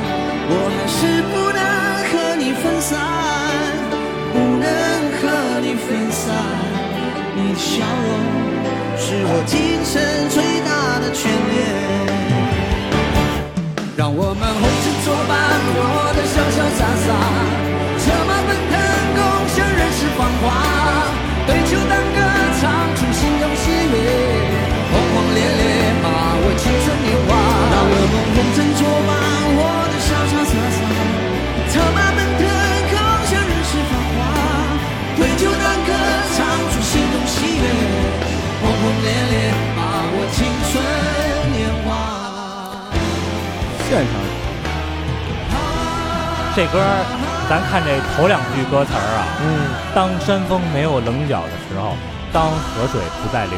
Speaker 7: 我还是不能和你分散，不能和你分散。你的笑容是我今生最大的眷恋。让我们红尘作伴，活得潇潇洒洒，策马奔腾，共享人世繁华。对酒当歌，唱出心中喜悦，轰轰烈烈把握青春年华。让我们红尘作伴，活得潇潇洒洒，策马奔腾，共享人世繁华。对酒当歌，唱出心中喜悦，轰轰烈烈把握青春年华。
Speaker 2: 现场
Speaker 4: 这歌儿咱看这头两句歌词儿啊，
Speaker 3: 嗯，
Speaker 4: 当山峰没有棱角的时候，当河水不再流，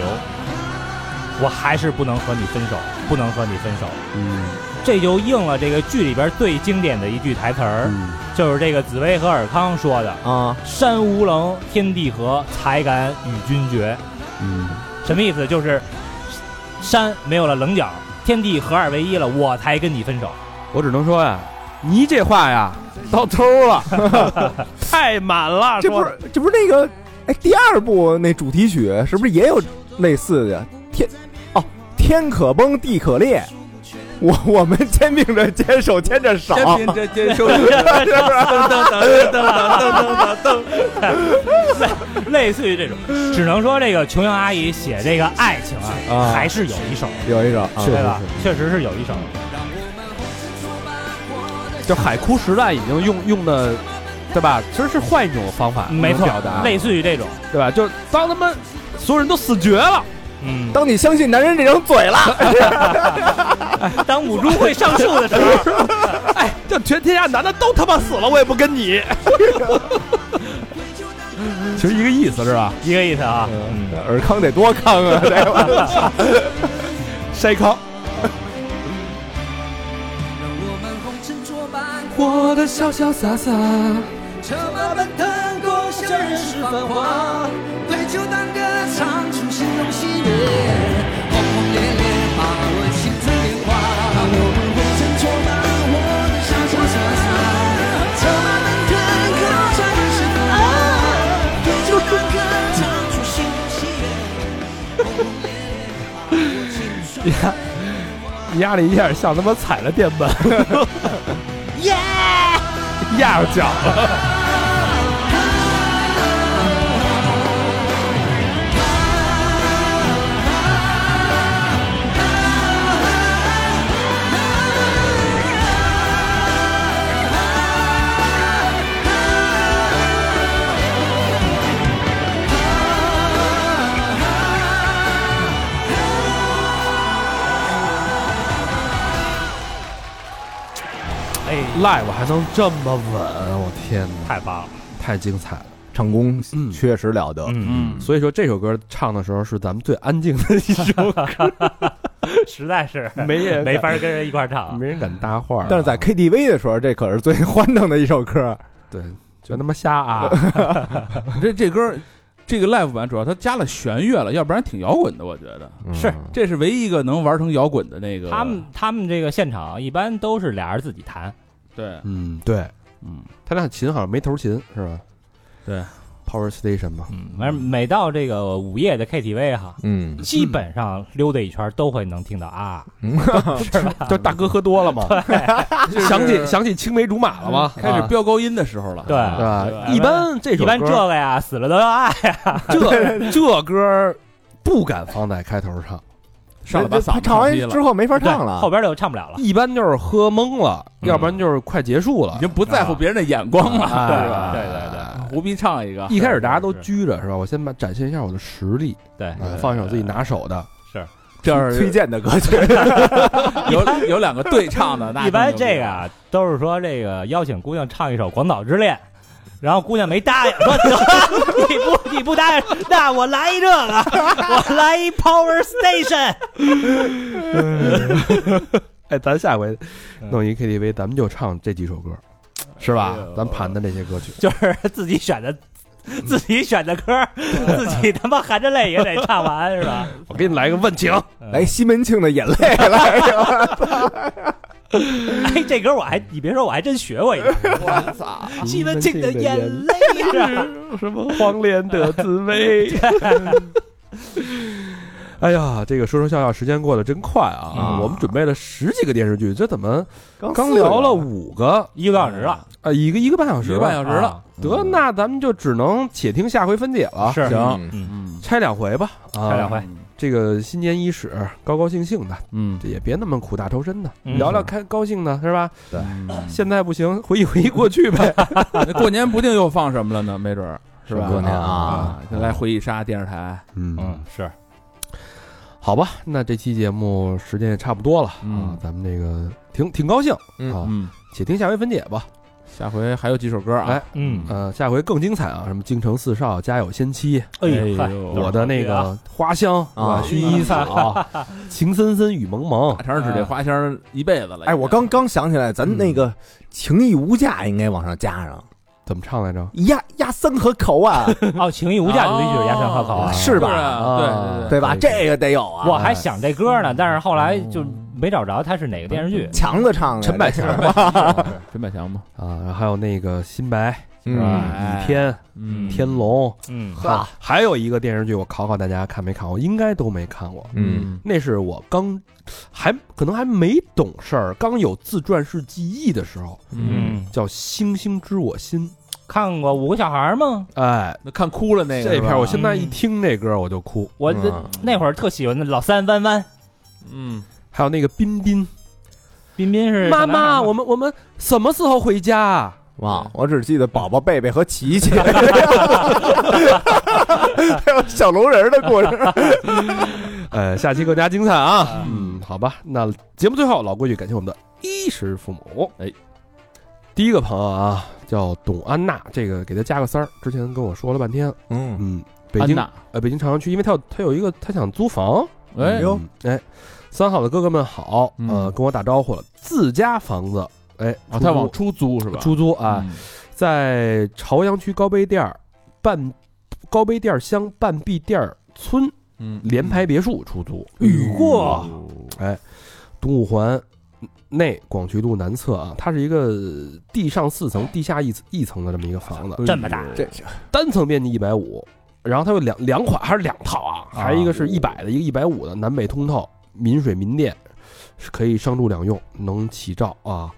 Speaker 4: 我还是不能和你分手，不能和你分手。
Speaker 1: 嗯
Speaker 4: 这就应了这个剧里边最经典的一句台词儿，
Speaker 1: 嗯，
Speaker 4: 就是这个紫薇和尔康说的
Speaker 3: 啊，
Speaker 4: “山无棱，天地合，才敢与君绝”。
Speaker 1: 嗯，
Speaker 4: 什么意思？就是山没有了棱角，天地合二为一了，我才跟你分手。
Speaker 5: 我只能说呀，你这话呀到头了，太满了。
Speaker 3: 这不
Speaker 5: 说
Speaker 3: 是这不是那个哎，第二部那主题曲是不是也有类似的？天哦，天可崩地可裂，我 我们肩并着肩，手牵着手，
Speaker 2: 这这这收拾，噔噔噔噔噔噔噔噔，
Speaker 4: 类似于这种，只能说这个琼瑶阿姨写这个爱情啊，
Speaker 3: 啊
Speaker 4: 还是有一手，
Speaker 3: 有一首，啊
Speaker 4: 对吧？确实是有一手。
Speaker 1: 就海枯石烂已经用用的，对吧？其实是换一种方法
Speaker 4: 没错
Speaker 1: 表达，，
Speaker 4: 类似于这种，
Speaker 1: 对吧？就当他们所有人都死绝了，
Speaker 4: 嗯，
Speaker 3: 当你相信男人这张嘴了，
Speaker 4: 当母猪会上树的时候，
Speaker 1: 哎，就全天下男的都他妈死了，我也不跟你。
Speaker 2: 其实一个意思是吧？
Speaker 4: 一个意思啊。
Speaker 3: 尔康得多康 啊！这个
Speaker 1: 筛糠，
Speaker 7: 让我们红尘作伴，
Speaker 1: 活得潇潇洒洒，
Speaker 7: 策马奔腾，共享人世繁华。对酒当歌，唱出心中喜悦，轰轰烈烈，把握青春年华。让我们红尘作伴，活得潇潇洒洒，策马奔腾，共享人世繁华。对酒当歌，唱出心中喜悦，轰轰烈烈，把握青春年华。
Speaker 1: 压力有点像他妈踩了电 门， 耶，压着脚了。
Speaker 4: 哎，
Speaker 1: live 还能这么稳，我天哪，
Speaker 4: 太棒了，
Speaker 1: 太精彩了！
Speaker 3: 唱功
Speaker 1: 嗯
Speaker 3: 确实了得，
Speaker 4: 嗯，
Speaker 2: 嗯，
Speaker 1: 所以说这首歌唱的时候是咱们最安静 的一首歌，
Speaker 4: 实在是
Speaker 1: 没人
Speaker 4: 没法跟人一块儿唱。
Speaker 1: 没人敢搭话儿。啊
Speaker 3: 但是在 KTV 的时候，这可是最欢腾的一首歌。
Speaker 1: 对，就他妈瞎啊！
Speaker 2: 这这歌，这个 live 版主要它加了弦乐了，要不然挺摇滚的，我觉得。
Speaker 4: 是
Speaker 2: 这是唯一一个能玩成摇滚的那个。
Speaker 4: 他们他们这个现场一般都是俩人自己弹，
Speaker 2: 对，
Speaker 1: 嗯，对，
Speaker 2: 嗯，
Speaker 1: 他那琴好像没头琴是吧？
Speaker 2: 对
Speaker 1: ，Power Station 嘛，
Speaker 4: 嗯，反正每到这个午夜的 KTV 哈，
Speaker 3: 嗯，
Speaker 4: 基本上溜达一圈都会能听到啊，
Speaker 1: 就大哥喝多了嘛，想起想起青梅竹马了吗？
Speaker 2: 开始飙高音的时候了。
Speaker 4: 对
Speaker 1: 对
Speaker 4: 啊
Speaker 1: 吧？一般这
Speaker 4: 一
Speaker 1: 首
Speaker 4: 般这
Speaker 1: 歌
Speaker 4: 个呀死了都要爱，
Speaker 1: 这这歌不敢放在开头唱，
Speaker 2: 上了把嗓
Speaker 3: 他
Speaker 2: 子
Speaker 3: 唱
Speaker 2: 唱
Speaker 3: 完
Speaker 2: 低
Speaker 3: 之
Speaker 2: 了，
Speaker 3: 后没法
Speaker 4: 对
Speaker 3: 唱了
Speaker 4: 后，边就唱不了了。
Speaker 1: 一般就是喝懵了，要不然就是快结束了
Speaker 2: 已。经不在乎别人的眼光了，
Speaker 1: 啊
Speaker 2: 对吧？
Speaker 4: 对对对，
Speaker 2: 胡逼唱一个，
Speaker 1: 一开始大家都
Speaker 4: 是
Speaker 1: 拘啊着是吧？我先把展现一下我的实力，
Speaker 4: 对
Speaker 1: 啊，放一首自己拿手的，
Speaker 4: 是
Speaker 1: 这样
Speaker 3: 推荐的歌曲。
Speaker 2: 有有两个对唱的，那
Speaker 4: 一般
Speaker 2: 更牛逼
Speaker 4: 这个啊都是说这个邀请姑娘唱一首《广岛之恋》，然后姑娘没答应，说 得你不你不答应，那我来一这个， 我来一 Power Station。
Speaker 1: 哎，咱下回弄一 KTV，咱们就唱这几首歌，是吧
Speaker 4: 哎呦？
Speaker 1: 咱盘的这些歌曲，
Speaker 4: 就是自己选的，自己选的歌，自己他妈含着泪也得唱完，是吧？
Speaker 1: 我给你来个问 情，
Speaker 3: 来西门庆的眼泪来，
Speaker 4: 哎，这歌我还，你别说，我还真学过一 个。我操！西门庆的眼泪啊，
Speaker 1: 什 么黄连的滋味。 哎呀，这个说说笑笑，时间过得真快啊！
Speaker 3: 嗯
Speaker 1: 我们准备了十几个电视剧，这怎么刚
Speaker 3: 四
Speaker 1: 聊
Speaker 3: 个
Speaker 1: 了五个？
Speaker 4: 一个多小时了，啊
Speaker 1: 啊，一个一个半小
Speaker 2: 一
Speaker 1: 时
Speaker 2: 个
Speaker 1: 了，啊嗯
Speaker 2: 半小时了，
Speaker 1: 得，那咱们就只能且听下回分解了。
Speaker 4: 是
Speaker 1: 行，
Speaker 3: 嗯
Speaker 2: 嗯，
Speaker 1: 拆两回吧。啊，
Speaker 4: 开两回。
Speaker 1: 这个新年伊始，高高兴兴的，
Speaker 2: 嗯，
Speaker 1: 这也别那么苦大仇深的，
Speaker 4: 嗯
Speaker 1: 聊聊开高兴的是吧？
Speaker 3: 对
Speaker 1: 嗯
Speaker 2: 嗯
Speaker 1: 现在不行，回忆回忆过去呗，
Speaker 2: 那过年不定又放什么了呢，没准儿是吧？
Speaker 3: 过年啊，
Speaker 2: 啊，就来回忆杀电视台，
Speaker 1: 嗯，
Speaker 4: 嗯，是
Speaker 1: 好吧，那这期节目时间也差不多了啊
Speaker 2: 嗯，
Speaker 1: 咱们这个挺挺高兴
Speaker 3: 嗯
Speaker 1: 啊，
Speaker 2: 嗯，
Speaker 1: 且听下回分解吧。
Speaker 2: 下回还有几首歌啊，
Speaker 1: 哎
Speaker 4: 嗯
Speaker 1: 呃，下回更精彩啊，什么京城四少、家有仙妻，
Speaker 4: 哎呦嗨
Speaker 1: 我的那个花香
Speaker 3: 啊
Speaker 1: 薰衣草， 情深深雨蒙蒙
Speaker 2: 大，肠指这花香一辈子了。
Speaker 3: 哎，我刚刚想起来，咱那个情义无价应该往上加上，
Speaker 1: 怎么唱来着？
Speaker 3: 压压三河口啊，
Speaker 4: 哦，情义无价就必须有压山河口啊。
Speaker 3: 是
Speaker 2: 是
Speaker 3: 吧？
Speaker 2: 啊
Speaker 1: 啊
Speaker 3: 对
Speaker 1: 可
Speaker 3: 吧？
Speaker 1: 以
Speaker 3: 这个得有啊，
Speaker 4: 我还想这歌呢，但是后来就没找着它是哪个电视剧。
Speaker 3: 强子唱的，
Speaker 1: 陈百强
Speaker 4: 嗯
Speaker 2: 陈百强嘛，
Speaker 1: 啊，然后还有那个新白
Speaker 3: 嗯
Speaker 1: 是吧？
Speaker 4: 哎
Speaker 1: 倚天、
Speaker 4: 嗯
Speaker 1: 天龙，
Speaker 4: 嗯
Speaker 1: 哈，还有一个电视剧，我考考大家看没看过，应该都没看过。
Speaker 3: 嗯，
Speaker 1: 那是我刚还可能还没懂事儿，刚有自传式记忆的时候，
Speaker 4: 嗯，
Speaker 1: 叫《星星知我心
Speaker 4: 看过五个小孩吗？》。
Speaker 1: 哎，
Speaker 2: 那看哭了那个
Speaker 1: 这片儿我现在一
Speaker 4: 嗯
Speaker 1: 听这歌我就哭。
Speaker 4: 我这
Speaker 3: 嗯
Speaker 4: 那会儿特喜欢的老三弯弯，
Speaker 2: 嗯，
Speaker 1: 还有那个彬彬，
Speaker 4: 彬彬是
Speaker 1: 嗯妈
Speaker 4: 小男孩
Speaker 1: 妈，
Speaker 4: 吗
Speaker 1: 我们我们什么时候回家啊？
Speaker 3: 哇，我只记得宝宝贝贝和琪 琪，还有小龙人儿的故事。
Speaker 1: 呃，下期更加精彩啊！嗯，好吧，那节目最后老规矩，感谢我们的衣食父母。哎，第一个朋友啊，叫董安娜，这个给他加个三儿，之前跟我说了半天。
Speaker 3: 嗯，
Speaker 1: 嗯，北
Speaker 2: 安
Speaker 1: 京
Speaker 2: 娜，
Speaker 1: 呃，北京朝阳区，因为他有他有一个他想租房。
Speaker 2: 哎，
Speaker 3: 哟
Speaker 1: 嗯哎，三好的哥哥们好，呃，
Speaker 3: 嗯
Speaker 1: 跟我打招呼了，自家房子，哎，
Speaker 2: 啊，他
Speaker 1: 出租
Speaker 2: 往出租是吧？
Speaker 1: 出租啊，
Speaker 2: 嗯，
Speaker 1: 在朝阳区高碑店儿半高碑店儿乡半壁店儿村
Speaker 2: 嗯，
Speaker 1: 联排别墅出租。哎
Speaker 2: 过，
Speaker 1: 东五环内广渠路南侧啊，它是一个地上四层、地下一层一层的这么一个房子，
Speaker 4: 这么大，
Speaker 3: 这
Speaker 1: 单层面积一百五，然后它有两两款还是两套啊，还有一个是一百的，一个一百五的，南北通透，民水民电，是可以商住两用，能起照啊。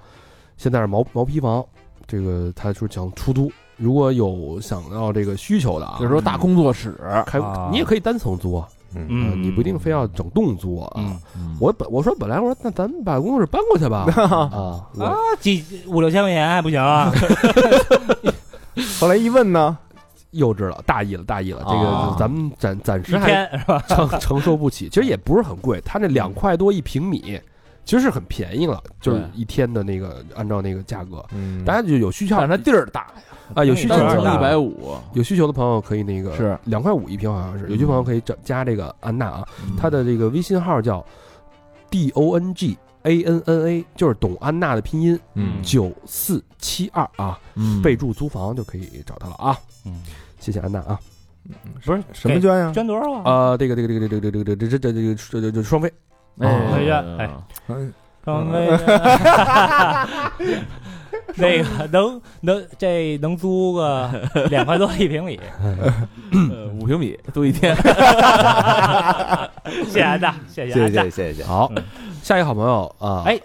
Speaker 1: 现在是毛毛坯房，这个他说想出租，如果有想要这个需求的啊，
Speaker 2: 就是说大工作室，
Speaker 1: 开、
Speaker 4: 啊
Speaker 1: 你也可以单层租啊，
Speaker 3: 嗯
Speaker 1: 呃
Speaker 4: 嗯，
Speaker 1: 你不一定非要整栋租啊。
Speaker 4: 嗯
Speaker 1: 我本我说本来我说那咱们把工作室搬过 去吧啊，我
Speaker 4: 啊，几五六千块钱还不行啊？
Speaker 3: 后来一问呢，
Speaker 1: 幼稚了，大意了，大意了。这
Speaker 3: 啊
Speaker 1: 个咱们暂暂
Speaker 4: 一
Speaker 1: 时还
Speaker 4: 天是吧？
Speaker 1: 承承受不起，其实也不是很贵，它那两块多一平米，其实是很便宜了，就是
Speaker 2: 嗯对
Speaker 1: 一天的那个按照那个价格，
Speaker 3: 嗯
Speaker 1: 大家就有需求
Speaker 2: 但是它地儿大呀，
Speaker 1: 啊，有
Speaker 4: 嗯
Speaker 1: 需求
Speaker 2: 单层
Speaker 1: 的
Speaker 2: 一百五，
Speaker 1: 有需求的朋友可以那个
Speaker 2: 是嗯
Speaker 1: 两块五一平，好像是有需求朋友可以加加这个安娜啊，她的这个微信号叫 D O N G A N N A，就是董安娜的拼音
Speaker 3: 嗯
Speaker 1: 九四七二啊，
Speaker 2: 嗯
Speaker 1: 备注租房就可以找她了啊，
Speaker 4: 嗯，
Speaker 1: 谢谢安娜啊。
Speaker 4: 不是
Speaker 3: 什么捐呀？
Speaker 4: 捐多少啊？
Speaker 1: 啊，这个这个这个这个这个这个这这这这这这这双飞，
Speaker 4: 哎呀哎
Speaker 3: 嗯
Speaker 4: 刚那个， 那个能能这能租个两块多一平米，
Speaker 2: 呃五平米租一天，
Speaker 4: 谢谢安娜，谢啊谢
Speaker 3: 谢
Speaker 4: 安娜
Speaker 3: 谢，谢谢
Speaker 1: 好，下一个好朋友啊，
Speaker 4: 哎，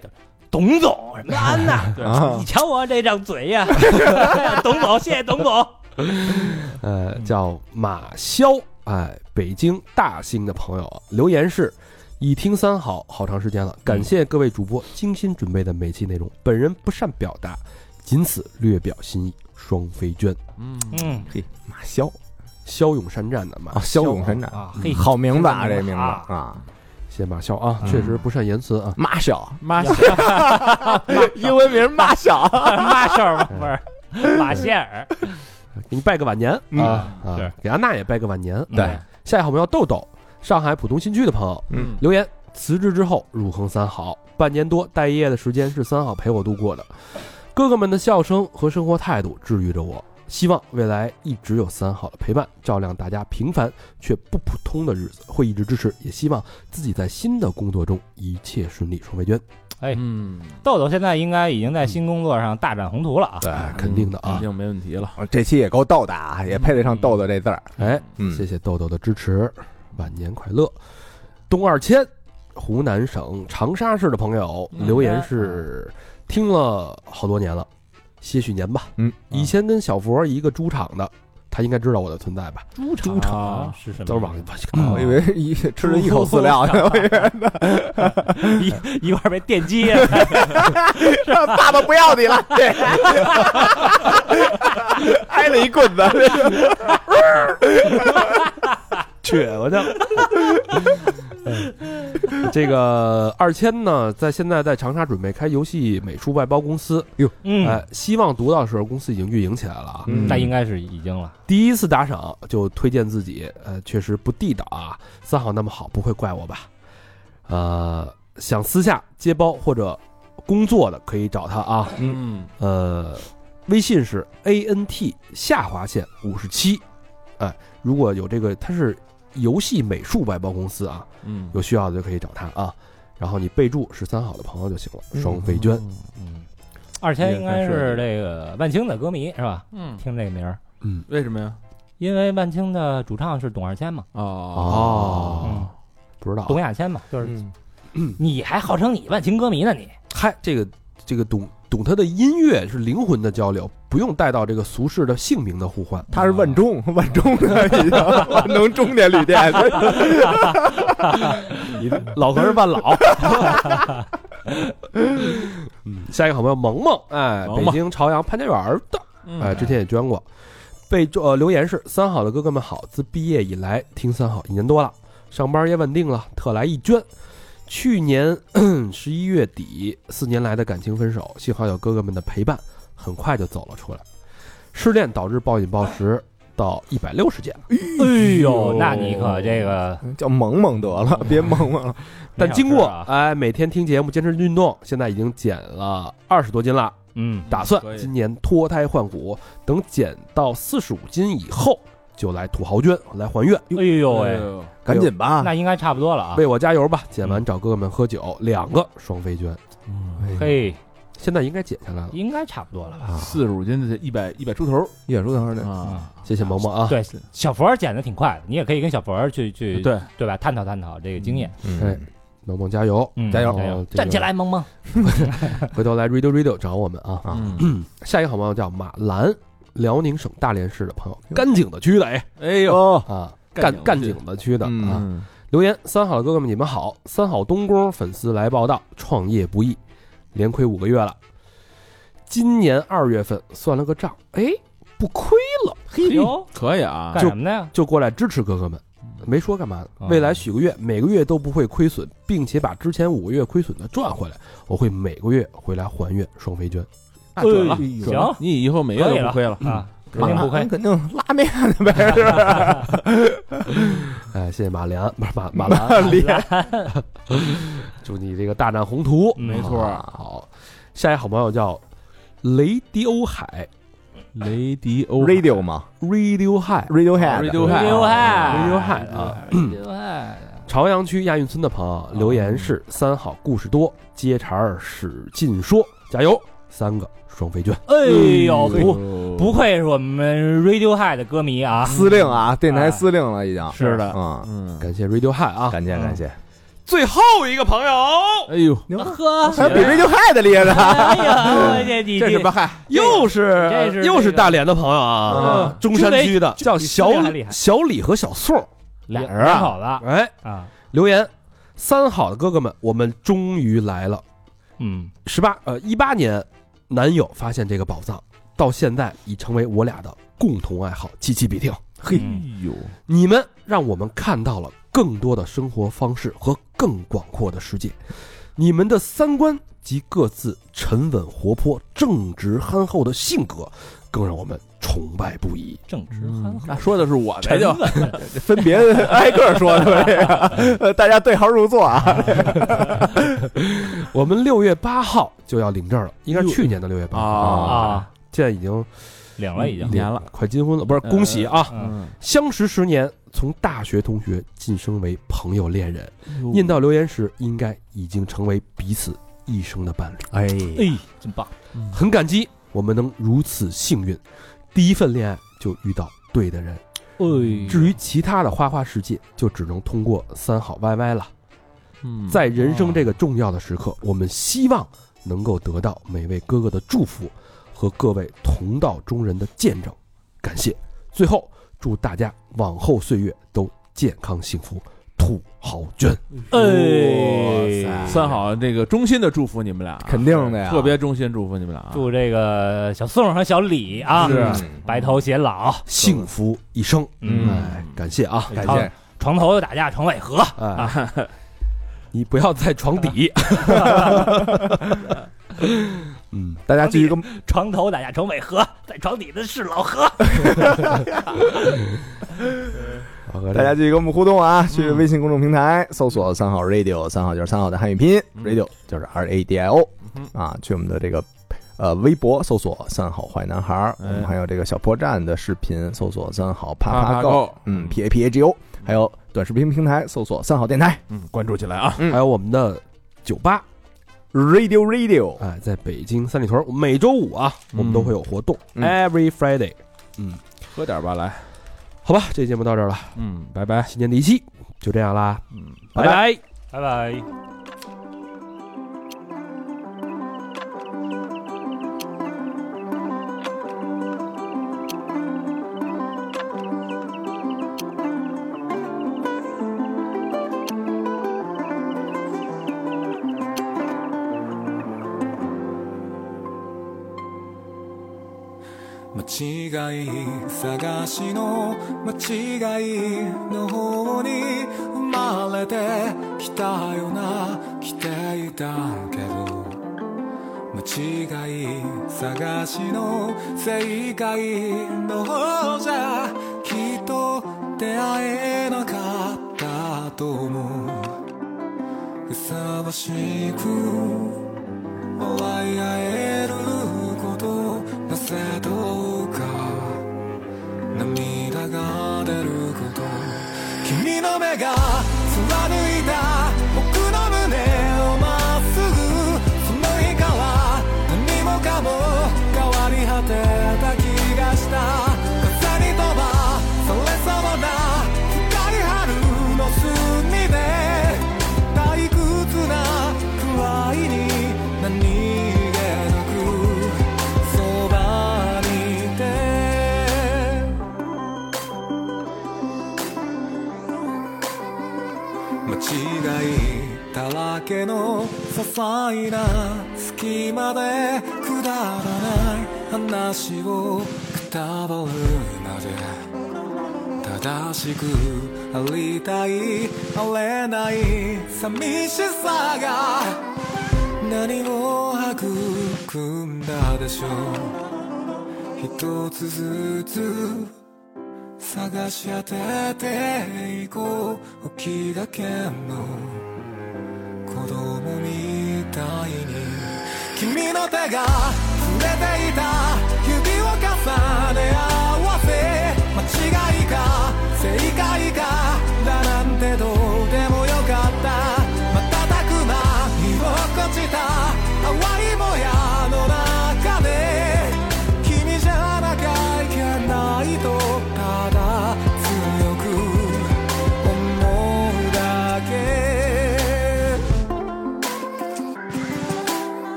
Speaker 4: 董总什么的安娜，
Speaker 3: 啊
Speaker 4: 你瞧我这张嘴呀，哎呀董总，谢谢董总，
Speaker 1: 呃，叫马潇，哎，北京大兴的朋友留言是。已听三好好长时间了，感谢各位主播精心准备的每期内容。本人不善表达，仅此略表心意。双飞娟，
Speaker 4: 嗯
Speaker 3: 马骁
Speaker 1: 骁勇善战的马
Speaker 3: 啊，骁勇善战，
Speaker 4: 啊，嘿，
Speaker 3: 好名字啊，
Speaker 4: 这
Speaker 3: 这
Speaker 4: 个
Speaker 3: 名字
Speaker 4: 啊
Speaker 3: 啊，
Speaker 1: 谢谢马潇啊，确实不善言辞啊。
Speaker 3: 马骁，
Speaker 2: 妈，
Speaker 3: 英文名马 骁，
Speaker 4: 马舍尔不是马歇尔，
Speaker 1: 给你拜个晚年
Speaker 3: 嗯
Speaker 1: 啊
Speaker 2: 是
Speaker 1: 啊，给安娜也拜个晚年。
Speaker 4: 对，
Speaker 1: 下一个好朋友豆豆，上海浦东新区的朋友，
Speaker 3: 嗯
Speaker 1: 留言：辞职之后入坑三好，半年多待业的时间是三好陪我度过的。哥哥们的笑声和生活态度治愈着我，希望未来一直有三好的陪伴，照亮大家平凡却不普通的日子，会一直支持，也希望自己在新的工作中一切顺利。双飞娟，
Speaker 9: 哎
Speaker 2: 嗯，
Speaker 4: 豆豆现在应该已经在新工作上大展宏图了啊，
Speaker 3: 对，
Speaker 1: 哎，肯定的
Speaker 2: 已
Speaker 1: 啊，
Speaker 2: 经没问题了，
Speaker 3: 我哦这期也够逗的啊，也配得上“豆豆”这字儿。
Speaker 1: 哎，
Speaker 3: 嗯
Speaker 1: 谢谢豆豆的支持，晚年快乐。东二千，湖南省长沙市的朋友留言是听了好多年了，些许年吧。
Speaker 3: 嗯，
Speaker 1: 以前跟小佛一个猪场的，他应该知道我的存在吧？
Speaker 4: 猪场猪场啊是什么？
Speaker 1: 都是往往
Speaker 3: 哦我以为 一吃了一口饲料，
Speaker 4: 一一块儿被电击，
Speaker 3: 爸爸不要 你了，对，挨了一棍子。
Speaker 1: 撅过去了。 这个二千呢，在现在在长沙准备开游戏美术外包公司，
Speaker 4: 嗯，
Speaker 1: 哎，希望读到的时候公司已经运营起来了啊。
Speaker 4: 那应该是已经了，
Speaker 1: 第一次打赏就推荐自己，呃，确实不地道啊。三好那么好，不会怪我吧？呃，想私下接包或者工作的可以找他啊。
Speaker 2: 嗯，
Speaker 1: 呃，微信是 a n t 下划线五十七，哎，如果有这个，他是游戏美术外包公司啊，
Speaker 2: 嗯，
Speaker 1: 有需要的就可以找他啊。然后你备注是三好的朋友就行了。双飞娟，
Speaker 4: 嗯，二千应该是这个万青的歌迷是吧？
Speaker 9: 嗯，
Speaker 4: 听这个名儿，
Speaker 9: 为什么呀？
Speaker 4: 因为万青的主唱是董二千嘛，
Speaker 9: 哦
Speaker 4: 嗯，
Speaker 1: 不知道。啊
Speaker 4: 董亚千嘛，就是
Speaker 3: 嗯
Speaker 4: 你还号称你万青歌迷呢，你
Speaker 1: 嗨，这个这个懂懂他的音乐是灵魂的交流，不用带到这个俗世的姓名的互换。
Speaker 3: 他是万中，万中的已经 万能中年旅店，
Speaker 5: 老和尚犯 老，
Speaker 1: 嗯，下一个好朋友萌萌，哎，
Speaker 2: 萌
Speaker 1: 北
Speaker 2: 萌
Speaker 1: 京朝阳潘家园儿的，
Speaker 9: 嗯
Speaker 1: 哎，之前也捐过。被呃留言是三好的哥哥们好，自毕业以来听三好一年多了，上班也稳定了，特来一捐。去年 十一月底，四年来的感情分手，幸好有哥哥们的陪伴，很快就走了出来。失恋导致暴饮暴食到一百六十斤，
Speaker 4: 哎呦，那你可这个
Speaker 3: 叫萌萌得了，别萌萌了。
Speaker 4: 没
Speaker 1: 但
Speaker 4: 少
Speaker 1: 经
Speaker 4: 吃
Speaker 1: 过
Speaker 4: 啊
Speaker 1: 哎每天听节目，坚持运动，现在已经减了二十多斤了。
Speaker 4: 嗯
Speaker 1: 打算
Speaker 9: 可以
Speaker 1: 今年脱胎换骨，等减到四十五斤以后，就来土豪捐，来还愿，
Speaker 4: 哎呦
Speaker 2: 呃
Speaker 9: 哎
Speaker 4: 喂，
Speaker 9: 呦
Speaker 3: 赶紧吧，
Speaker 4: 那应该差不多了啊
Speaker 1: 为。我加油吧！减完找哥哥们喝酒，两个双飞捐，
Speaker 9: 哎
Speaker 3: 哎
Speaker 4: 嘿，
Speaker 1: 现在应该减下来了。
Speaker 4: 应该差不多了
Speaker 1: 啊
Speaker 4: 吧？
Speaker 2: 啊
Speaker 9: 四十五斤的一百一百出头
Speaker 3: 野猪等会儿得
Speaker 9: 啊，
Speaker 1: 谢谢萌萌啊！
Speaker 4: 对，小佛儿剪的挺快的，你也可以跟小佛儿去去
Speaker 2: 对
Speaker 4: 对啊吧？探讨探讨这个经验，
Speaker 3: 嗯
Speaker 1: 哎，萌萌加油！
Speaker 4: 嗯
Speaker 3: 加油
Speaker 4: 加
Speaker 1: 然后
Speaker 4: 油，
Speaker 1: 这个
Speaker 4: 站起来，萌萌。
Speaker 1: 回头来 radio radio 找我们啊！
Speaker 9: 嗯，
Speaker 1: 下一个好朋友叫马兰，辽宁省大连市的朋友，干井子区的哎
Speaker 9: 哎呦，
Speaker 3: 哦，
Speaker 1: 啊，
Speaker 9: 干
Speaker 1: 干
Speaker 9: 井子区
Speaker 1: 干井子区的啊，
Speaker 3: 嗯，
Speaker 1: 留言：三好的哥哥们，你们好！三好东宫粉丝来报道，创业不易，连亏五个月了。今年二月份算了个账，哎，不亏了，嘿
Speaker 4: 哟，
Speaker 9: 可以啊
Speaker 4: 干，什么的呀？
Speaker 1: 就过来支持哥哥们。没说干嘛的，
Speaker 4: 嗯
Speaker 1: 未来许个愿，每个月都不会亏损，并且把之前五个月亏损的赚回来。我会每个月回来还愿双飞捐。
Speaker 9: 那准
Speaker 3: 哎
Speaker 9: 了，
Speaker 4: 行
Speaker 9: 准了你以后每月都不亏了，
Speaker 4: 啊，肯定不亏。
Speaker 3: 肯定拉面的呗，是吧？
Speaker 1: 哎，谢谢马良，不是马 马兰，
Speaker 4: 脸，
Speaker 1: 祝你这个大展宏图。
Speaker 4: 嗯没
Speaker 9: 错
Speaker 1: 啊好，下一好朋友叫雷迪欧海
Speaker 2: 雷迪欧
Speaker 3: Radio 嘛
Speaker 1: （Radio High）。
Speaker 3: ，Radiohead，
Speaker 9: Radiohead
Speaker 4: 刘海，
Speaker 1: Radiohead 啊，
Speaker 4: 刘海，
Speaker 1: 朝阳区亚运村的朋友留言
Speaker 4: 哦
Speaker 1: 是：三好故事多，接茬儿使劲说，加油！三个双飞券，
Speaker 4: 哎呦，不
Speaker 9: 不
Speaker 4: 不愧是我们 Radiohead 的歌迷啊！
Speaker 3: 司令啊，电台
Speaker 4: 哎
Speaker 3: 司令了已经。
Speaker 9: 嗯是的，
Speaker 3: 嗯，
Speaker 9: 嗯，
Speaker 1: 感谢 Radio High 啊！
Speaker 3: 感谢感谢，
Speaker 1: 最后一个朋友，
Speaker 9: 哎呦，
Speaker 4: 呵，
Speaker 3: 还比 Radiohead 厉害呢。
Speaker 4: 哎呀，我这你
Speaker 9: 这是吧？嗨，
Speaker 1: 又是
Speaker 4: 这嗯是
Speaker 1: 又是大连的朋友啊，中山区的叫小
Speaker 4: 比司令还厉害
Speaker 1: 小李和小宋，
Speaker 4: 俩人两口子
Speaker 1: 哎，
Speaker 4: 啊，
Speaker 1: 留言：三好的哥哥们，我们终于来了。
Speaker 4: 嗯，
Speaker 1: 十八呃一八年，男友发现这个宝藏，到现在已成为我俩的共同爱好，此起必定。
Speaker 3: 嘿
Speaker 4: 嗯
Speaker 9: 呦，
Speaker 1: 你们让我们看到了更多的生活方式和更广阔的世界。你们的三观及各自沉稳、活泼、正直、憨厚的性格，更让我们崇拜不已。
Speaker 4: 正直憨厚
Speaker 9: 那，说的是我呗，就
Speaker 3: 分别挨个说的吧，这个呃 大家对号入座啊。
Speaker 1: 我们六月八号就要领证了，应该是去年的六月八号，
Speaker 4: 啊，
Speaker 1: 现在已经
Speaker 4: 领了已经
Speaker 1: 领，快金嗯婚了，不是？恭喜啊！
Speaker 4: 嗯，
Speaker 9: 哎
Speaker 1: 相识十年，从大学同学晋升为朋友、恋人。念到留言时，应该已经成为彼此一生的伴侣。
Speaker 3: 哎，
Speaker 4: 哎，真棒，
Speaker 1: 很感激我们能如此幸运，第一份恋爱就遇到对的人。
Speaker 2: 嗯
Speaker 4: 哎
Speaker 1: 至于其他的花花世界，就只能通过三好 YY 了。
Speaker 9: 嗯
Speaker 1: 在人生这个重要的时刻，我们希望能够得到每位哥哥的祝福和各位同道中人的见证，感谢。最后，祝大家往后岁月都健康幸福，土豪捐。
Speaker 4: 哎，
Speaker 9: 三好这个衷心的祝福你们俩啊，
Speaker 3: 肯定的呀
Speaker 9: 特别衷心祝福你们俩啊，
Speaker 4: 祝这个小宋和小李啊，
Speaker 9: 是
Speaker 4: 白头偕老，
Speaker 1: 幸福一生，
Speaker 4: 嗯，
Speaker 1: 哎，感谢啊，
Speaker 3: 感
Speaker 4: 好
Speaker 3: 谢。
Speaker 4: 床头有打架床尾和，
Speaker 1: 哎，你不要在床底，嗯，
Speaker 3: 大家继续跟
Speaker 4: 床头打架床尾和，在床底的是老何。
Speaker 3: 大家继续跟我们互动啊！去微信公众平台搜索“三好 radio”，三好就是三好的汉语拼音，radio 就是 R A D I O 啊。去我们的这个呃微博搜索“三好坏男孩儿”，我们还有这个小破站的视频搜索“三好啪
Speaker 9: 啪
Speaker 3: 啪
Speaker 9: 啪
Speaker 3: 购
Speaker 9: 购”，
Speaker 3: 嗯，P A P A G O，还有短视频平台搜索“三好电台
Speaker 9: 嗯，关注起来啊，
Speaker 1: 还有我们的酒吧
Speaker 3: Radio Radio，
Speaker 1: 哎，在北京三里屯，每周五啊，我们都会有活动、
Speaker 3: 嗯
Speaker 1: e v e r y Friday。
Speaker 9: 喝点吧，来，
Speaker 1: 好吧，这节目到这儿了，
Speaker 9: 嗯，拜拜。
Speaker 1: 新年第一期就这样啦，
Speaker 9: 嗯，
Speaker 1: 拜拜
Speaker 4: 拜拜。
Speaker 6: 間違い探しの間違いの方に生まれてきたよな来ていたけど間違い探しの正解の方じゃきっと出会えなかったと思うふさわしく笑い合えることなぜどうか涙が出ること君の目が貫いた僕の胸をまっすぐその日から何もかも変わり果てた気がした風に飛ばされそうな深い春の隅で退屈なくらいに何気なくそばにいて間違いだらけの些細な隙間でくだらない話をくたばるまで正しくありたいあれない寂しさが何を育んだでしょう一つずつ探し当てていこう沖がけの子供みたいに君の手が触れていた指を重ね合わせ間違いか正解かだなんてどうでもよかった瞬く間に落ちた淡いもやの中で君じゃなきゃいけないとただ強く思うだけ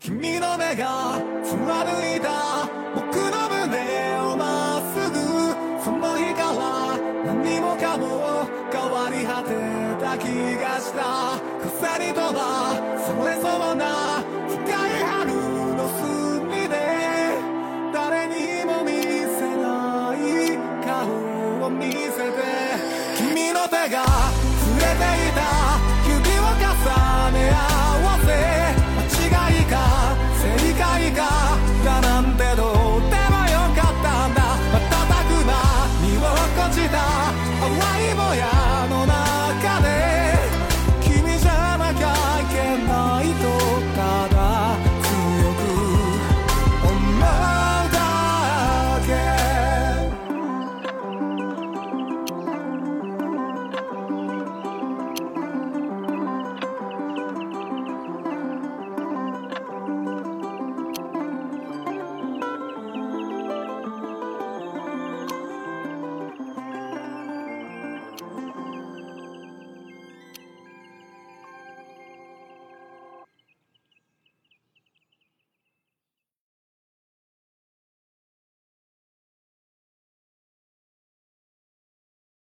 Speaker 6: 君の目が貫いた僕の胸をまっすぐその日から何もかも変わり果てた気がした風に飛ばされそうな